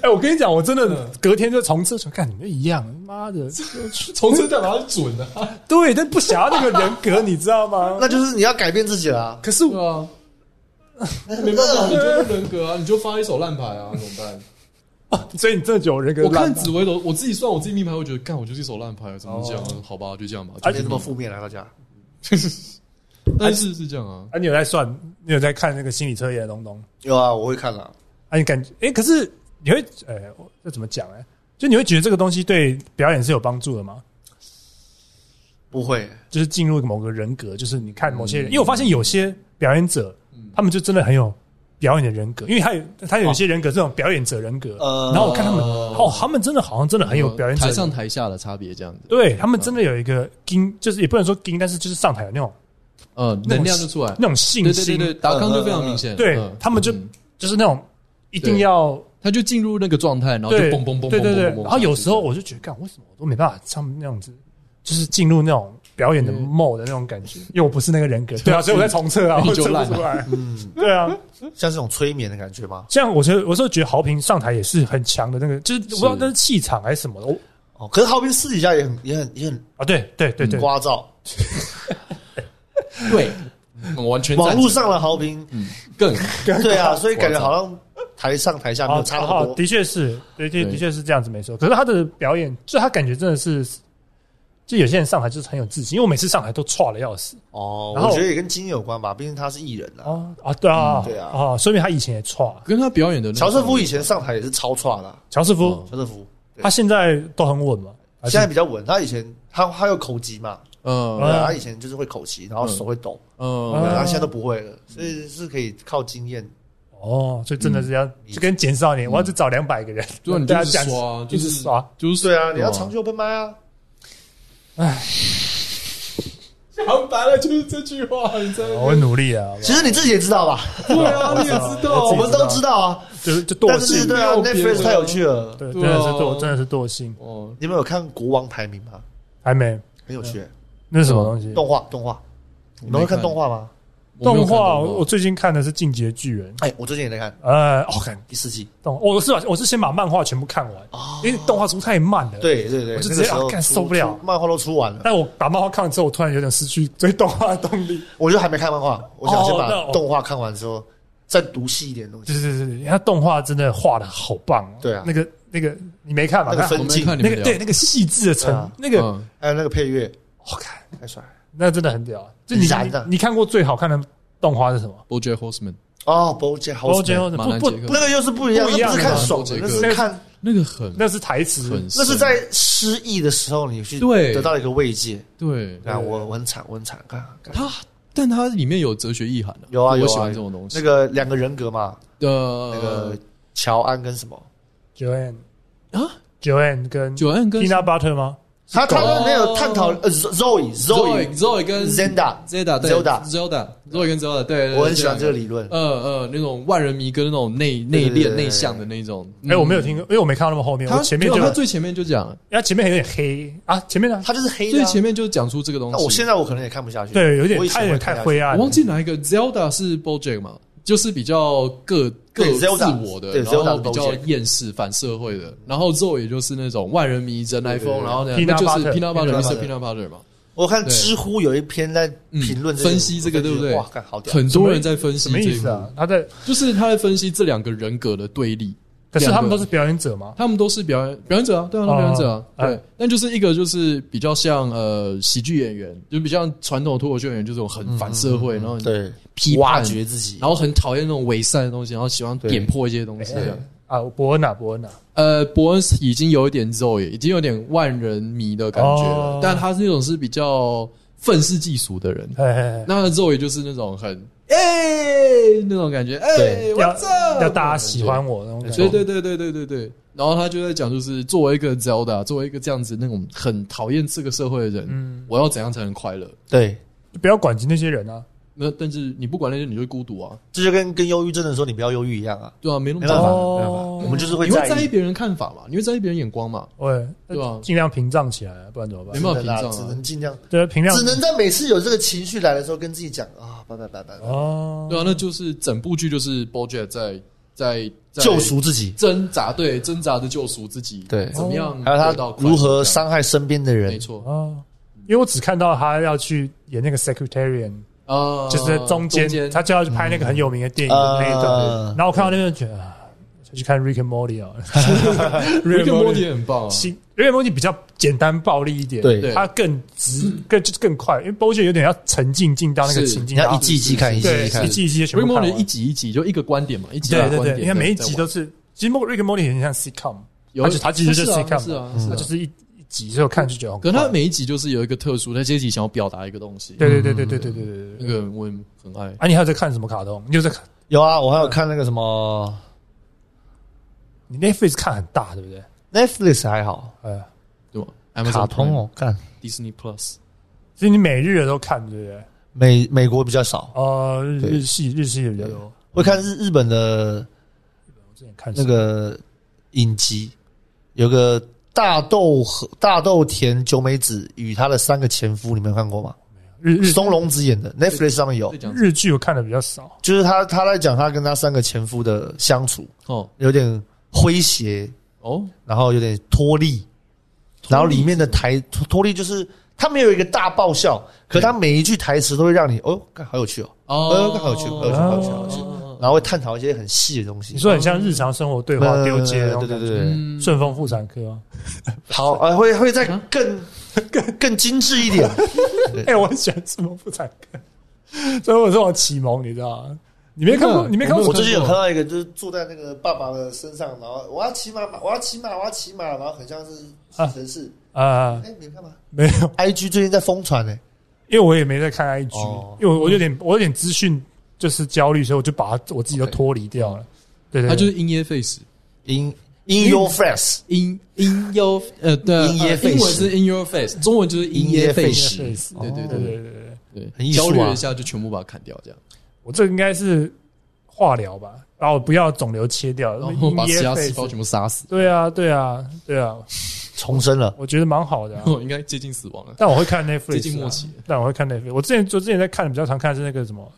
哎、我跟你讲，我真的隔天就重测，说看你们一样，妈的，
从这代表它是准的、啊，
对，但不想要那个人格，你知道吗？
那就是你要改变自己啦。
可是
对啊。没办法，你就不人格啊，你就发一手烂牌啊，怎么 办？
所以你这有人格
我
烂吗，
看紫微斗，我自己算我自己命牌，我觉得干，我就是一手烂牌，怎么
哦
讲啊？好吧，就这样吧。
而
就
且
是
这么负面啊，大家
但是是这样啊，
啊，你有在算，你有在看那个心理测验的东东
有啊，我会看啦。
啊？你感觉，哎、可是你会，哎、我这怎么讲呢？就你会觉得这个东西对表演是有帮助的吗？
不会，
就是进入某个人格，就是你看某些
嗯
人，因为我发现有些表演者，他们就真的很有表演的人格，因为他有他有一些人格是那种表演者人格，
呃
然后我看他们，
哦
哦，他们真的好像真的很有表演者
台
人
上
格，
台下的差别这样子，
对他们真的有一个金，就是也不能说金，但是就是上台有那种
呃，能量就出来，
那种信
对对对
心，
对，达康就非常明显，
对
嗯
他们就
嗯
就是那种一定要
他就进入那个状态，然后就
对
嘣嘣嘣，
对对对
嘣嘣，嘣
然后有时候我就觉得，干为什么我都没办法像那样子，就是进入那种表演的
嗯
mode 的那种感觉，因为我不是那个人格，对啊，所以我在重 测啊，
你
我
就
测
烂
不
了
出来，
嗯，
对啊。
像这种催眠的感觉吗？
像我觉得，我是觉得豪平上台也是很强的那个，就是我不知道
是
那是气场还是什么的。我
哦，可是浩斌私底下也很也很也很
啊，对对对对，
聒噪，
对，嗯我完全
网
赞成
络上的豪平，
更
对 啊，所以感觉好像台上台下没
啊
有差那么
啊
多。
的确是，的
对
确的确是这样子没错。可是他的表演，就他感觉真的是，就有些人上台就是很有自信，因为我每次上台都差的要死
哦，
然后
我觉得也跟经验有关吧，毕竟他是艺人啊。
啊啊，对啊
嗯对啊
啊，说明他以前也差。
跟他表演的那个
乔瑟夫以前上台也是超差的啊，
乔师傅
嗯
乔瑟夫对
他现在都很稳嘛，还是
现在比较稳，他以前他他有口疾嘛，
嗯
对
嗯
啊他以前就是会口疾，然后手会抖，
嗯
对啊
嗯
他现在都不会了，所以是可以靠经验。
哦，所以真的是要就跟简少年，我要去找两百个人，
对啊你
大家
就是
讲
刷啊
一直
就是
刷，
就是
对啊，你要长久奔麦啊，
讲白了就是这句话，你真的
我会努力啊，好不好
其实你自己也知道吧，
对啊，你也知道，
我
我
们
们
都知道啊，
就是就惰
但
性
是，对啊
没有别的
，Netflix 太有趣了。
对，真
对
的是
啊
惰，真的是惰性，
哦，
你们有看国王排名吗？
还没。
很有趣，
那是什么东西？
动画动画，你们会看动画吗？
我没有
动
看
画，
动啊
我最近看的是《进击的巨人》。
哎，我最近也在看
呃，我看
第四季
动，我是把啊我是先把漫画全部看完，
啊
因为动画出太慢了。，
对对对，
我就
那
直
个
接
时候
啊干
出
受不了
出漫画都出完了，
但我把漫画看完之后，我突然有点失去追动画的动力。
我就还没看漫画，我想先
哦那我
把动画看完之后再读细一点的东
对
西。
对对对，他动画真的画的好棒哦。
对啊
那个那个你没看吧？
那个
画
分
我
很
没
近
看你
那
们
个
聊
对那个细致的
对
程
啊，
那个
嗯
还有那个配乐，哎
我看
太帅了
那真的很屌啊。就你
很燃的
你你看过最好看的动画是什么？
BoJack Horseman
哦！BoJack
我觉
Horseman，
得
马
不
南
不
杰，克
那个又是不一样，
不一样
那不是看爽
马
的，那
南杰克
是看，
那个很
那是台词。
很
那是
深
在失意的时候，你去
对
得到一个慰藉。
对
啊，我我很惨，我很惨，看看
他，但他里面有哲学意涵的，
有啊有啊
我喜欢这种东西
那。个两个人格嘛，
呃，
那个乔安跟什么，
Joanne
啊
，Joanne 跟
九恩跟
Tina Butter 吗？
他他
狗
们没有探讨呃，Zoe
Zoe
Zoe
Zoe 跟
Zenda，
Zelda 对
Zelda
Zelda Zoe 跟 Zelda 对，对
我很喜欢这个。
对
理论。
呃呃，那种万人迷跟那种内内
对对对
敛
对
内向的那种。
哎，我没有
嗯
听过，因为我没看到那么后面，
他
我前面就
没有他最前面就讲了，
因为它前面有点黑啊，前面呢？
他就是黑的
最
啊。
前面就讲出这个东
那
西。
我现在我可能也看不下去。
对，有点
我以前
太有
会
点
看
太
下去
灰暗
我
了。
忘记哪一个 Zelda 是 BoJack 嘛，就是比较各各
对
自
Zelda，
我的，
对
然后
Zelda
比较
BoJack
厌世反社会的，然后 Zoe 就是那种万人迷人来
对
疯，
对对
然后呢，
Peanut
那就是
Butter，
Peanut Butter
Peanut
Mr.
Butter
Peanut Butter 嘛，
我看
对嗯
知乎有一篇在评论这个
分析这个对不对
哇，干好屌！
很多人在分析
什么
这
意
一
思
幕，
啊？他在，
就是他在分析这两个人格的对立。
可是他们
两个
都是表演者嘛，
他们都是表演表演者啊，对啊，都表演者啊，
哦
对
哎。
但就是一个就是比较像呃喜剧演员，就比较像传统脱口秀演员，这种很反社
嗯
会，然后很
对，
批判
挖掘自己，
然后很讨厌那种伪善的东西，然后喜欢
对
点破一些东西这样。
啊，伯恩啊，伯恩啊，
呃，伯恩已经有一点肉也，已经有点万人迷的感觉了，
哦
但他是那种是比较愤世嫉俗的人。
嘿嘿嘿
那肉也就是那种很哎、那种感觉，哎、
对
我
要
这
要大家喜欢我那种感
对
觉，
对对对对对对。然后他就在讲，就是作为一个 Zelda，作为一个这样子那种很讨厌这个社会的人，
嗯
我要怎样才能快乐？
对，
就不要管及那些人啊，
那但是你不管那些，你就会孤独啊，
这就跟跟忧郁症的说你不要忧郁一样啊，
对啊，没那么
没办法，
糟
没办法，我们就是会
哦你会在
意
意，别人看法嘛？你会在意别人眼光嘛？
喂，
对啊吧
尽量屏障起来啊，不然怎么
没
办？
办法
真的啦
屏障啊
只能尽量，
对，屏障
只能在每次有这个情绪来的时候跟自己讲啊，拜拜拜拜，拜
哦，
对啊，那就是整部剧就是 BoJack 在在在
救赎自己，
挣扎，对，挣扎的救赎自己，
对
怎么样
还有他
得到快乐？
如何
这样
伤害身边的
没
人，
错
哦，因为我只看到他要去演那个 secretarian，
啊，
哦就是在中间，他就要去拍那个很有名的电影的那一段。
呃
然，后我看到那边就觉得，啊就去看 Rick and Morty 啊
Rick
，Rick
and Morty 也很棒啊，
新 Rick and Morty 比较简单暴力一点，
对
对
它更直，更就是更快，因为 BoJack 有点要沉浸进到那个
是
情境，
你要
然
一
后
季一季看，一季
对
一季看
一，季一季全
Rick
部
and
看
Morty
完
一集一集就一个观点嘛，一集一
对
个
对
观点，
对，你看每一
在
集
玩
都是，其实 Rick and Morty 很像 sitcom，
有
而且它其实就是
是啊
sitcom
是啊，
嘛
是
它
啊
就是一一集之后看就觉得好
可
快，
他每一集就是有一个特殊，他这一集想要表达一个东西。
对对对对对对对对对
那个我也很爱。
啊，你还有在看什么卡通？你有在看？
有啊，我还有看那个什么
你 Netflix 看很大，对不对？
Netflix 还好，
哎，
对吧？
卡通
哦
哦，看
，Disney Plus，
所以你每日的都看，对不对？
美美国比较少，
哦，日
对
日系日系的比较多。
会看日日本的
我之前看
那
什么
个影集，有个大豆和大豆田久美子与她的三个前夫，你们有看过吗？
日日
松隆子演的 Netflix 上面有
在，讲
日剧，我看的比较少。
就是她她在讲她跟她三个前夫的相处，
哦
有点诙谐，
哦，
然后有点脱力，然后里面的台脱力就是他没有一个大爆笑，可他每一句台词都会让你哦，看好有趣哦，
哦，
呃好有趣好有趣
好有趣好有趣
哦
然后会探讨一些很细的东西哦
你。说很像日常生活对话丢接的那
嗯对对
种感
对
觉，
对，
嗯
顺丰妇产科。
好呃，会会再更 更更精致一点。
哎，我很喜欢顺丰妇产科，所以我说我启蒙，你知道吗？你没看过？
嗯
你没看
我
过
我？
最近有
看
看
过
到一个，就是坐在那个爸爸的身上，然后我要骑马，我要骑马，我要骑马，然后很像是
啊
城市。
啊
哎、，你干嘛
没有，
？IG 最近在疯传呢，
因为我也没在看 IG，
哦
因为我我有点我有点资讯就是焦虑，所以我就把它我自己都
OK
脱离掉了。对对，
他就
对
是 In Your Face。
in in your face，
In in your 呃对
In your
呃
face
英文是 in your face，中文就是 in your
your
face，
face
对对对
对对对对。
对
很艺
对，
术
焦
啊
虑了一下就全部把它砍掉，这样
我这个应该是化疗吧，把我不要肿瘤切掉，
然哦后把
因为
其他
EFS
细胞全部杀死，
对啊，对啊，对啊，
重生了。
我觉得蛮好 的啊、
哦，应该接近死亡了，
但我会看 Netflix，、
接
啊、
近末期了。
但我会看 Netflix。我之前我之前在看的比较常看的是那个什么，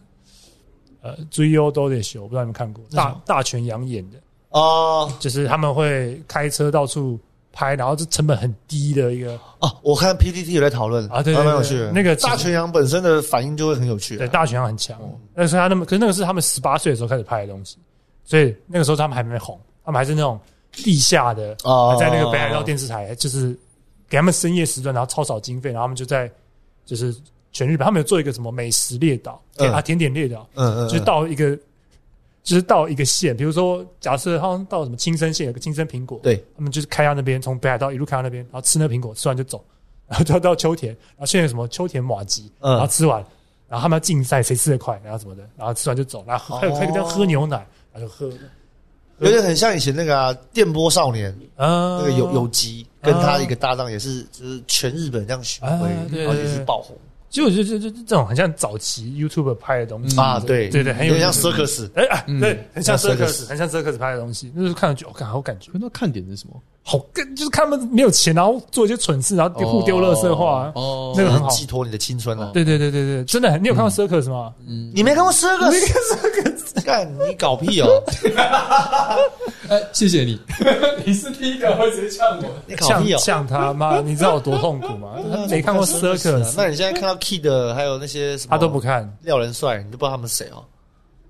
呃，追优都得修，我不知道你们看过，
那什
大
么
大全洋演的，
哦
就是他们会开车到处拍，然后这成本很低的一
啊
个，
哦，我看 PPT 有在讨论
啊对对
还蛮有
对
趣的。
那个其实
大全羊本身的反应就会很有趣啊。
对，大全洋很强，
哦
但是他那么，可是那个是他们十八岁的时候开始拍的东西，所以那个时候他们还没红，他们还是那种地下的
哦
在那个北海道电视台，就是给他们深夜时段，然后超少经费，然后他们就在就是全日本，他们有做一个什么美食列岛、
嗯
啊，甜点列岛，
嗯嗯，
就是到一个就是到一个县，比如说假设好像到什么青森县有个青森苹果，
对，
他们就是开到那边，从北海道一路开到那边，然后吃那苹果，吃完就走， 然后就到秋田，然后现在有什么秋田马吉，
嗯
然后吃完，然后他们要竞赛谁吃的快，然后什么的，然后吃完就走，然后还
哦
有还有一个叫喝牛奶，然后就喝，
有点很像以前那个啊电波少年
啊
那个有有吉跟他一个搭档，也是就是全日本这样巡回
啊，对
然后
对
也是
对
爆红
其实我觉得这这这这种很像早期 YouTube 拍的东西
嗯
啊，对
对对，很
有
有
点像
意思
circus，
哎啊，
嗯
对，很像
像
circus，
circus
很像 circus 拍的东西，就是看上去我看好感觉
可，是那看点是什么？
好跟就是看他们没有钱，然后做一些蠢事，然后互丢垃圾话。啊
哦，
那个很好
寄托你的青春啊
哦！
对对对对对，真的很，你有看到 circus 吗？
你没看过《十二 个》？干你搞屁哦！
哎，谢谢你， 你是第一个会直接呛我。
你搞
呛
屁哦！
呛他 妈，你知道我多痛苦 吗？他没看过
啊
circus，
那你现在看到 Kid 还有那些什么，
他都不看。
廖仁帅，你都不知道他们是谁哦。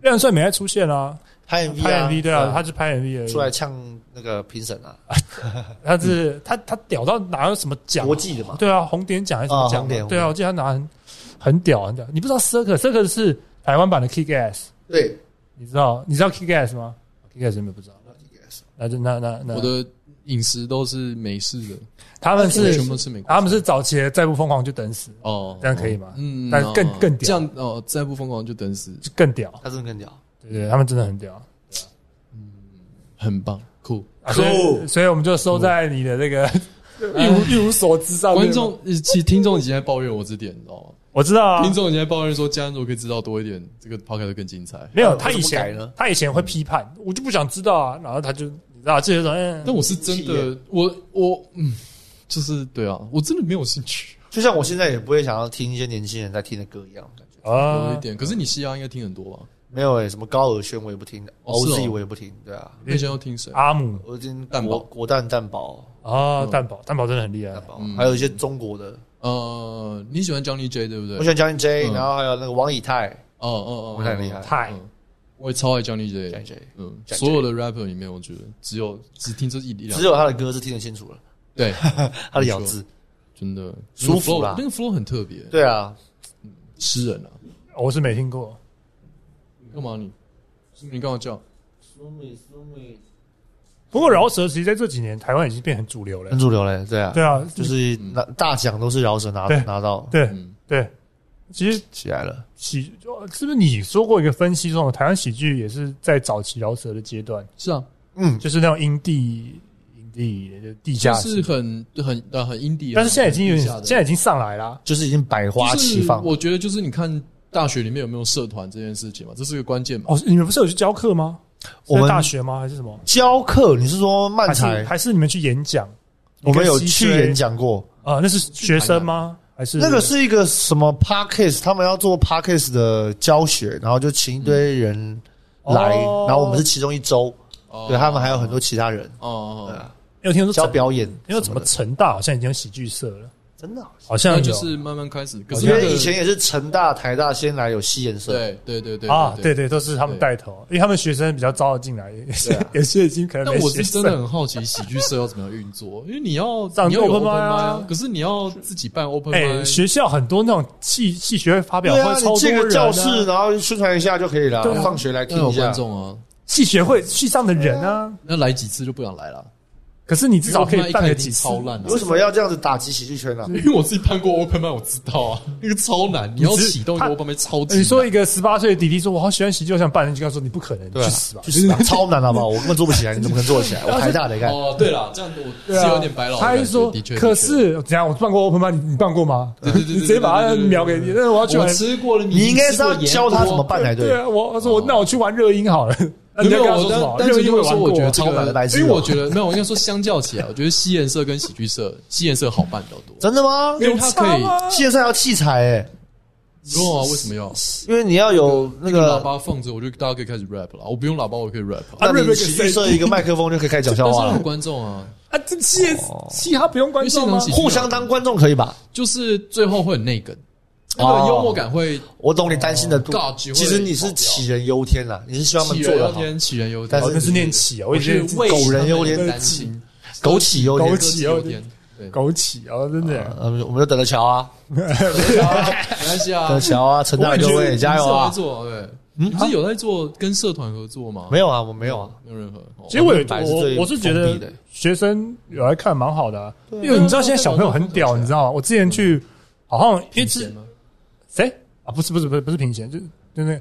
廖元帅没再出现啊，
拍 MV
拍 MV 对啊，他
他
就拍 MV 而
出来
已。
呛那个评审啊，
他是他他屌到拿了什么奖
国？际的嘛，
对啊，红点奖还是什么
啊
奖
红点
嘛？对啊，我记得他拿很很屌很屌。你不知道 circus，circus 是台湾版的 kick ass，
对，
你知道你知道 kick ass 吗？kick ass 你们不知道？那就那那那
我的饮食都是美式的，
他们是
全部都是美国菜
他们是早期的再不疯狂就等死，
哦，
这样可以吗？
嗯，
但是更
哦
更屌
这样哦，再不疯狂就等死，
就更屌，
他真的更屌。
对对，他们真的很屌。
很棒，酷。
啊所以，所以我们就收在你的那个一无一无所知上面。
观众，呃其实听众已经在抱怨我这点，你知道吗？
我知道啊
听，众已经在抱怨说，嘉恩如果可以知道多一点，这个 podcast 会更精彩。
没有
他
他以
怎么
前
改呢
他以前会批判，我就不想知道啊，然后他就你知道这些人，
但
嗯
我是真的，我我嗯，就是对啊，我真的没有兴趣，
就像我现在也不会想要听一些年轻人在听的歌一样，感觉
有一
啊，
点。可是你西洋应该听很多吧？
没有欸诶，什么高尔宣我也不听
哦是哦
，OZ 我也不听，对啊，
那些要听谁？
阿姆
我听
蛋堡
国国蛋蛋堡
啊，
嗯
蛋堡蛋堡真的很厉害
蛋，堡
嗯，
还有一些中国的，
呃，你喜欢 Johnny J 对不对
我喜？欢 Johnny J，
嗯
然后还有那个王以太
哦哦哦，
我太厉害
太
嗯我也超爱 Johnny J。
，Johnny J，
嗯，
Jack
所有的 rapper 里面，我觉得只有只听这一一两
只有他的歌是听得清楚了，
对，
他的咬字，
真的
舒服啦
那个 flow 那个 flow 很特别，
对啊，
诗人啊，
我是没听过。
干嘛你？你干嘛叫？
苏米苏米
不过饶舌其实在这几年台湾已经变很主流了
很，主流嘞，对啊，
对啊，就
就是是拿大奖都是饶舌拿
对
拿到
对
嗯
对，其实
起来了，
喜是不是你说过一个分析，这种台湾喜剧也是在早期饶舌的阶段，
是啊，
嗯，
就是那种阴地阴地就地
就
下
是
室，
很很呃很 indie，啊
啊但是现在已经有
很
点
地下，的
现在已经上来啦。
就是已经百花齐放
就是，我觉得就是你看大学里面有没有社团这件事情嘛，这是个关键嘛。
哦，你们不是有去教课吗？
我
在
们
大学吗？还是什么？
教课，你是说漫
还是
才？
还是你们去演讲？
我们有
你跟
去
CJ
演讲过，
啊？那是学生吗？还是
那个是一个什么 podcast，他们要做 podcast 的教学，然后就请一堆人来，
哦
然后我们是其中一周，
哦
对他们还有很多其他人
哦
对
哦，
啊
有听说
教
成？
表演，
因为怎么
的
成大好像已经有喜剧社了，
真的啊？
好像
那
有
就是慢慢开始。可是
因
那
为
个
以前也是成大、台大先来有戏演社，
对对对对
啊，对
对。
对，都是他们带头，因为他们学生比较招得进来，也是
对啊
也是已经可能
但
没
我
学
是真的
生。
很好奇喜剧社要怎么样运作，因为你要
上
你要有
open
open
mic
mic
啊
啊，可是你要自己办 open
哎，
mic，
学校很多那种系系学会发表
对
会
啊，，
超
你
多
建个
人啊
教室，然后宣传一下就可以了
对啊，
放学来听
那有
一下
观。众啊，
系学会系上的人啊。
那来几次就不想来了。
可是你至少可
因为 open
以
mic
办
一看
个
已
几
经
次，
超烂了
为。什么要这样子打击喜剧圈啊呢？
因为我自己办过 open mic，我知道啊，那个超难，你要
只
启动一个
他
open mic 超级难。
你说一个十八岁的弟弟说：“我好喜欢喜剧，我想办人。”就跟他说：“你不可能，
对啊
去死吧！”
去死吧！超难好不好？我根本做不起来，你怎么可能做得起来？我台大的，你看，
哦，对了，这样我
对
是
啊
有点白老的
他
感觉，
还说
的确，，
可
的确
是怎样？我办过 open 吗？你你办过吗？
对对对对
你直接把它
对对对对
秒给你。但是我要去
我
玩，
吃过了，你
你应该
吃
是
过
要
盐
教他
多
怎么办才
对
对。
啊，我我说我那我去玩热音好了。那你
没
要
哦有，我但
跟他说什么？
但
热
是
音
因
我
为
也
说，
玩
我觉得
过。啊
这
超难的
个
白，痴
因为我
哦
觉得没有，我应该说相较起来，我觉得西颜色跟喜剧社，西颜色好办比较多，
真的吗？
因为它可以
有差啊吗
线上要器材诶，
你知道吗？为什么要
因为你要有那
喇
个，
叭放着，我就大家可以开始 rap 了，我不用喇叭我可以 rap，啊
那
瑞
你
瑞
喜
给
剧设一个麦克风就可以开始讲笑
但是
话
要有
了。
观众啊，
啊，这嘻
哦
嘻哈不用关注吗
因为？现场喜
互相当观众可以吧？
就是最后会很内梗，那
哦
个幽默感会
我懂你担心的度
尬局，会
其实你是杞人忧天啦，你是希望他
杞
们做
人忧
得好，
天，杞人忧天，
但
哦，那是念起啊，我以前
是为
狗人忧天
他们担心，
枸杞忧
枸
天
杞。
忧天，对，
枸杞啊，真的。
呃，我们就等着瞧啊，
没关系啊
等着，瞧 啊，成大的各位加油
你是
啊！
有在做对，
嗯
你不是有在做跟社团合作吗？
没有啊，我没 有啊，
没有任何。哦
其实我有
本来是
我
最
我是觉得
封闭的
学生有来看蛮好的啊，因为你知道现在小朋友很屌，你知道吗？我之前
嗯
去好像因为
以
之
前吗
谁啊？不是不是不是不是平贤，就是就那个，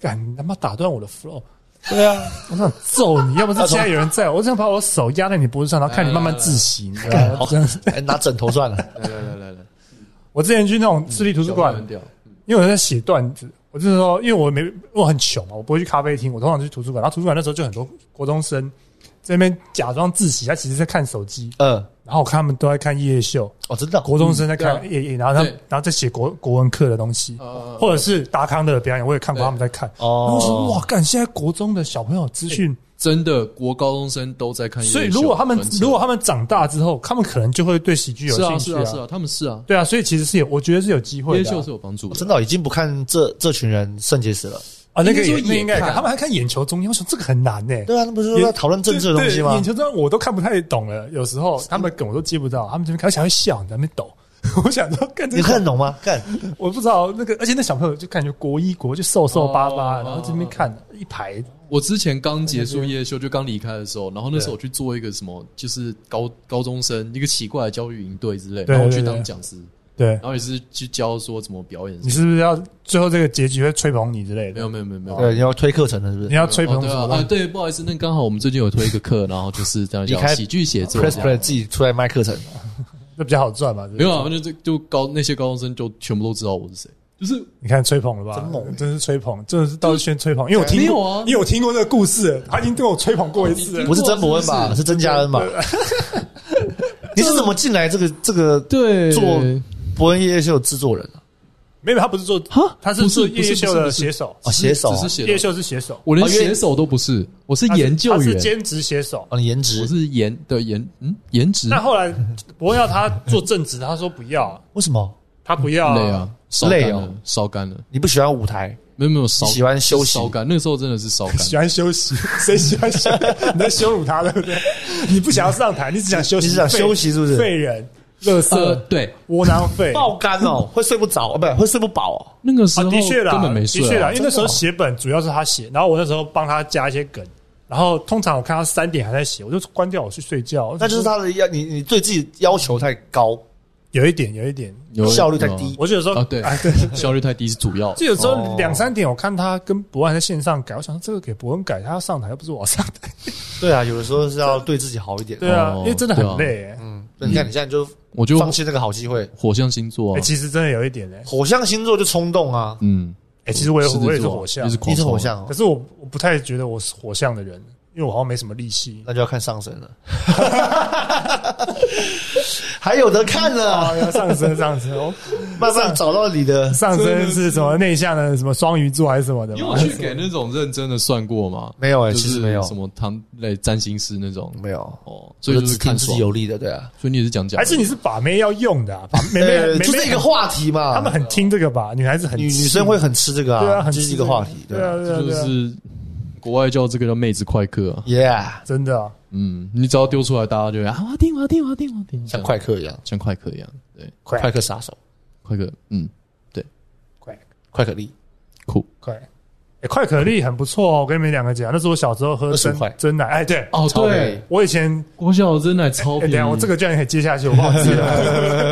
敢你他妈打断我的 flow。对啊，我想揍你，要不是现在有人在，我只想把我手压在你脖子上，然后看你慢慢窒息，你 知道吗？真的是
哎拿枕头算了。
来来来来来，
我之前去那种私立图书
小
馆
朋友，很屌，
因为我在写段子，我就是说，因为我没我很穷嘛，我不会去咖啡厅，我通常去图书馆。然后图书馆那时候就很多国中生，在那边假装自习，他其实在看手机。
嗯，
然后我看他们都在看夜夜秀，
哦，真的哦，
国中生在看
嗯
夜夜，然后他
对
然后在写国国文课的东西，
呃，
或者是达康的表演，我也看过
对
他们在看。然后我说哇
哦，，
干！现在国中的小朋友资讯，
真的国高中生都在哎看夜秀，
所以如果他们
很扯
如果他们长大之后，他们可能就会对喜剧有
是啊
兴
是
趣
啊是啊，他们是啊，
对啊，所以其实是有，我觉得是有机
夜
会的
秀
啊
是有帮助的，
真的哦已经不看这这群人肾结石了。
啊。那
应该
个
说
也那
也
应该也看，
看
他们还看眼球中央，我想这个很难呢。
对啊，那不是
也
在讨论政治的东西
对
吗
眼？球中央我都看不太懂了，有时候他们的梗我都接不到，他们这边开始想要笑，你在那边抖。 我想说，干这
你
个
看得懂吗？看，
我不知道那个，而且那小朋友就感觉国一国就瘦瘦巴巴，
哦
然后这边看一排，
我之前刚结束夜秀，就刚离开的时候，然后那时候我去做一个什么，就是高高中生一个奇怪的教育营队之类，
对
然后我去
对对
当讲师，
对
然，后也是去教说怎么表演什
你
么。
是不是要最后这个结局会吹捧你之类
没
的
有？没有没有没有，
呃
对，你要推课程了是不
你
是
要吹
哦
捧
对
什
啊
么
啊
东西？
对，不好意思，那刚好我们最近有推一个课，然后就是这样
离开
讲喜剧写作
？Press
这
Play
样。
自己出来卖课程，
那比较好赚嘛？对不
没
对
有啊，那就就高那些高中生就全部都知道我是谁，就是
你看吹捧了吧？
真猛
真是吹捧，真的是到处宣吹捧，因为我听
没有
过
啊哦
因为我听过这个故事，他已经对我吹捧过一次了
不。是曾伯恩
是
吧？
不是
是曾家恩吧？你是怎么进来这个这个
对
做伯恩夜夜秀制作人啊？
没有，他不是做
哈，
他是
不
做
是
夜夜秀的写
手，
手，
哦，写手啊
只是写
夜夜
手，
秀是写手，
我连
哦因为
写手都不是，我是
他
研究
他是
员，
兼职写手。
哦，你颜
我
值
是研的研嗯颜值
但后来博要他做正职，他说不要，
为什么？
他不要
累啊，烧
累
干
哦
了，烧干了。
你不喜欢舞台？
没有没有烧，
喜欢休息
烧干。那时候真的是烧干，
喜欢休息， 谁喜欢休？你在羞辱他，对 不对？你不想要上台，你只想休息，
你只想休息是不是
废人、乐
呃，
色、
对，
窝囊废。
爆肝哦， 会睡不着，哦，不是会睡不饱哦。
那个时
啊，
候
的确啦，
根本没啊睡、
的确啦，因为那时
真
候
的哦
写本主要是他写，然后我那时候帮他加一些梗，然后通常我看他三点还在写，我就关掉我去睡觉。
那就是他的要你你对自己要求太高，
有一点，有一点，
有
效率太低
我就有时候
啊，对
哎 对，，
效率太低是主要。
就有时
哦
候两三点我看他跟博文在线上改，我想说这个给博文改，他要上台又不是我上台，
对啊，有的时候是要对自己好一点。
对啊，
哦
因为真的很累、欸。
嗯，你看你现在就
我就
放弃那个好机会，
火象星座
哎、
啊，
其实真的有一点哎、欸，
火象星座就冲动啊，
嗯，
哎、其实我也
狮子
我也是
座
火象
你是，
你是
狂冲啊，
火象
可
哦，
是我我不太觉得我是火象的人，因为我好像没什么力气。
那就要看上升了， 还有的看呢，
啊，上升上升，哦
哦慢慢找到你的。
上升是什么内向的什么双鱼座还是什么的
你
吗
有？去给那种认真的算过吗？
没有哎、
就
其实
是
没有
什，么唐类占星师那种
没有，
哦，所以就是
看
看
自
爽
己。有利的，对啊，
所以你也是讲讲，
还是你是把妹要用的、啊，把妹妹、
呃
妹妹
就是一个话题嘛，
他们很听这个吧？女孩子很
女
听
女生会很吃这个
对啊，
啊，
很
这
听
是一个话题，
这对啊，对啊，
就
对啊，
是国外叫这个叫妹子快客啊，
，Yeah，
真的啊，
嗯，你只要丢出来，大家就会啊，我要听，我要听，我要听，我要听，
像
这样
快客一样，
像快客一样，对，
快
快客杀手，
快客，嗯，
快
快可力，
酷
快！哎，快可丽很不错哦，我跟你们两个讲，那是我小时候喝
25
真
块
真奶，哎，对，
哦，
超美
对，
我以前
国小真奶超
哎，
便
等一
宜，
下我这个居然可以接下去，我忘记了，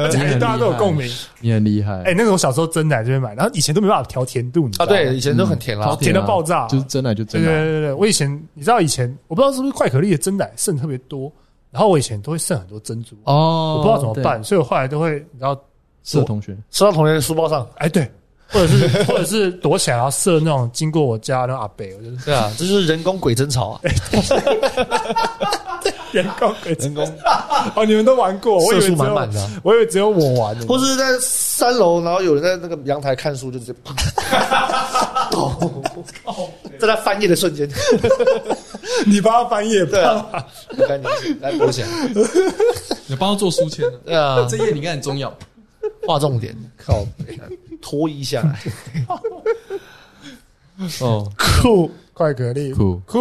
而且还大家都有共鸣。
你很厉害，
哎，那个我小时候真奶这边买，然后以前都没办法调甜度，你知道
啊，
吗
对，以前都很甜啦
超，
甜到爆炸
就是真奶就
对
真
对
奶，
对对，我以前你知道以前我不知道是不是快可丽的真奶剩特别多，然后我以前都会剩很多珍珠，
哦
我不知道怎么，办，所以我后来都会你知道，
是同学，
收到同学的书包上，
哎对，或者是 或者是躲起来然后射那种经过我家的阿北，我就是
对啊，这就是人工鬼争吵
哎
啊，
人工鬼子
人工
哦，你们都玩过，我
色
以为只
素
有
满满的啊，
我以为只有我玩 呢，
或是在三楼，然后有人在那个阳台看书，就 直接砰，咚在他翻页的 瞬间，
你帮他翻页
对啊，很干净，来博起来，
你帮他做书签呢，
对啊，
这页你应该很重要。
划重点，靠， 拖一下来，
哦，
酷快可丽
酷
酷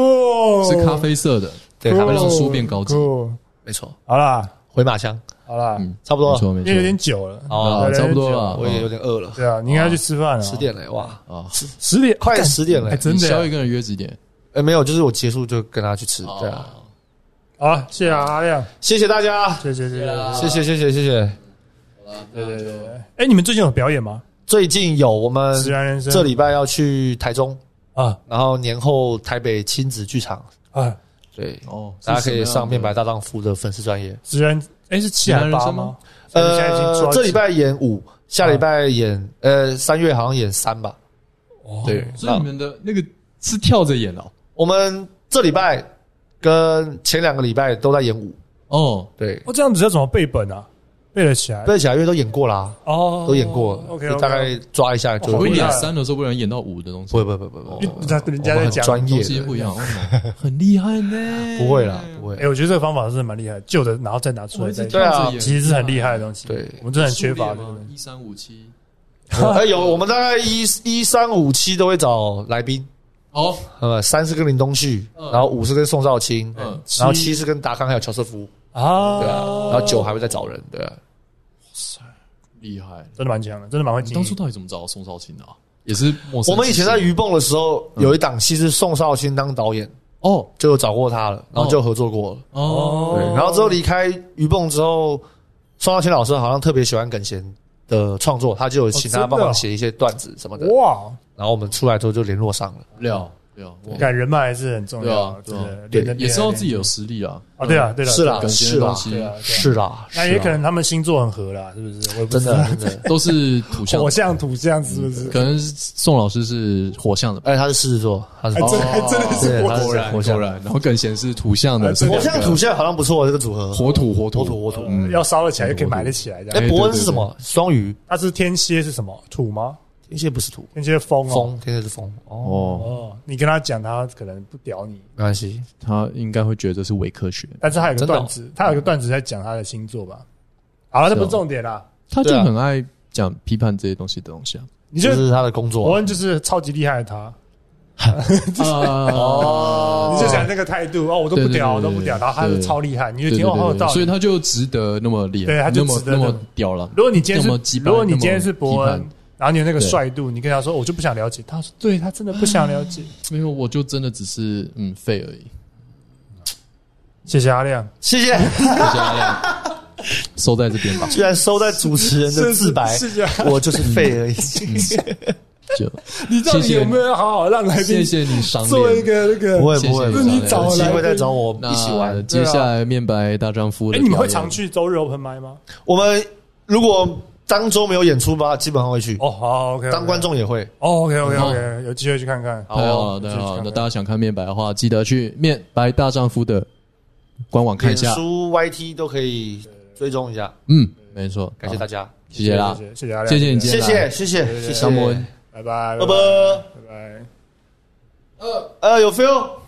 是咖啡色的，
对，
酷，
咖
会
啡
让书变高级
酷
没错，
哦好啦
回马枪，
好啦，
嗯，
差不多
没
了，
错没
因为有点
错，
久了，
哦
啊，差不多了，
我也有点饿了，
对啊，你应该去吃饭了，
十点了，哇，
啊，
十点
快
干
十点了
哎，，真
你
的
稍微
啊
跟人约几点？
哎，没有，就是我结束就跟他去吃，对啊，
哦，
好，谢谢啊阿亮，
谢谢大家，
谢谢谢谢
对啊
谢谢谢谢谢谢，
对对对对，哎，你们最近有表演吗？
最近有我们
自然人生
这礼拜要去台中，
啊
然后年后台北亲子剧场，
啊，
对，
哦，
大家可以
是什么样的
上面白大丈夫的粉丝专业。
自然哎是七还是
自然人
八
生
吗
吗？
你现在已经
呃，
抓紧
这礼拜演五，下礼拜演呃三月好像演三吧。
哦
对，
所以
那
你们的那个是跳着演哦，
我们这礼拜跟前两个礼拜都在演舞，
哦，
对，
哦，这样子要怎么背本啊？背得起来？
贝小月都演过啦，
哦，
都演过，
OK，
就大概抓一下就
哦
我
好
们
厉害
演三的时候，不然演到五的东西，
不会不会不会不会，
人家人家
我
在
们很
讲
专业
东西
的，
不一样，哦很厉害呢。
不会啦，不
哎，
会，
我觉得这个方法是蛮厉害，旧的然后再拿出
我
来
一直
再，
对啊
看着演
其实是很厉害的东西。
对
我们真的很缺乏这
数列
个
吗
东？西。
一三五七，
哎有，我们大概一一三五七都会找来宾，
哦，
呃，三是跟林东旭，
嗯
然后五是跟宋少卿，
嗯
然后七是跟达康还有乔瑟夫，
啊，
对啊，然后九还会再找人，对啊，
厉害！
真的蛮强的，真的蛮会
你
经
当初
营。
到底怎么找到宋少卿的啊？也是陌生。
我们以前在鱼蹦的时候，有一档
嗯
戏是宋少卿当导演，
哦
就有找过他了，然后就合作过了。
哦，
对，然后之后离开鱼蹦之后，宋少卿老师好像特别喜欢耿贤的创作，他就有请
哦
他
真的
帮
哦
忙写一些段子什么的。
哇，
然后我们出来之后就联络上了。
了了，哇
感人脉还是很重要的，
对
真
啊
的
对
练得
也知道
练得
自己有实力啊。
啊，对啊，对了，
是啦
对，啊
是啦，
对啊
是啦，
那
是
也
啦
可能他们星座很合啦，是不是？我也不
真
知道
的啊真的，
都是土象
火，象土象是不是？
可能宋老师是火象的吧。
哎，他是狮子座，他是
哎，真的
哦
还真的是
对
火
他是
果然
火
果
象
然，然后耿贤是土象的，
哎
是
火
两个
象土象好像不错，这个组合。
火土火土
火土火土
嗯
要烧得起来，又可以买得起来这样。
哎，伯恩是什么？双鱼，
那是天蝎是什么土吗？
天蝎不是土，
天蝎风哦
风，天蝎是风。哦，
哦，
哦，你跟他讲，他可能不屌你。
没关系，
他应该会觉得这是伪科学，
但是他有个
真的哦
段子，他有个段子在讲他的星座吧。好了，这不是
是哦
重点啦。
他就
对啊
很爱讲批判这些东西的东西啊。
你就
这是他的工
伯
作。
恩就是超级厉害的他，
哦
你就讲那个态度哦，我都不屌，我
对对对
都不屌，然后他是
对
超厉害，你就
对
听
对
哦，好有道
对，
理。
所以他就值得那么脸，
对他就
那么
值得
那
那么
么屌了。
如果你今天
那么
是
击败
如果你
那么
今天是伯恩
批判，
然后你有那个
对
帅度，你跟他说哦我就不想了解，他说对他真的不想了解。
没有，我就真的只是嗯废而已。
谢谢阿亮，
谢 谢，
谢谢阿亮，收在这边 吧。
居然收在主持人的自白，
谢谢。
我就是废而已。嗯
就
你到底有没有好好让来
谢
宾
谢你赏
做一
脸。
个那个？
不会
谢谢
不
谢
会，
谢
不会
你找
有机
来
会再
宾
找我一起
那
玩。
接下来面白大丈夫的表
哎，
演，
你们会常去周日 open 麦吗？
我们如果当周没有演出吧，基本上会去。
哦，好，OK，
当观众也会。
哦，OK，OK，OK，有机会去看看。
太好了，
有机
太
会去
好了。啊
看
那
看
大家想看面白的话，记得去面白大丈夫的官网看一
脸
下。
书、YT 都可以追踪一下。
嗯，没错，
感谢大
家，
家，
谢谢啦，
谢谢阿亮，
谢谢你今天
谢谢谢谢谢谢，
张伯恩。
拜拜，
拜
拜
拜。
拜拜。
呃，有 feel。